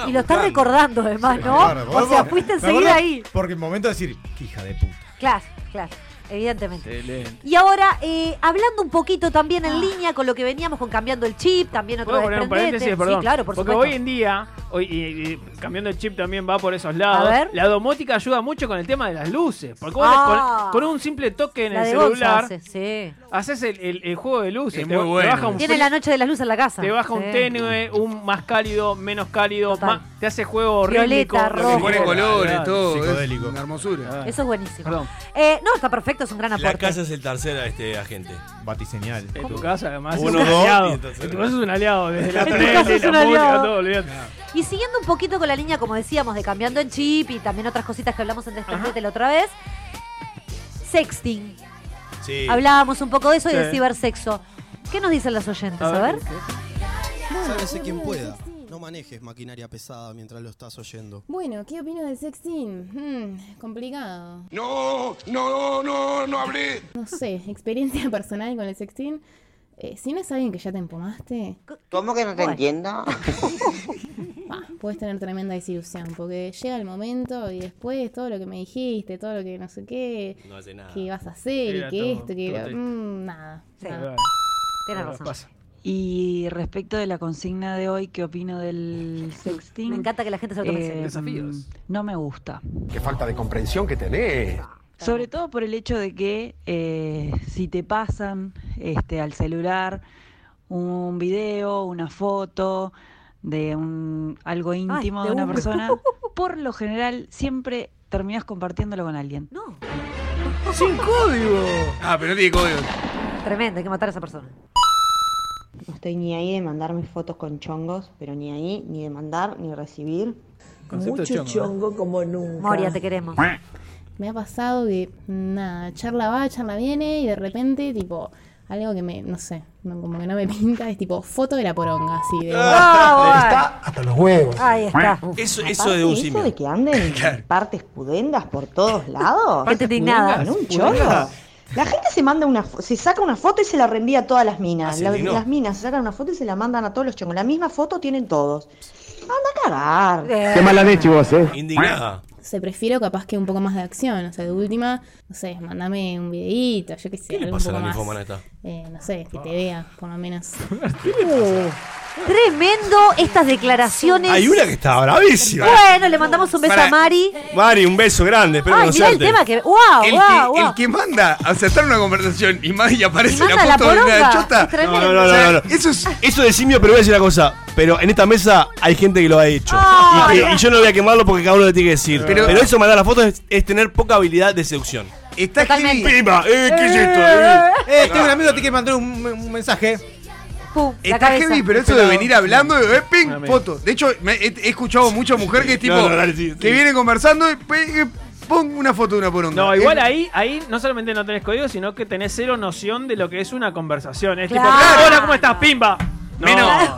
Speaker 3: Y lo estás recordando además, ¿no?
Speaker 5: Me acuerdo,
Speaker 3: O sea,
Speaker 5: me
Speaker 3: fuiste
Speaker 5: acuerdo
Speaker 3: enseguida ahí.
Speaker 5: Porque el momento de decir, qué hija de puta.
Speaker 3: Claro, claro, evidentemente. Y ahora, eh, hablando un poquito también en línea con lo que veníamos con cambiando el chip, también otro
Speaker 4: Ah. ¿Puedo poner un
Speaker 3: desprendete.
Speaker 4: paréntesis? Perdón.
Speaker 3: Sí, claro, por
Speaker 4: Porque
Speaker 3: supuesto.
Speaker 4: hoy en día, hoy, y, y cambiando el chip también va por esos lados,
Speaker 3: A ver.
Speaker 4: la domótica ayuda mucho con el tema de las luces. Porque vos
Speaker 3: Ah.
Speaker 4: con, con un simple toque en
Speaker 3: la
Speaker 4: el
Speaker 3: de Gonza
Speaker 4: celular,
Speaker 3: hace, sí.
Speaker 4: haces el, el- el juego de luces.
Speaker 2: Es
Speaker 4: te,
Speaker 2: muy
Speaker 4: te
Speaker 2: bueno.
Speaker 4: baja un
Speaker 3: Tiene la noche de las luces en la casa.
Speaker 4: te baja un
Speaker 3: Sí.
Speaker 4: tenue, un más cálido, menos cálido, más-
Speaker 3: Total.
Speaker 4: te hace juego
Speaker 3: Violeta,
Speaker 4: rítmico, lo que
Speaker 2: Se
Speaker 3: rojo.
Speaker 4: quieras.
Speaker 2: pone colores,
Speaker 4: Claro.
Speaker 2: todo. Es
Speaker 5: Psicodélico.
Speaker 2: una hermosura.
Speaker 3: Eso es buenísimo.
Speaker 4: Perdón.
Speaker 3: Eh, no, está perfecto, es un gran
Speaker 6: La
Speaker 3: aporte.
Speaker 6: casa es el tercer este, agente.
Speaker 5: Batiseñal.
Speaker 4: En tu casa, además,
Speaker 6: Uno,
Speaker 4: es un
Speaker 6: dos,
Speaker 4: aliado.
Speaker 6: y entonces-
Speaker 4: En tu casa es un aliado. Desde la
Speaker 3: En tu
Speaker 4: tele,
Speaker 3: casa es
Speaker 4: la
Speaker 3: un
Speaker 4: música,
Speaker 3: aliado.
Speaker 4: todo, olvidate.
Speaker 3: Y siguiendo un poquito con la línea, como decíamos, de cambiando en chip y también otras cositas que hablamos en Desprendete la otra vez. Sexting.
Speaker 6: Sí.
Speaker 3: Hablábamos un poco de eso y de
Speaker 4: Sí.
Speaker 3: cibersexo. ¿Qué nos dicen las oyentes? A ver.
Speaker 7: Sálvese quien pueda. No manejes maquinaria pesada mientras lo estás oyendo.
Speaker 17: Bueno, ¿qué opino del sexting? Hmm, complicado.
Speaker 27: No, no, no, no hablé.
Speaker 17: No sé, experiencia personal con el sexting. Eh, si no es alguien que ya te empomaste,
Speaker 25: ¿Cómo que no te
Speaker 3: Bueno.
Speaker 25: entiendo?
Speaker 17: bah, puedes tener tremenda desilusión, porque llega el momento y después todo lo que me dijiste, todo lo que no sé qué,
Speaker 6: No hace nada.
Speaker 17: que ibas a hacer
Speaker 4: Era
Speaker 17: y que
Speaker 4: todo-
Speaker 17: esto, que
Speaker 4: todo
Speaker 17: lo-
Speaker 4: triste.
Speaker 17: mm, nada.
Speaker 3: Sí.
Speaker 17: nada.
Speaker 3: Tienes
Speaker 4: Pero
Speaker 3: razón.
Speaker 4: pasa.
Speaker 24: Y respecto de la consigna de hoy, ¿qué opino del sexting? Eh,
Speaker 3: Me encanta que la gente se lo tome en serio.
Speaker 4: Desafíos.
Speaker 24: No me gusta.
Speaker 27: Qué falta de comprensión que tenés.
Speaker 24: Sobre todo por el hecho de que eh, si te pasan este, al celular un video, una foto de un, algo íntimo
Speaker 3: de
Speaker 24: de una
Speaker 3: una.
Speaker 24: persona, por lo general siempre terminas compartiéndolo con alguien.
Speaker 3: No,
Speaker 4: Sin código.
Speaker 2: Ah, pero no tiene código.
Speaker 3: tremendo, hay que matar a esa persona.
Speaker 28: No estoy ni ahí de mandarme fotos con chongos, pero ni ahí, ni de mandar, ni recibir.
Speaker 4: Concepto chongo.
Speaker 28: como nunca.
Speaker 3: Moria, te queremos.
Speaker 17: me ha pasado que, nada, charla va, charla viene y de repente, tipo, algo que me, no sé, no- como que no me pinta, es tipo foto de la poronga, así de...
Speaker 1: Ah,
Speaker 17: hasta los huevos. Ahí está.
Speaker 6: Eso,
Speaker 17: eso
Speaker 6: de un
Speaker 28: Eso
Speaker 6: simio.
Speaker 28: de que anden partes pudendas por todos lados.
Speaker 3: Gente indignada.
Speaker 28: En un
Speaker 3: Pudendas.
Speaker 28: chorro. La gente se manda una fo- se saca una foto y se la reenvía a todas las minas.
Speaker 6: se
Speaker 28: La-
Speaker 6: indignó.
Speaker 28: las minas se sacan una foto y se la mandan a todos los chongos. La misma foto tienen todos. Anda a cagar.
Speaker 10: leche vos, eh.
Speaker 6: Indignada.
Speaker 17: Se prefiero capaz que un poco más de acción, o sea, de última, no sé, mandame un videíto, yo qué sé,
Speaker 6: ¿Qué le
Speaker 17: algo
Speaker 6: pasa a
Speaker 17: un
Speaker 6: la
Speaker 17: poco más,
Speaker 6: ninfómana esta?
Speaker 17: eh, no sé, que te vea, por lo menos.
Speaker 3: Tremendo estas declaraciones.
Speaker 6: Hay una que está bravísima.
Speaker 3: Bueno, le mandamos un beso
Speaker 6: Para-
Speaker 3: a Mari.
Speaker 6: Mari, un beso grande. Espero
Speaker 3: Ay, mirá el
Speaker 6: conocerte.
Speaker 3: tema que. Ah, ¡Wow!
Speaker 2: El, que,
Speaker 3: ¡Wow!
Speaker 2: el
Speaker 3: wow.
Speaker 2: que manda a aceptar una conversación y, más, y aparece
Speaker 3: Y
Speaker 2: la
Speaker 3: manda la
Speaker 2: foto de una
Speaker 3: poronga.
Speaker 2: chota.
Speaker 3: Es tremendo.
Speaker 6: No, no,
Speaker 2: O
Speaker 6: no,
Speaker 2: sea,
Speaker 6: no, no.
Speaker 2: Eso es
Speaker 6: Eso de simio, pero voy a decir una cosa. Pero en esta mesa hay gente que lo ha hecho.
Speaker 3: Ah,
Speaker 6: y, que-
Speaker 3: mirá.
Speaker 6: y yo no voy a quemarlo porque cada uno lo tiene que decir. Pero,
Speaker 2: Pero-
Speaker 6: eso, mandar las fotos, es, es tener poca habilidad de seducción.
Speaker 2: Está
Speaker 6: heavy. Pima, eh, ¿qué es esto?
Speaker 5: Eh, tengo un amigo que te quiere mandar un, un mensaje.
Speaker 3: Pum,
Speaker 5: la
Speaker 2: Está
Speaker 5: cabeza.
Speaker 2: heavy, pero eso de
Speaker 5: Pelado.
Speaker 2: venir hablando, de eh, ping,
Speaker 5: Mami.
Speaker 2: foto. De hecho, me- he, he escuchado mucha mujer que es tipo,
Speaker 6: No, no, dale, sí, sí.
Speaker 2: que viene conversando y pe- eh, pon una foto de una poronga.
Speaker 4: No, igual
Speaker 2: Eh,
Speaker 4: ahí, ahí no solamente no tenés código, sino que tenés cero noción de lo que es una conversación. Es tipo, "Ah,
Speaker 3: Claro.
Speaker 4: hola, ¿cómo estás? ¡Pimba! No.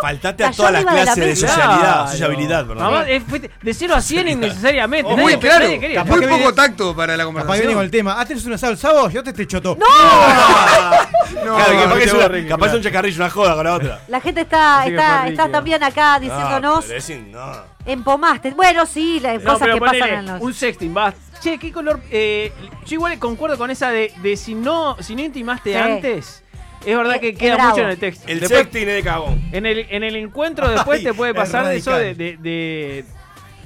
Speaker 6: faltate
Speaker 2: Ah,
Speaker 4: a todas las
Speaker 6: clases de socialidad,
Speaker 4: Claro.
Speaker 6: sociabilidad, perdón.
Speaker 4: Mamá, eh, fuiste de 0 a 100 innecesariamente.
Speaker 5: O
Speaker 4: Nadie-
Speaker 5: muy
Speaker 4: nadie
Speaker 5: claro,
Speaker 4: quería.
Speaker 5: capaz Muy que viene- poco
Speaker 2: tacto para la
Speaker 5: Papá viene con el tema. Ah, tenés una sal, sábado, yo te te choto. ¡No!
Speaker 6: Claro, capaz que es una-
Speaker 5: borren,
Speaker 6: capaz es un chacarrillo, una joda con la otra.
Speaker 3: La gente está,
Speaker 6: Así que
Speaker 3: está,
Speaker 6: fue
Speaker 3: está
Speaker 6: rígido.
Speaker 3: también acá
Speaker 6: No,
Speaker 3: diciéndonos.
Speaker 6: pero es in- no.
Speaker 3: Empomaste. Bueno, sí, las
Speaker 4: No,
Speaker 3: cosas
Speaker 4: pero
Speaker 3: que
Speaker 4: ponele,
Speaker 3: pasan en los.
Speaker 4: un sexting, vas. Che, ¿qué color? Eh, yo igual concuerdo con esa de, de si no si no intimaste
Speaker 3: Sí. Eh,
Speaker 4: antes, es verdad que
Speaker 3: es
Speaker 4: queda
Speaker 3: bravo.
Speaker 4: mucho en el texto.
Speaker 6: El
Speaker 4: Después-
Speaker 6: sexting es de cagón.
Speaker 4: En el, en el encuentro después
Speaker 6: Ay,
Speaker 4: te puede
Speaker 6: es
Speaker 4: pasar de eso de,
Speaker 6: radical.
Speaker 4: de, de-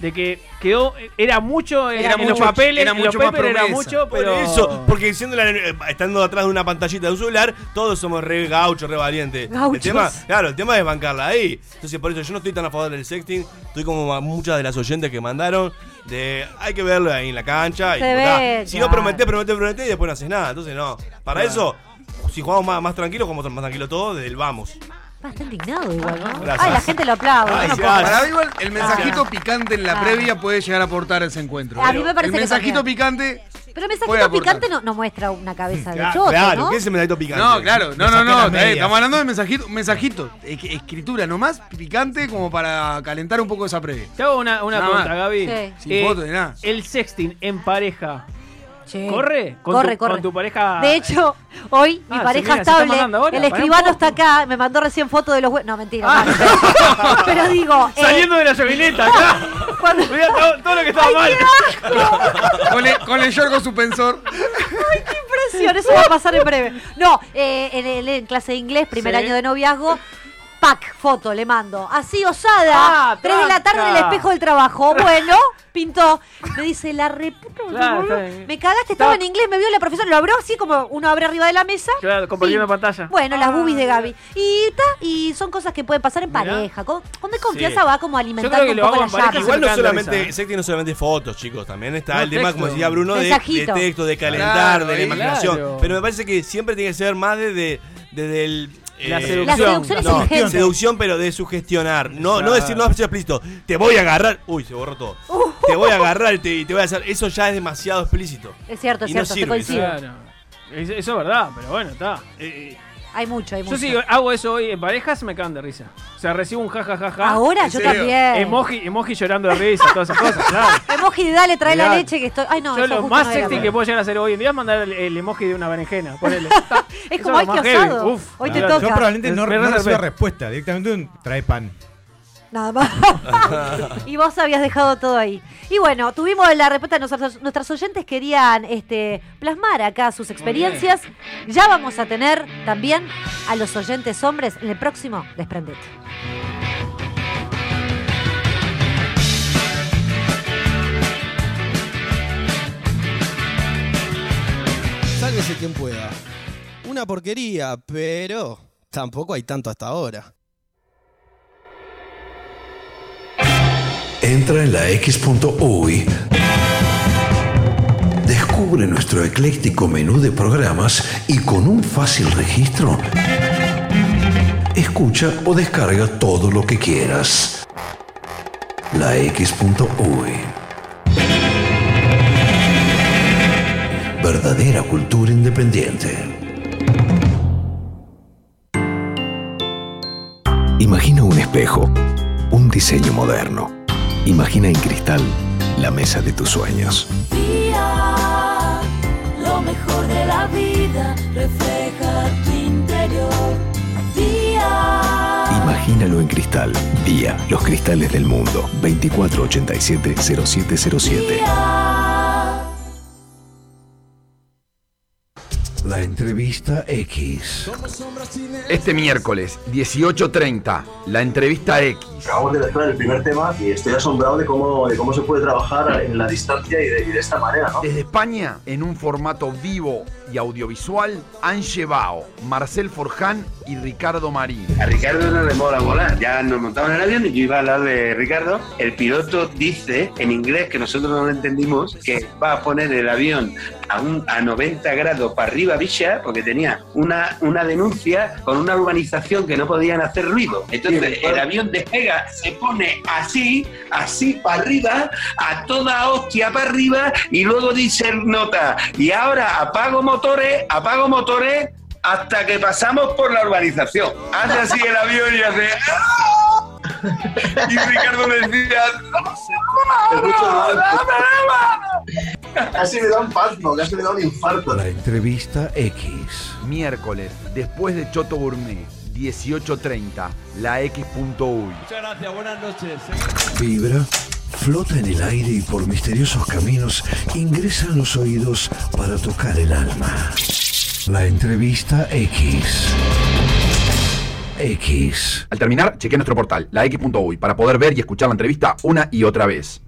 Speaker 4: de que quedó, era mucho en,
Speaker 6: Era
Speaker 4: en los
Speaker 6: mucho,
Speaker 4: papeles,
Speaker 6: era
Speaker 4: en
Speaker 6: mucho
Speaker 4: los
Speaker 6: más
Speaker 4: papers era
Speaker 6: promesa.
Speaker 4: mucho,
Speaker 6: Por
Speaker 4: pero...
Speaker 6: eso, porque siendo la- eh, estando atrás de una pantallita de un celular, todos somos re gauchos, re valientes. El
Speaker 4: Gauchos.
Speaker 6: tema, claro, el tema es bancarla ahí. Entonces, por eso yo no estoy tan a favor del sexting, estoy como a muchas de las oyentes que mandaron, de hay que verlo ahí en la cancha. Y
Speaker 3: Se
Speaker 6: como, ta,
Speaker 3: ve,
Speaker 6: si
Speaker 3: claro.
Speaker 6: no prometés, prometés, prometés y después no haces nada. Entonces, no. Para
Speaker 4: Claro.
Speaker 6: eso, si jugamos más, más tranquilos, jugamos más tranquilos todos, desde el vamos.
Speaker 3: Ah, está indignado igual, ¿no?
Speaker 6: Gracias.
Speaker 3: Ay, la gente lo aplaude.
Speaker 6: Ay,
Speaker 3: yo Ah, no puedo
Speaker 6: gracias.
Speaker 3: creer.
Speaker 2: ah, Para mí igual, el mensajito
Speaker 3: Ah.
Speaker 2: picante en la
Speaker 3: Ah.
Speaker 2: previa puede llegar a aportar a ese encuentro.
Speaker 3: A mí me parece
Speaker 2: El
Speaker 3: que
Speaker 2: mensajito
Speaker 3: también.
Speaker 2: picante.
Speaker 3: Pero el
Speaker 2: Puede
Speaker 3: mensajito
Speaker 2: aportar.
Speaker 3: picante no, no muestra una cabeza de
Speaker 2: Claro,
Speaker 3: choto,
Speaker 2: claro,
Speaker 3: ¿no?
Speaker 2: ¿qué
Speaker 6: Ese menadito picante.
Speaker 2: No, claro, no,
Speaker 6: Me
Speaker 2: no,
Speaker 6: saqué
Speaker 2: no.
Speaker 6: las
Speaker 2: eh,
Speaker 6: medias.
Speaker 2: Estamos hablando de mensajito, mensajito, eh, que- escritura nomás, picante, como para calentar un poco esa previa.
Speaker 4: Te hago una, una
Speaker 2: Nada
Speaker 4: pregunta,
Speaker 2: más.
Speaker 4: Gaby. Eh,
Speaker 2: Sí. Sin foto ni nada.
Speaker 4: El sexting eh, en pareja.
Speaker 3: Sí.
Speaker 4: ¿Corre? Con
Speaker 3: corre,
Speaker 4: tu,
Speaker 3: corre.
Speaker 4: Con tu pareja.
Speaker 3: De hecho, hoy
Speaker 4: Ah,
Speaker 3: mi
Speaker 4: Silvina,
Speaker 3: pareja
Speaker 4: se está
Speaker 3: estable,
Speaker 4: mandando ahora,
Speaker 3: el
Speaker 4: pará un
Speaker 3: escribano
Speaker 4: poco.
Speaker 3: está acá, me mandó recién foto de los huevos. No, mentira. no. Pero digo. eh,
Speaker 4: Saliendo de la llovineta, acá. Mirá todo, todo lo que estaba
Speaker 3: Ay,
Speaker 4: mal.
Speaker 3: qué
Speaker 2: Con el, con el short con suspensor.
Speaker 3: impresión, eso va a pasar en breve. No, eh, en, el- en clase de inglés, primer
Speaker 2: Sí.
Speaker 3: año de noviazgo, pack, foto, le mando. Así osada,
Speaker 4: Ah,
Speaker 3: 3 de la
Speaker 4: tranca.
Speaker 3: tarde en el espejo del trabajo. Bueno, pintó. Me dice, la reputa,
Speaker 4: Claro,
Speaker 3: boludo.
Speaker 4: está bien.
Speaker 3: me cagaste, estaba en inglés, me vio la profesora, lo abrió así como uno abre arriba de la mesa.
Speaker 4: Claro, compartiendo
Speaker 3: Fin.
Speaker 4: pantalla. Ah,
Speaker 3: Bueno, las boobies de Gaby. Y, ta, y son cosas que pueden pasar en pareja. Con- Cuando hay confianza
Speaker 6: Sí.
Speaker 3: va como alimentando un
Speaker 4: lo
Speaker 3: poco
Speaker 4: hago
Speaker 3: la
Speaker 4: en pareja,
Speaker 3: llama.
Speaker 6: Igual no
Speaker 4: Acercando
Speaker 6: solamente,
Speaker 4: esa.
Speaker 6: sexting no solamente fotos, chicos, también está
Speaker 4: No,
Speaker 6: el tema,
Speaker 4: texto.
Speaker 6: como decía Bruno, de, de
Speaker 3: Mensajito.
Speaker 6: texto, de calentar,
Speaker 4: Claro,
Speaker 6: de la
Speaker 4: ahí,
Speaker 6: imaginación.
Speaker 4: claro.
Speaker 6: Pero me parece que siempre tiene que ser más desde, desde el...
Speaker 4: La
Speaker 6: eh,
Speaker 4: seducción. La seducción es
Speaker 6: no,
Speaker 4: inteligente.
Speaker 6: seducción, pero de sugestionar. No, no
Speaker 4: Claro.
Speaker 6: decir, no, sea explícito. Te voy a agarrar. Uy, se borró todo.
Speaker 3: Uh.
Speaker 6: Te voy a agarrar y te, y te voy a hacer. Eso ya es demasiado explícito.
Speaker 3: Es cierto, es
Speaker 6: Y no
Speaker 3: cierto, te
Speaker 6: sirve,
Speaker 3: coincido.
Speaker 4: Claro. Es- Eso es verdad, pero bueno, está. Eh, eh,
Speaker 3: Hay mucho, hay mucho.
Speaker 4: Yo si hago eso hoy en parejas me cagan de risa. O sea, recibo un jajajaja.
Speaker 3: Ahora yo también.
Speaker 4: Emoji, emoji llorando de risa, todas esas cosas, claro.
Speaker 3: Emoji de dale, trae la
Speaker 4: Mirá.
Speaker 3: leche que estoy. Ay, no,
Speaker 4: yo
Speaker 3: eso
Speaker 4: lo
Speaker 3: justo
Speaker 4: más
Speaker 3: no era,
Speaker 4: sexy
Speaker 3: pero-
Speaker 4: que puedo llegar a hacer hoy en día es mandar el, el emoji de una berenjena. Ponele. Ta,
Speaker 3: Es
Speaker 4: eso
Speaker 3: como, ay,
Speaker 4: lo más
Speaker 3: qué
Speaker 4: heavy.
Speaker 3: osado.
Speaker 4: Uf,
Speaker 3: Hoy te
Speaker 5: Claro,
Speaker 3: toca.
Speaker 5: Yo probablemente no,
Speaker 4: Me
Speaker 5: no reciba
Speaker 4: respeto.
Speaker 5: respuesta. Directamente un trae pan.
Speaker 3: Nada más. y vos habías dejado todo ahí. Y bueno, tuvimos la respuesta. Nuestros, nuestras oyentes querían este, plasmar acá sus experiencias. Ya vamos a tener también a los oyentes hombres en el próximo Desprendete.
Speaker 7: Sálvese quien pueda. Una porquería, pero tampoco hay tanto hasta ahora.
Speaker 13: Entra en la X.UI. Descubre nuestro ecléctico menú de programas y con un fácil registro, escucha o descarga todo lo que quieras. La X.UI. verdadera cultura independiente.
Speaker 10: Imagina un espejo, un diseño moderno. Imagina en cristal la mesa de tus sueños.
Speaker 1: Día, lo mejor de la vida refleja tu interior. Día,
Speaker 10: Imagínalo en cristal. Día, los cristales del mundo. 2487-0707.
Speaker 13: La entrevista X.
Speaker 29: Este miércoles, 18.30, la entrevista X.
Speaker 6: Acabamos de lanzar el primer tema y estoy asombrado de cómo, de cómo se puede trabajar en la distancia y de, y de esta manera, ¿no?
Speaker 29: Desde España, en un formato vivo y audiovisual, han llevado Marcel Forján y Ricardo Marín.
Speaker 2: A Ricardo no le mola volar. Ya nos montamos en el avión y yo iba al lado de Ricardo. El piloto dice en inglés que nosotros no lo entendimos que va a poner el avión a, un, a 90 grados para arriba Villa porque tenía una, una denuncia con una urbanización que no podían hacer ruido. Entonces el avión despega, se pone así, así para arriba, a toda hostia para arriba y luego dice el nota. Y ahora apago motores, apago motores hasta que pasamos por la urbanización. Hace así el avión y hace... ¡ah! Y Ricardo me decía, "No se mueva, no se mueva".
Speaker 6: Casi me da un pasmo, casi me da un infarto.
Speaker 13: La entrevista X.
Speaker 29: Miércoles, después de Choto Gourmet, 18.30, la X.uy.
Speaker 1: Muchas gracias, buenas noches.
Speaker 13: Vibra, flota en el aire y por misteriosos caminos ingresa a los oídos para tocar el alma. La entrevista X. X.
Speaker 29: Al terminar, chequeé nuestro portal, la X.uy, para poder ver y escuchar la entrevista una y otra vez.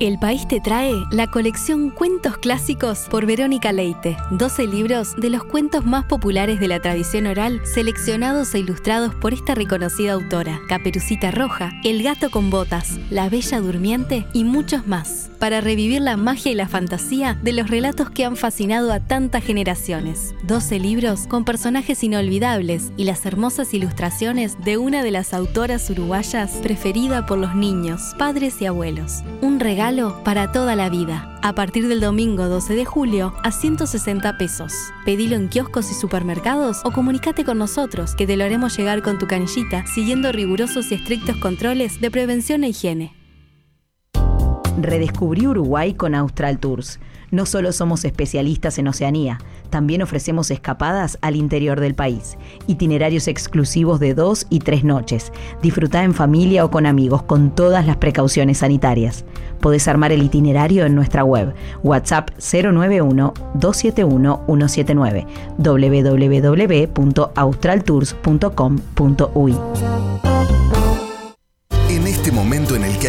Speaker 12: El país te trae la colección Cuentos Clásicos por Verónica Leite. 12 libros de los cuentos más populares de la tradición oral, seleccionados e ilustrados por esta reconocida autora. Caperucita Roja, El Gato con Botas, La Bella Durmiente y muchos más. Para revivir la magia y la fantasía de los relatos que han fascinado a tantas generaciones. 12 libros con personajes inolvidables y las hermosas ilustraciones de una de las autoras uruguayas preferida por los niños, padres y abuelos. Un regalo regalo para toda la vida. A partir del domingo 12 de julio a 160 pesos. Pedilo en kioscos y supermercados o comunícate con nosotros que te lo haremos llegar con tu canillita siguiendo rigurosos y estrictos controles de prevención e higiene.
Speaker 23: Redescubrí Uruguay con Austral Tours. No solo somos especialistas en Oceanía, también ofrecemos escapadas al interior del país, itinerarios exclusivos de dos y tres noches. Disfrutá en familia o con amigos con todas las precauciones sanitarias. Podés armar el itinerario en nuestra web, WhatsApp 091-271-179, www.australtours.com.uy.
Speaker 18: En este momento en el que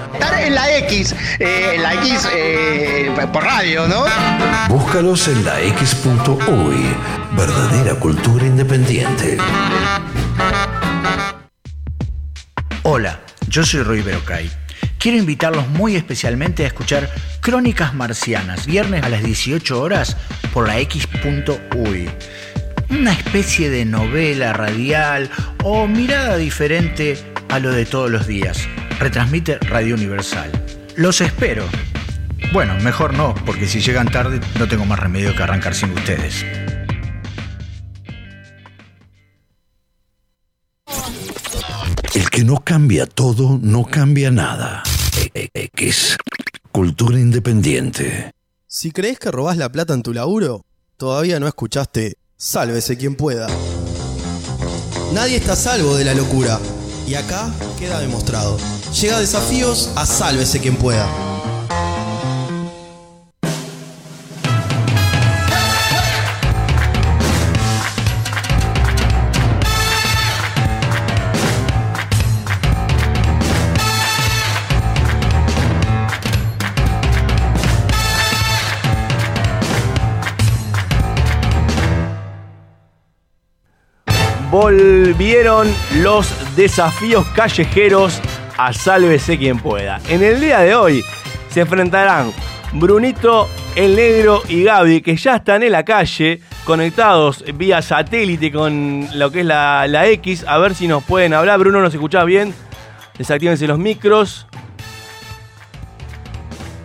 Speaker 5: Estar en la X, eh, en la X eh, por radio, ¿no?
Speaker 13: Búscalos en la X.uy. Verdadera cultura independiente.
Speaker 14: Hola, yo soy Roy Berocay. Quiero invitarlos muy especialmente a escuchar Crónicas Marcianas, viernes a las 18 horas por la X.uy. Una especie de novela radial o mirada diferente a lo de todos los días. Retransmite Radio Universal. Los espero. Bueno, mejor no, porque si llegan tarde no tengo más remedio que arrancar sin ustedes.
Speaker 13: El que no cambia todo, no cambia nada. E- e- X. Cultura independiente.
Speaker 7: Si crees que robás la plata en tu laburo, Todavía no escuchaste Sálvese quien pueda. Nadie está a salvo de la locura. Y acá queda demostrado. Llega desafíos a Sálvese quien pueda.
Speaker 6: Volvieron los desafíos callejeros a Sálvese quien pueda. En el día de hoy se enfrentarán Brunito, el negro y Gaby, que ya están en la calle, conectados vía satélite con lo que es la, la X. A ver si nos pueden hablar. Bruno, ¿nos escuchás bien? Desactívense los micros.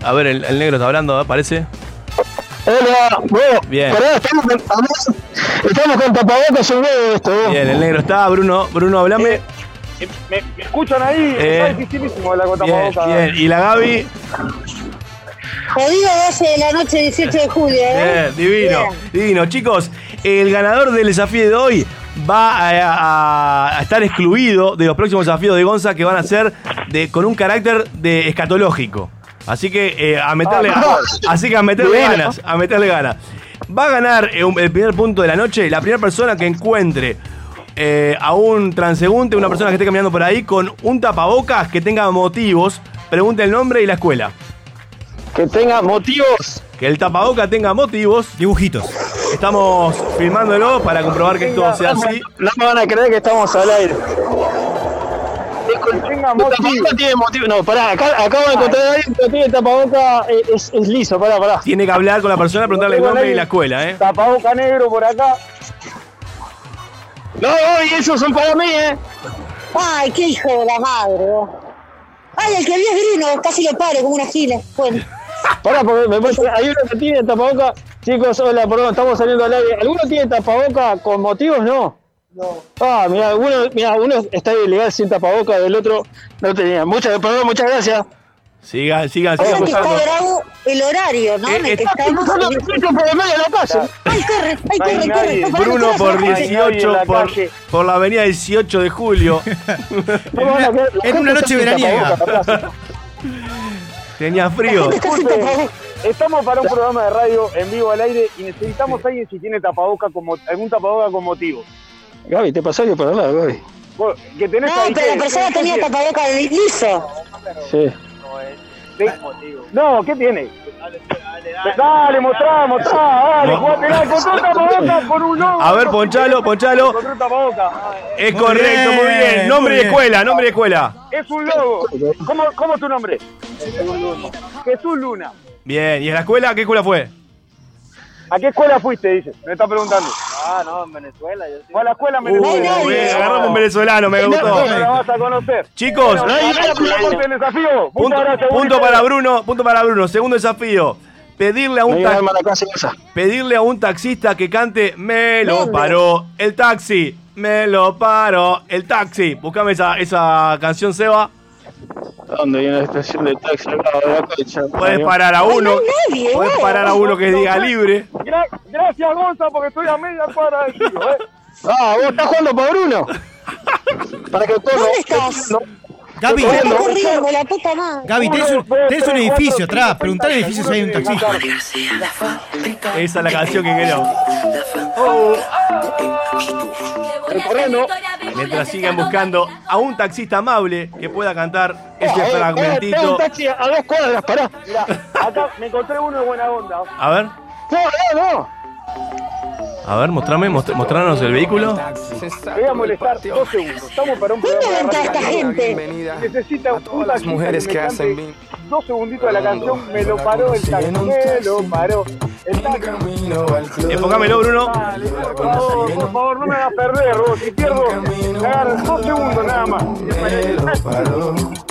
Speaker 6: A ver, el, el negro está hablando, ¿eh? parece.
Speaker 4: Hola, bueno,
Speaker 6: Bien.
Speaker 4: pará, estamos, con- además, estamos con tapabocas en medio de esto. ¿eh?
Speaker 6: Bien, el negro está. Bruno, Bruno, hablame.
Speaker 1: Me, me escuchan ahí,
Speaker 6: Eh,
Speaker 1: está dificilísimo hablar con
Speaker 6: Bien,
Speaker 1: tapabocas.
Speaker 6: bien. ¿Y la Gaby?
Speaker 3: Jodido 12 de la noche, 18 de julio, ¿eh?
Speaker 6: Bien, divino, divino. Chicos, el ganador del desafío de hoy va a, a- a estar excluido de los próximos desafíos de Gonza que van a ser de, con un carácter de escatológico. Así que eh, a meterle,
Speaker 1: Ah, no.
Speaker 6: así que a meterle
Speaker 1: Bueno.
Speaker 6: ganas, a meterle ganas. Va a ganar eh, un- el primer punto de la noche la primera persona que encuentre eh, a un transeúnte, una persona que esté caminando por ahí con un tapabocas que tenga motivos. Pregunta el nombre y la escuela.
Speaker 1: Que tenga motivos.
Speaker 6: Que el tapaboca tenga motivos.
Speaker 30: Dibujitos.
Speaker 6: Estamos filmándolo para comprobar que esto sea así.
Speaker 1: No me van a creer que estamos al aire. Tenga motivos.
Speaker 4: No tiene motivo, no, pará, acá, acabo de encontrar a alguien que no tiene tapaboca, eh, es, es liso, pará, pará.
Speaker 6: Tiene que hablar con la persona, preguntarle el
Speaker 4: Tengo
Speaker 6: nombre
Speaker 4: nadie.
Speaker 6: y la escuela, ¿eh?
Speaker 1: Tapaboca negro por acá.
Speaker 4: No, no, y esos son para mí, eh.
Speaker 3: Ay, qué hijo de la madre, vos. Ay, el que vi es grino, casi lo paro como una gila. Bueno.
Speaker 4: Pará, porque me muestra- hay uno que tiene tapaboca. Chicos, hola, perdón, estamos saliendo al aire. ¿Alguno tiene tapaboca con motivos? No. No. Ah, mira, uno, mirá, uno está ilegal sin tapaboca, del otro no tenía. Muchas, perdón, muchas gracias.
Speaker 6: Sigan, sigan,
Speaker 3: Pasa
Speaker 6: sigan
Speaker 3: que está
Speaker 6: buscando.
Speaker 3: bravo el horario, ¿no?
Speaker 6: Eh,
Speaker 3: En el que
Speaker 6: está
Speaker 3: estamos.
Speaker 4: cruzando el puente por el medio de la calle.
Speaker 3: Ay, corre, ay,
Speaker 4: No hay
Speaker 3: corre, corre.
Speaker 4: nadie.
Speaker 3: está parando
Speaker 6: Bruno
Speaker 3: todas
Speaker 6: por
Speaker 3: las calles.
Speaker 6: 18, por,
Speaker 3: calle.
Speaker 6: por la avenida 18 de julio.
Speaker 4: En una noche veraniega.
Speaker 6: Tenía frío.
Speaker 1: Disculpe, Estamos para un programa de radio en vivo al aire y necesitamos a alguien si tiene tapaboca con mo- algún tapaboca con motivo.
Speaker 4: Gaby, te pasó algo para hablar, Gaby.
Speaker 1: Vos, Que tenés
Speaker 3: No,
Speaker 1: ahí
Speaker 3: pero
Speaker 1: que-
Speaker 3: la persona
Speaker 1: ¿qué
Speaker 3: tenía
Speaker 1: tiene?
Speaker 3: tapaboca de liso.
Speaker 4: Sí.
Speaker 1: Sí. No, ¿qué tiene? Dale, mostrá, mostrá, dale,
Speaker 6: No.
Speaker 1: jugátela, encontró un tapaboca con un logo.
Speaker 6: A ver, ponchalo, ponchalo.
Speaker 1: Encontró un tapaboca.
Speaker 6: Es correcto, muy bien. Nombre de escuela, nombre de escuela.
Speaker 1: Es un logo. ¿Cómo, cómo es tu nombre? Jesús Luna.
Speaker 6: Bien, ¿y en la escuela? ¿Qué escuela fue?
Speaker 1: ¿A qué escuela fuiste? Dice, me está preguntando. Ah, no, en Venezuela. Yo a la escuela en
Speaker 6: Uh,
Speaker 1: Venezuela.
Speaker 6: muy bien, agarramos un venezolano, me
Speaker 1: No,
Speaker 6: gustó.
Speaker 1: no la vas a conocer.
Speaker 6: Chicos,
Speaker 1: Bueno, arrancamos el desafío.
Speaker 6: Punto,
Speaker 1: Muchas gracias,
Speaker 6: punto
Speaker 1: Ulises.
Speaker 6: para Bruno, punto para Bruno. Segundo desafío. Pedirle a un
Speaker 1: Me iba a
Speaker 6: tax-
Speaker 1: dar mala
Speaker 6: Pedirle a un taxista que cante Me lo paró el taxi. Me lo paró el taxi. Buscame esa, esa canción, Seba.
Speaker 1: ¿Dónde viene la estación de taxi?
Speaker 6: Puedes parar a uno.
Speaker 4: eh.
Speaker 1: eh.
Speaker 6: Puedes parar a uno que diga libre.
Speaker 1: Gra- gracias, Gonza, porque estoy a media cuadra del tío, ¿eh?
Speaker 4: Ah, vos estás jugando para Bruno. Para que todo.
Speaker 3: ¿Dónde estás?
Speaker 4: Gaby.
Speaker 3: Me está corriendo, la puta madre.
Speaker 30: Gaby, tenés un, tenés un edificio atrás. Preguntale al edificio si hay un taxista.
Speaker 6: Esa es la canción que queremos.
Speaker 1: Recorriendo.
Speaker 6: Mientras sigan buscando a un taxista amable que pueda cantar
Speaker 1: Ah,
Speaker 6: ese
Speaker 1: eh, eh,
Speaker 6: fragmentito.
Speaker 1: un
Speaker 4: taxi a dos cuadras, pará.
Speaker 1: Mirá, acá me encontré uno de buena onda.
Speaker 6: A ver,
Speaker 1: No, no, no.
Speaker 6: a ver, mostrame, mostr- mostrarnos el vehículo.
Speaker 1: Te voy a molestar dos segundos. Estamos para un programa de radio. Necesita un las
Speaker 5: mujeres que hacen
Speaker 1: Dos segunditos de la canción. Me lo paró el taxi. Me lo paró. El taxi.
Speaker 14: Eh,
Speaker 6: Enfócamelo, Bruno.
Speaker 1: Dale, por favor, por favor, no me hagas perder, vos. Si pierdo, me agarran dos segundos nada más.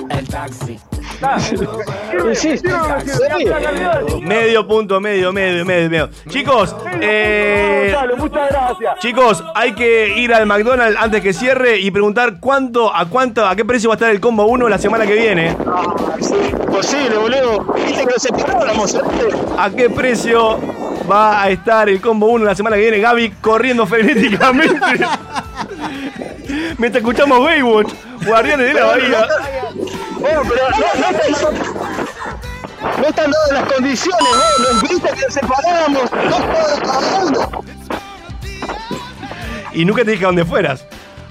Speaker 5: El taxi.
Speaker 1: Nada. Sirve, sirve, no sirve. Ya está cambiado.
Speaker 6: Medio punto, medio, medio, medio, medio. Chicos, eh,
Speaker 1: Gonzalo, muchas gracias.
Speaker 6: chicos, hay que ir al McDonald's antes que cierre y preguntar cuánto, a cuánto, a qué precio va a estar el combo 1 la semana que viene.
Speaker 4: Imposible, boludo. Viste que lo separó la mozarte.
Speaker 6: ¿A qué precio va a estar el combo 1 la semana que viene. Gaby corriendo frenéticamente. Mientras escuchamos Baywatch, Guardianes de la Bahía.
Speaker 1: Bueno, pero no, no están, no están dadas las condiciones, vos, nos viste que nos separáramos, no estaba trabajando.
Speaker 6: Y nunca te dije a dónde fueras.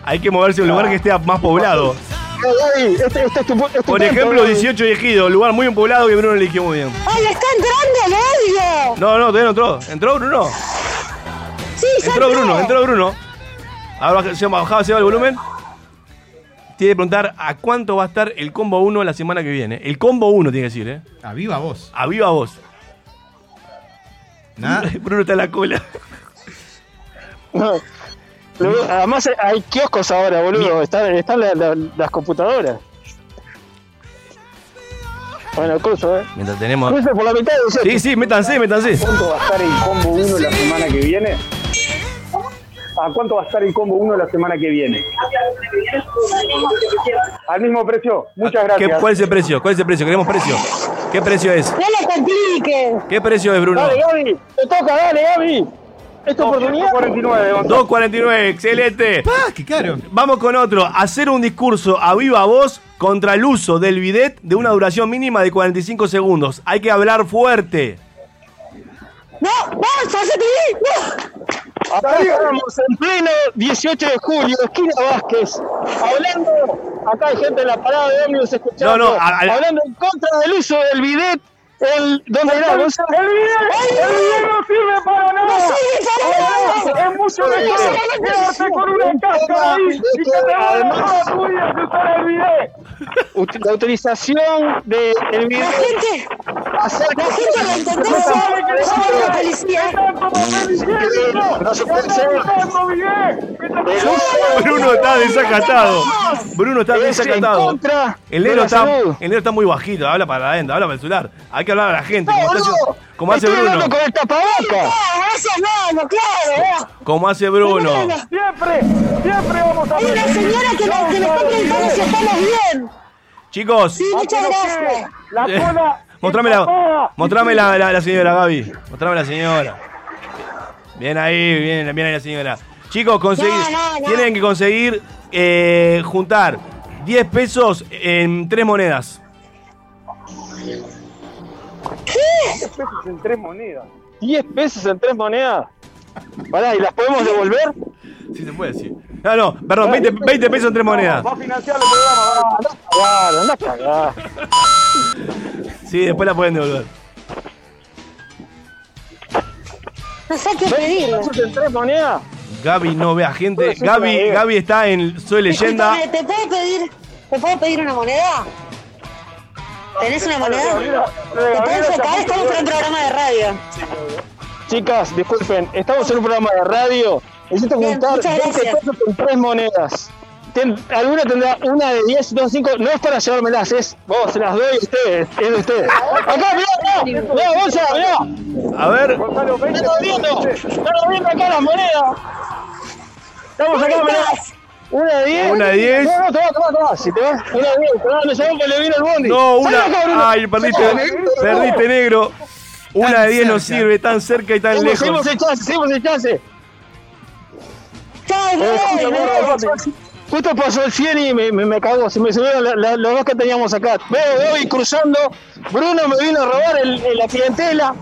Speaker 6: Hay que moverse a un lugar que esté más poblado.
Speaker 1: No, Gaby, este, este es tu, es tu
Speaker 6: Por
Speaker 1: campo,
Speaker 6: ejemplo,
Speaker 1: Gaby.
Speaker 6: 18 elegido, lugar muy poblado que Bruno eligió muy bien.
Speaker 3: ¡Ay, está entrando el odio!
Speaker 6: No, no, todavía no entró. ¿Entró Bruno?
Speaker 3: Sí, ya
Speaker 6: Entró Bruno, entró Bruno. Ahora baja- se bajaba, se va el volumen. Tiene que preguntar a cuánto va a estar el combo 1 la semana que viene. El combo 1 tiene que decir, ¿eh?
Speaker 31: A viva voz.
Speaker 6: A viva voz. Bruno está en la cola.
Speaker 1: No. Luego, Además hay kioscos ahora, boludo. Están, están la- la- las computadoras. Bueno, cruzo, eh.
Speaker 6: Mientras tenemos.
Speaker 1: Cruzo por la mitad de nosotros.
Speaker 6: Sí, sí, métanse, métanse.
Speaker 2: ¿Cuánto va a estar el combo 1 la semana que viene? ¿A cuánto va a estar el combo 1 la semana que viene? Al mismo precio. Muchas
Speaker 6: ¿Qué-
Speaker 2: gracias.
Speaker 6: ¿Cuál es el precio? ¿Cuál es el precio? Queremos precio. ¿Qué precio es?
Speaker 3: ¡No lo compliques!
Speaker 6: ¿Qué precio es, Bruno?
Speaker 1: Dale, Gaby. Te toca, dale, Gaby. Es tu oportunidad.
Speaker 6: 2.49, excelente.
Speaker 31: ¡Ah, qué caro!
Speaker 6: Vamos con otro. Hacer un discurso a viva voz contra el uso del bidet de una duración mínima de 45 segundos. Hay que hablar fuerte.
Speaker 3: ¡No! ¡Vamos, hacete bien! ¡No!
Speaker 1: Acá estamos en pleno 18 de julio, esquina Vázquez. Hablando, acá hay gente en la parada de ómnibus escuchando.
Speaker 6: No, no, a- a-
Speaker 1: hablando en contra del uso del bidet. El, ¿Dónde era?
Speaker 4: El bidet,
Speaker 1: Gonzalo?
Speaker 4: el bidet, el bidet no sirve para nada.
Speaker 1: No sirve para nada.
Speaker 4: Es mucho mejor quedarte con una cáscara ahí y que te va a dar la tuya si usas el bidet.
Speaker 1: Ut- La utilización del el bidet.
Speaker 4: La gente-
Speaker 1: acerca-
Speaker 4: la gente lo entendió, No sabe que le sabe la policía.
Speaker 1: No se puede ser. El uso-
Speaker 6: Bruno está desacatado. Bruno está
Speaker 1: Es en
Speaker 6: desacatado.
Speaker 1: contra
Speaker 6: El
Speaker 1: de
Speaker 6: negro,
Speaker 1: la
Speaker 6: está,
Speaker 1: salud.
Speaker 6: el negro está muy bajito, habla para adentro, habla para el celular. Hay que hablar a la gente,
Speaker 3: No,
Speaker 6: como, está
Speaker 3: boludo.
Speaker 6: haciendo- como hace
Speaker 1: Estoy
Speaker 6: Bruno.
Speaker 1: hablando con el tapabocas.
Speaker 3: ¡Ah, gracias, mano! ¡Claro!
Speaker 6: Como hace Bruno.
Speaker 3: ¡Siempre! ¡Siempre vamos a Hay una
Speaker 4: aprender.
Speaker 3: señora que, nos que me está preguntando si estamos bien.
Speaker 6: Chicos,
Speaker 3: Sí, muchas gracias.
Speaker 4: La
Speaker 6: Eh,
Speaker 4: cola.
Speaker 6: mostrame la, mostrame la, la- la señora, Gaby. Mostrame la señora. Bien ahí, bien, bien ahí la señora. Chicos, conseguir,
Speaker 4: No, no, no.
Speaker 6: tienen que conseguir eh, juntar 10 pesos en tres monedas.
Speaker 2: Tres pesos en tres monedas.
Speaker 1: 10 pesos en tres monedas. Pará, ¿y las podemos devolver?
Speaker 6: Sí, se puede decir. No, no, perdón, 20, 20 pesos en tres monedas.
Speaker 2: Va a financiar el programa. va.
Speaker 1: Claro, anda para acá.
Speaker 6: Sí, después la pueden devolver.
Speaker 3: No sé qué pedir.
Speaker 1: en tres monedas?
Speaker 6: Gaby no ve a gente.
Speaker 3: Pues sí,
Speaker 6: Gaby,
Speaker 1: eh.
Speaker 3: todavía.
Speaker 6: Gaby está en Soy Leyenda.
Speaker 3: Disculpame, ¿Te puedo pedir, te puedo pedir una moneda? ¿Tenés una moneda? ¿Te puedo enfocar? Estamos en un programa de radio.
Speaker 1: Chicas, disculpen, estamos en un programa de radio. Necesito
Speaker 3: Bien,
Speaker 1: juntar
Speaker 3: muchas
Speaker 1: 20
Speaker 3: gracias.
Speaker 1: pesos con tres monedas. Ten- alguna tendrá una de 10, dos, cinco. No es para llevármelas, es vos, se las doy a ustedes. Es de ustedes. Acá, mirá, mirá, mirá, bolsa, mirá.
Speaker 6: A ver,
Speaker 2: Gonzalo,
Speaker 1: Están
Speaker 2: 20
Speaker 1: abriendo, están abriendo acá las monedas. Estamos acá, mirá. Una de 10.
Speaker 6: Una de 10.
Speaker 1: No, no, tomá, tomá, tomá. Si te vas, una de 10. Tomá, no sabemos que le vino el bondi.
Speaker 6: No, una.
Speaker 1: Salí acá, Bruno.
Speaker 6: Ay, perdiste. eh.
Speaker 1: Salí acá, Bruno.
Speaker 6: Perdiste, negro. Una de 10 no sirve, tan cerca y tan
Speaker 1: Seguimos,
Speaker 6: lejos.
Speaker 1: seguimos el chance, seguimos el chance.
Speaker 3: Chao,
Speaker 1: Eh,
Speaker 3: Rey,
Speaker 1: justo,
Speaker 3: Rey.
Speaker 1: pasó- justo pasó el 100 y me, me, me cagó. Se me subieron la- la- los dos que teníamos acá. Veo, veo y cruzando. Bruno me vino a robar el, el- la clientela.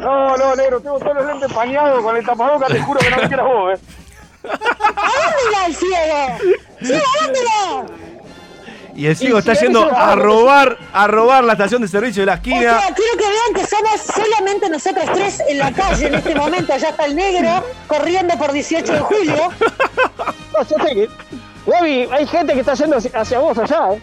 Speaker 2: No, no, negro, tengo todos los lentes pañados con el tapabocas, te juro que no me quieras vos, eh.
Speaker 3: ¿A dónde irá el ciego? ¡Ciego, a dónde irá?
Speaker 6: Y el ciego
Speaker 3: Y
Speaker 6: está
Speaker 3: si
Speaker 6: yendo
Speaker 3: eres un-
Speaker 6: a robar, a robar la estación de servicio de la
Speaker 3: O
Speaker 6: esquina.
Speaker 3: sea, quiero que vean que somos solamente nosotros tres en la calle en este momento. Allá está el negro corriendo por 18 de julio.
Speaker 1: No, yo sé que- Gaby, hay gente que está yendo hacia, hacia vos allá. ¿eh?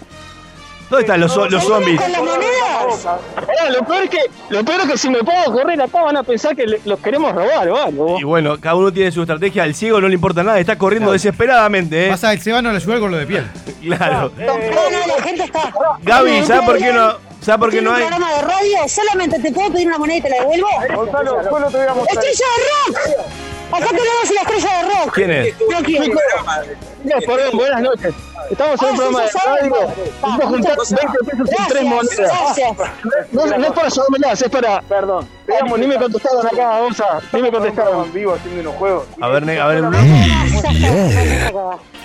Speaker 6: ¿Dónde están los, zo- los zombies?
Speaker 3: con las monedas?
Speaker 1: Pará, lo, peor es que, lo peor es que si me puedo correr acá van a pensar que le- los queremos robar, ¿vale?
Speaker 6: Y bueno, cada uno tiene su estrategia. Al ciego no le importa nada, está corriendo desesperadamente, ¿eh?
Speaker 31: Pasa el Sebano a ayudar con lo de piel.
Speaker 6: Claro.
Speaker 3: No, no, la gente está.
Speaker 6: Gaby, ¿sabes por qué no, ¿sabes por qué
Speaker 3: Tiene
Speaker 6: no
Speaker 3: un
Speaker 6: hay?
Speaker 3: programa de radio, solamente te puedo pedir una moneda y te la devuelvo.
Speaker 2: Gonzalo, solo te voy a mostrar.
Speaker 3: ¡Estrella de rock! Acá tenemos la estrella de rock.
Speaker 6: ¿Quién es?
Speaker 3: No quiero.
Speaker 1: Buenas noches. Estamos en
Speaker 9: Ah,
Speaker 1: un programa
Speaker 9: sí,
Speaker 1: de
Speaker 9: ya saben,
Speaker 1: radio.
Speaker 9: padre.
Speaker 1: Vamos a juntar
Speaker 9: Muchas
Speaker 1: 20
Speaker 9: gracias.
Speaker 1: pesos en tres monedas.
Speaker 9: Gracias.
Speaker 1: No, no es para ayudármelas, es para. Perdón. Digamos, ni me contestaron acá, Gonza. Ni me contestaron.
Speaker 8: vivo haciendo unos juegos.
Speaker 2: A ver, neg- a ver.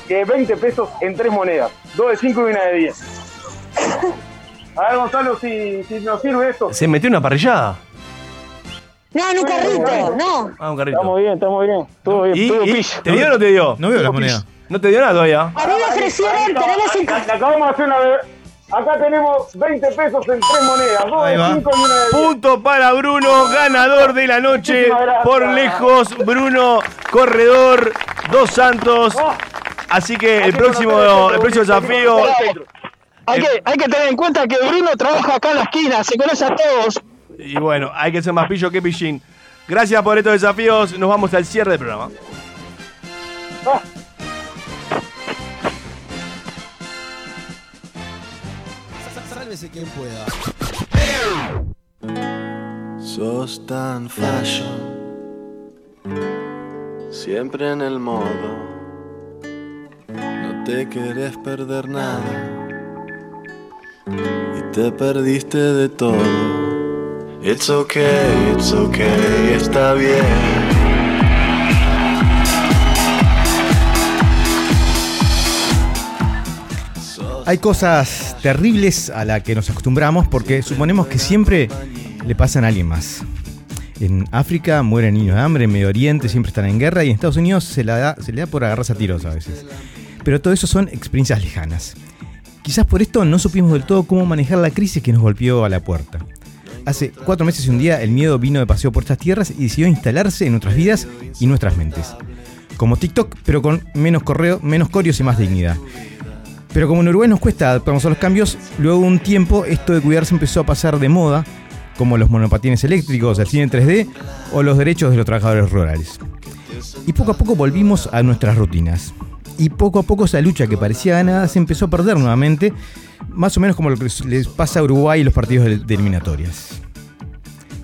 Speaker 8: Que 20 pesos en tres monedas. Dos de 5 y una de 10. A ver, Gonzalo, si, si nos sirve esto.
Speaker 2: Se metió una parrillada.
Speaker 15: No, en un carrito, no.
Speaker 2: Ah, un carrito.
Speaker 1: Estamos bien, estamos bien. Todo bien,
Speaker 2: ¿Y,
Speaker 1: todo
Speaker 2: y-
Speaker 1: pillo.
Speaker 2: ¿Te dio o no te dio?
Speaker 5: No veo las monedas.
Speaker 2: No te dio nada todavía.
Speaker 15: A mí me ofrecieron, tenemos un...
Speaker 8: Acabamos de hacer una. de- Acá tenemos 20 pesos en tres monedas. Dos
Speaker 2: Ahí
Speaker 8: de
Speaker 2: va.
Speaker 8: 5 y una de 10.
Speaker 2: Punto para Bruno, ganador de la noche.
Speaker 8: Muchísimas gracias.
Speaker 2: Por lejos, Bruno, corredor, dos santos. Así que el próximo, el próximo desafío.
Speaker 1: Hay que, hay que tener en cuenta que Bruno trabaja acá en la esquina, se conoce a todos.
Speaker 2: Y bueno, hay que ser más pillo que pillín. Gracias por estos desafíos. Nos vamos al cierre del programa.
Speaker 7: Sálvese quien pueda.
Speaker 4: Sos tan fashion, siempre en el modo. No te querés perder nada y te perdiste de todo. It's okay, it's okay, está bien.
Speaker 5: Hay cosas terribles a las que nos acostumbramos porque suponemos que siempre le pasan a alguien más. En África mueren niños de hambre, en Medio Oriente siempre están en guerra y en Estados Unidos se, la da- se le da por agarrarse a tiros a veces. Pero todo eso son experiencias lejanas. Quizás por esto no supimos del todo cómo manejar la crisis que nos golpeó a la puerta. Hace cuatro meses y un día el miedo vino de paseo por estas tierras y decidió instalarse en nuestras vidas y nuestras mentes. Como TikTok, pero con menos correo, menos corios y más dignidad. Pero como en Uruguay nos cuesta adaptarnos a los cambios, luego de un tiempo esto de cuidarse empezó a pasar de moda, como los monopatines eléctricos, el cine en 3D o los derechos de los trabajadores rurales. Y poco a poco volvimos a nuestras rutinas. Y poco a poco esa lucha que parecía ganada se empezó a perder nuevamente, más o menos como lo que les pasa a Uruguay y los partidos de de eliminatorias.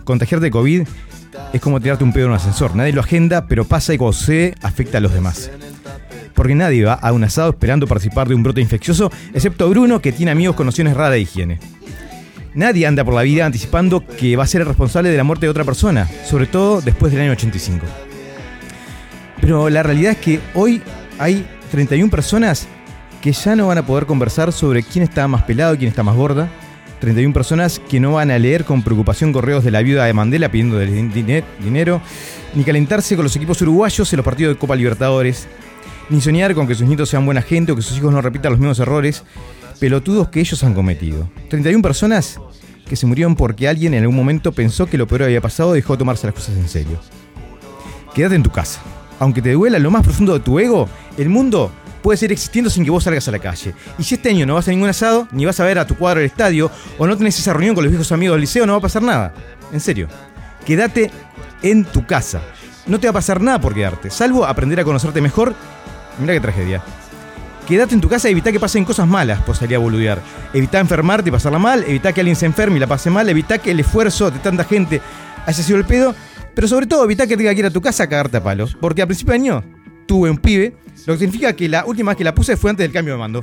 Speaker 5: Contagiarte de COVID es como tirarte un pedo en un ascensor. Nadie lo agenda, pero pasa y cuando sucede, afecta a los demás. Porque nadie va a un asado esperando participar de un brote infeccioso, excepto Bruno, que tiene amigos con nociones raras de higiene. Nadie anda por la vida anticipando que va a ser el responsable de la muerte de otra persona, sobre todo después del año 85. Pero la realidad es que hoy hay 31 personas que ya no van a poder conversar sobre quién está más pelado, quién está más gorda. 31 personas que no van a leer con preocupación correos de la viuda de Mandela pidiendo dinero, ni calentarse con los equipos uruguayos en los partidos de Copa Libertadores, ni soñar con que sus nietos sean buena gente o que sus hijos no repitan los mismos errores pelotudos que ellos han cometido. 31 personas que se murieron porque alguien en algún momento pensó que lo peor había pasado y dejó de tomarse las cosas en serio. Quédate en tu casa. Aunque te duela lo más profundo de tu ego, el mundo puede seguir existiendo sin que vos salgas a la calle. Y si este año no vas a ningún asado, ni vas a ver a tu cuadro del estadio, o no tenés esa reunión con los viejos amigos del liceo, no va a pasar nada. En serio. Quédate en tu casa. No te va a pasar nada por quedarte, salvo aprender a conocerte mejor. Mirá qué tragedia. Quédate en tu casa y evita que pasen cosas malas por salir a boludear. Evita enfermarte y pasarla mal, evita que alguien se enferme y la pase mal, evita que el esfuerzo de tanta gente haya sido el pedo, pero sobre todo evita que tenga que ir a tu casa a cagarte a palos, porque a principio de año tuve un pibe, lo que significa que la última vez que la puse fue antes del cambio de mando.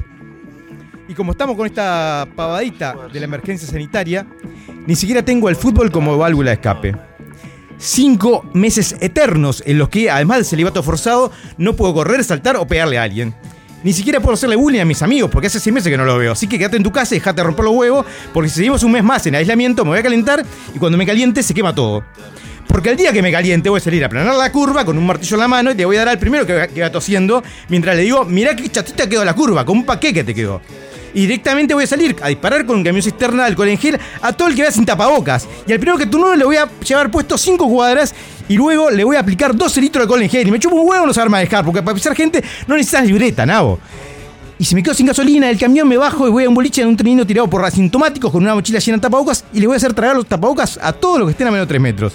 Speaker 5: Y como estamos con esta pavadita de la emergencia sanitaria, ni siquiera tengo el fútbol como válvula de escape. Cinco meses eternos en los que, además del celibato forzado, no puedo correr, saltar o pegarle a alguien. Ni siquiera puedo hacerle bullying a mis amigos porque hace seis meses que no lo veo. Así que quédate en tu casa y dejate romper los huevos porque si seguimos un mes más en aislamiento me voy a calentar y cuando me caliente se quema todo. Porque el día que me caliente voy a salir a planar la curva con un martillo en la mano y te voy a dar al primero que, que va tosiendo mientras le digo, mirá qué chatita quedó la curva, con un paquete que te quedó. Y directamente voy a salir a disparar con un camión cisterna de alcohol en gel a todo el que vea sin tapabocas. Y al primero que turno le voy a llevar puesto 5 cuadras y luego le voy a aplicar 12 litros de alcohol en gel. Y me chupo un huevo no saber manejar, porque para pisar gente no necesitas libreta, nabo. Y si me quedo sin gasolina, del camión me bajo y voy a un boliche en un trenino tirado por asintomáticos con una mochila llena de tapabocas y le voy a hacer tragar los tapabocas a todos los que estén a menos de 3 metros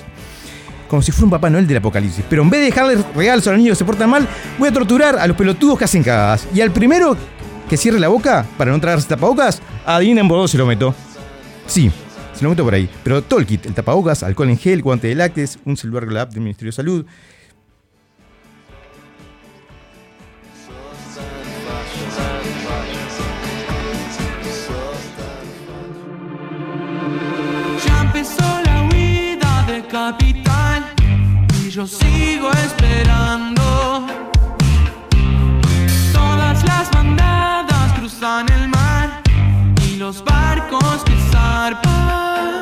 Speaker 5: como si fuera un Papá Noel del Apocalipsis. Pero en vez de dejarle regalos a los niños que se portan mal, voy a torturar a los pelotudos que hacen cagadas. Y al primero que cierre la boca para no tragarse tapabocas, adivinen por dónde se lo meto. Sí, se lo meto por ahí. Pero todo el kit, el tapabocas, alcohol en gel, guante de lácteos, un silver glove del Ministerio de Salud,
Speaker 9: capitán y yo sigo esperando. Todas las bandadas cruzan el mar y los barcos que zarpan.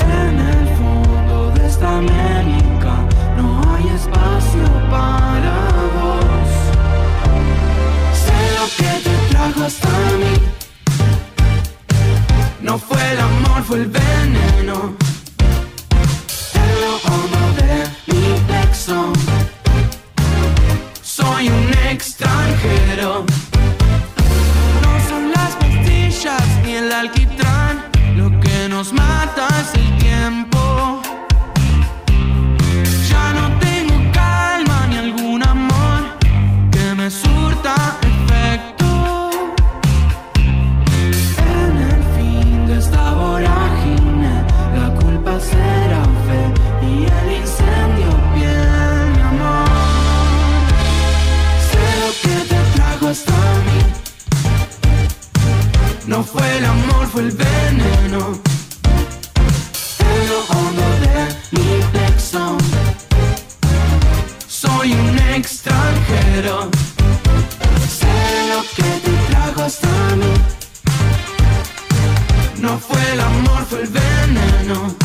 Speaker 9: En el fondo de esta América no hay espacio para vos. Sé lo que te trajo hasta mí. No fue el amor, fue el veneno. En lo hondo de mi plexo. Soy un extranjero. No son las pastillas ni el alquitrán. Lo que nos mata es el tiempo. Ya no tengo calma ni algún amor que me surta efecto. En el fin de esta vorágine, la culpa será fe y el incendio bien, mi amor. Sé lo que te trajo hasta mí. No fue el amor, fue el veneno. En lo hondo de mi plexo, soy un extranjero. Sé lo que te trajo hasta mí. No fue el amor, fue el veneno.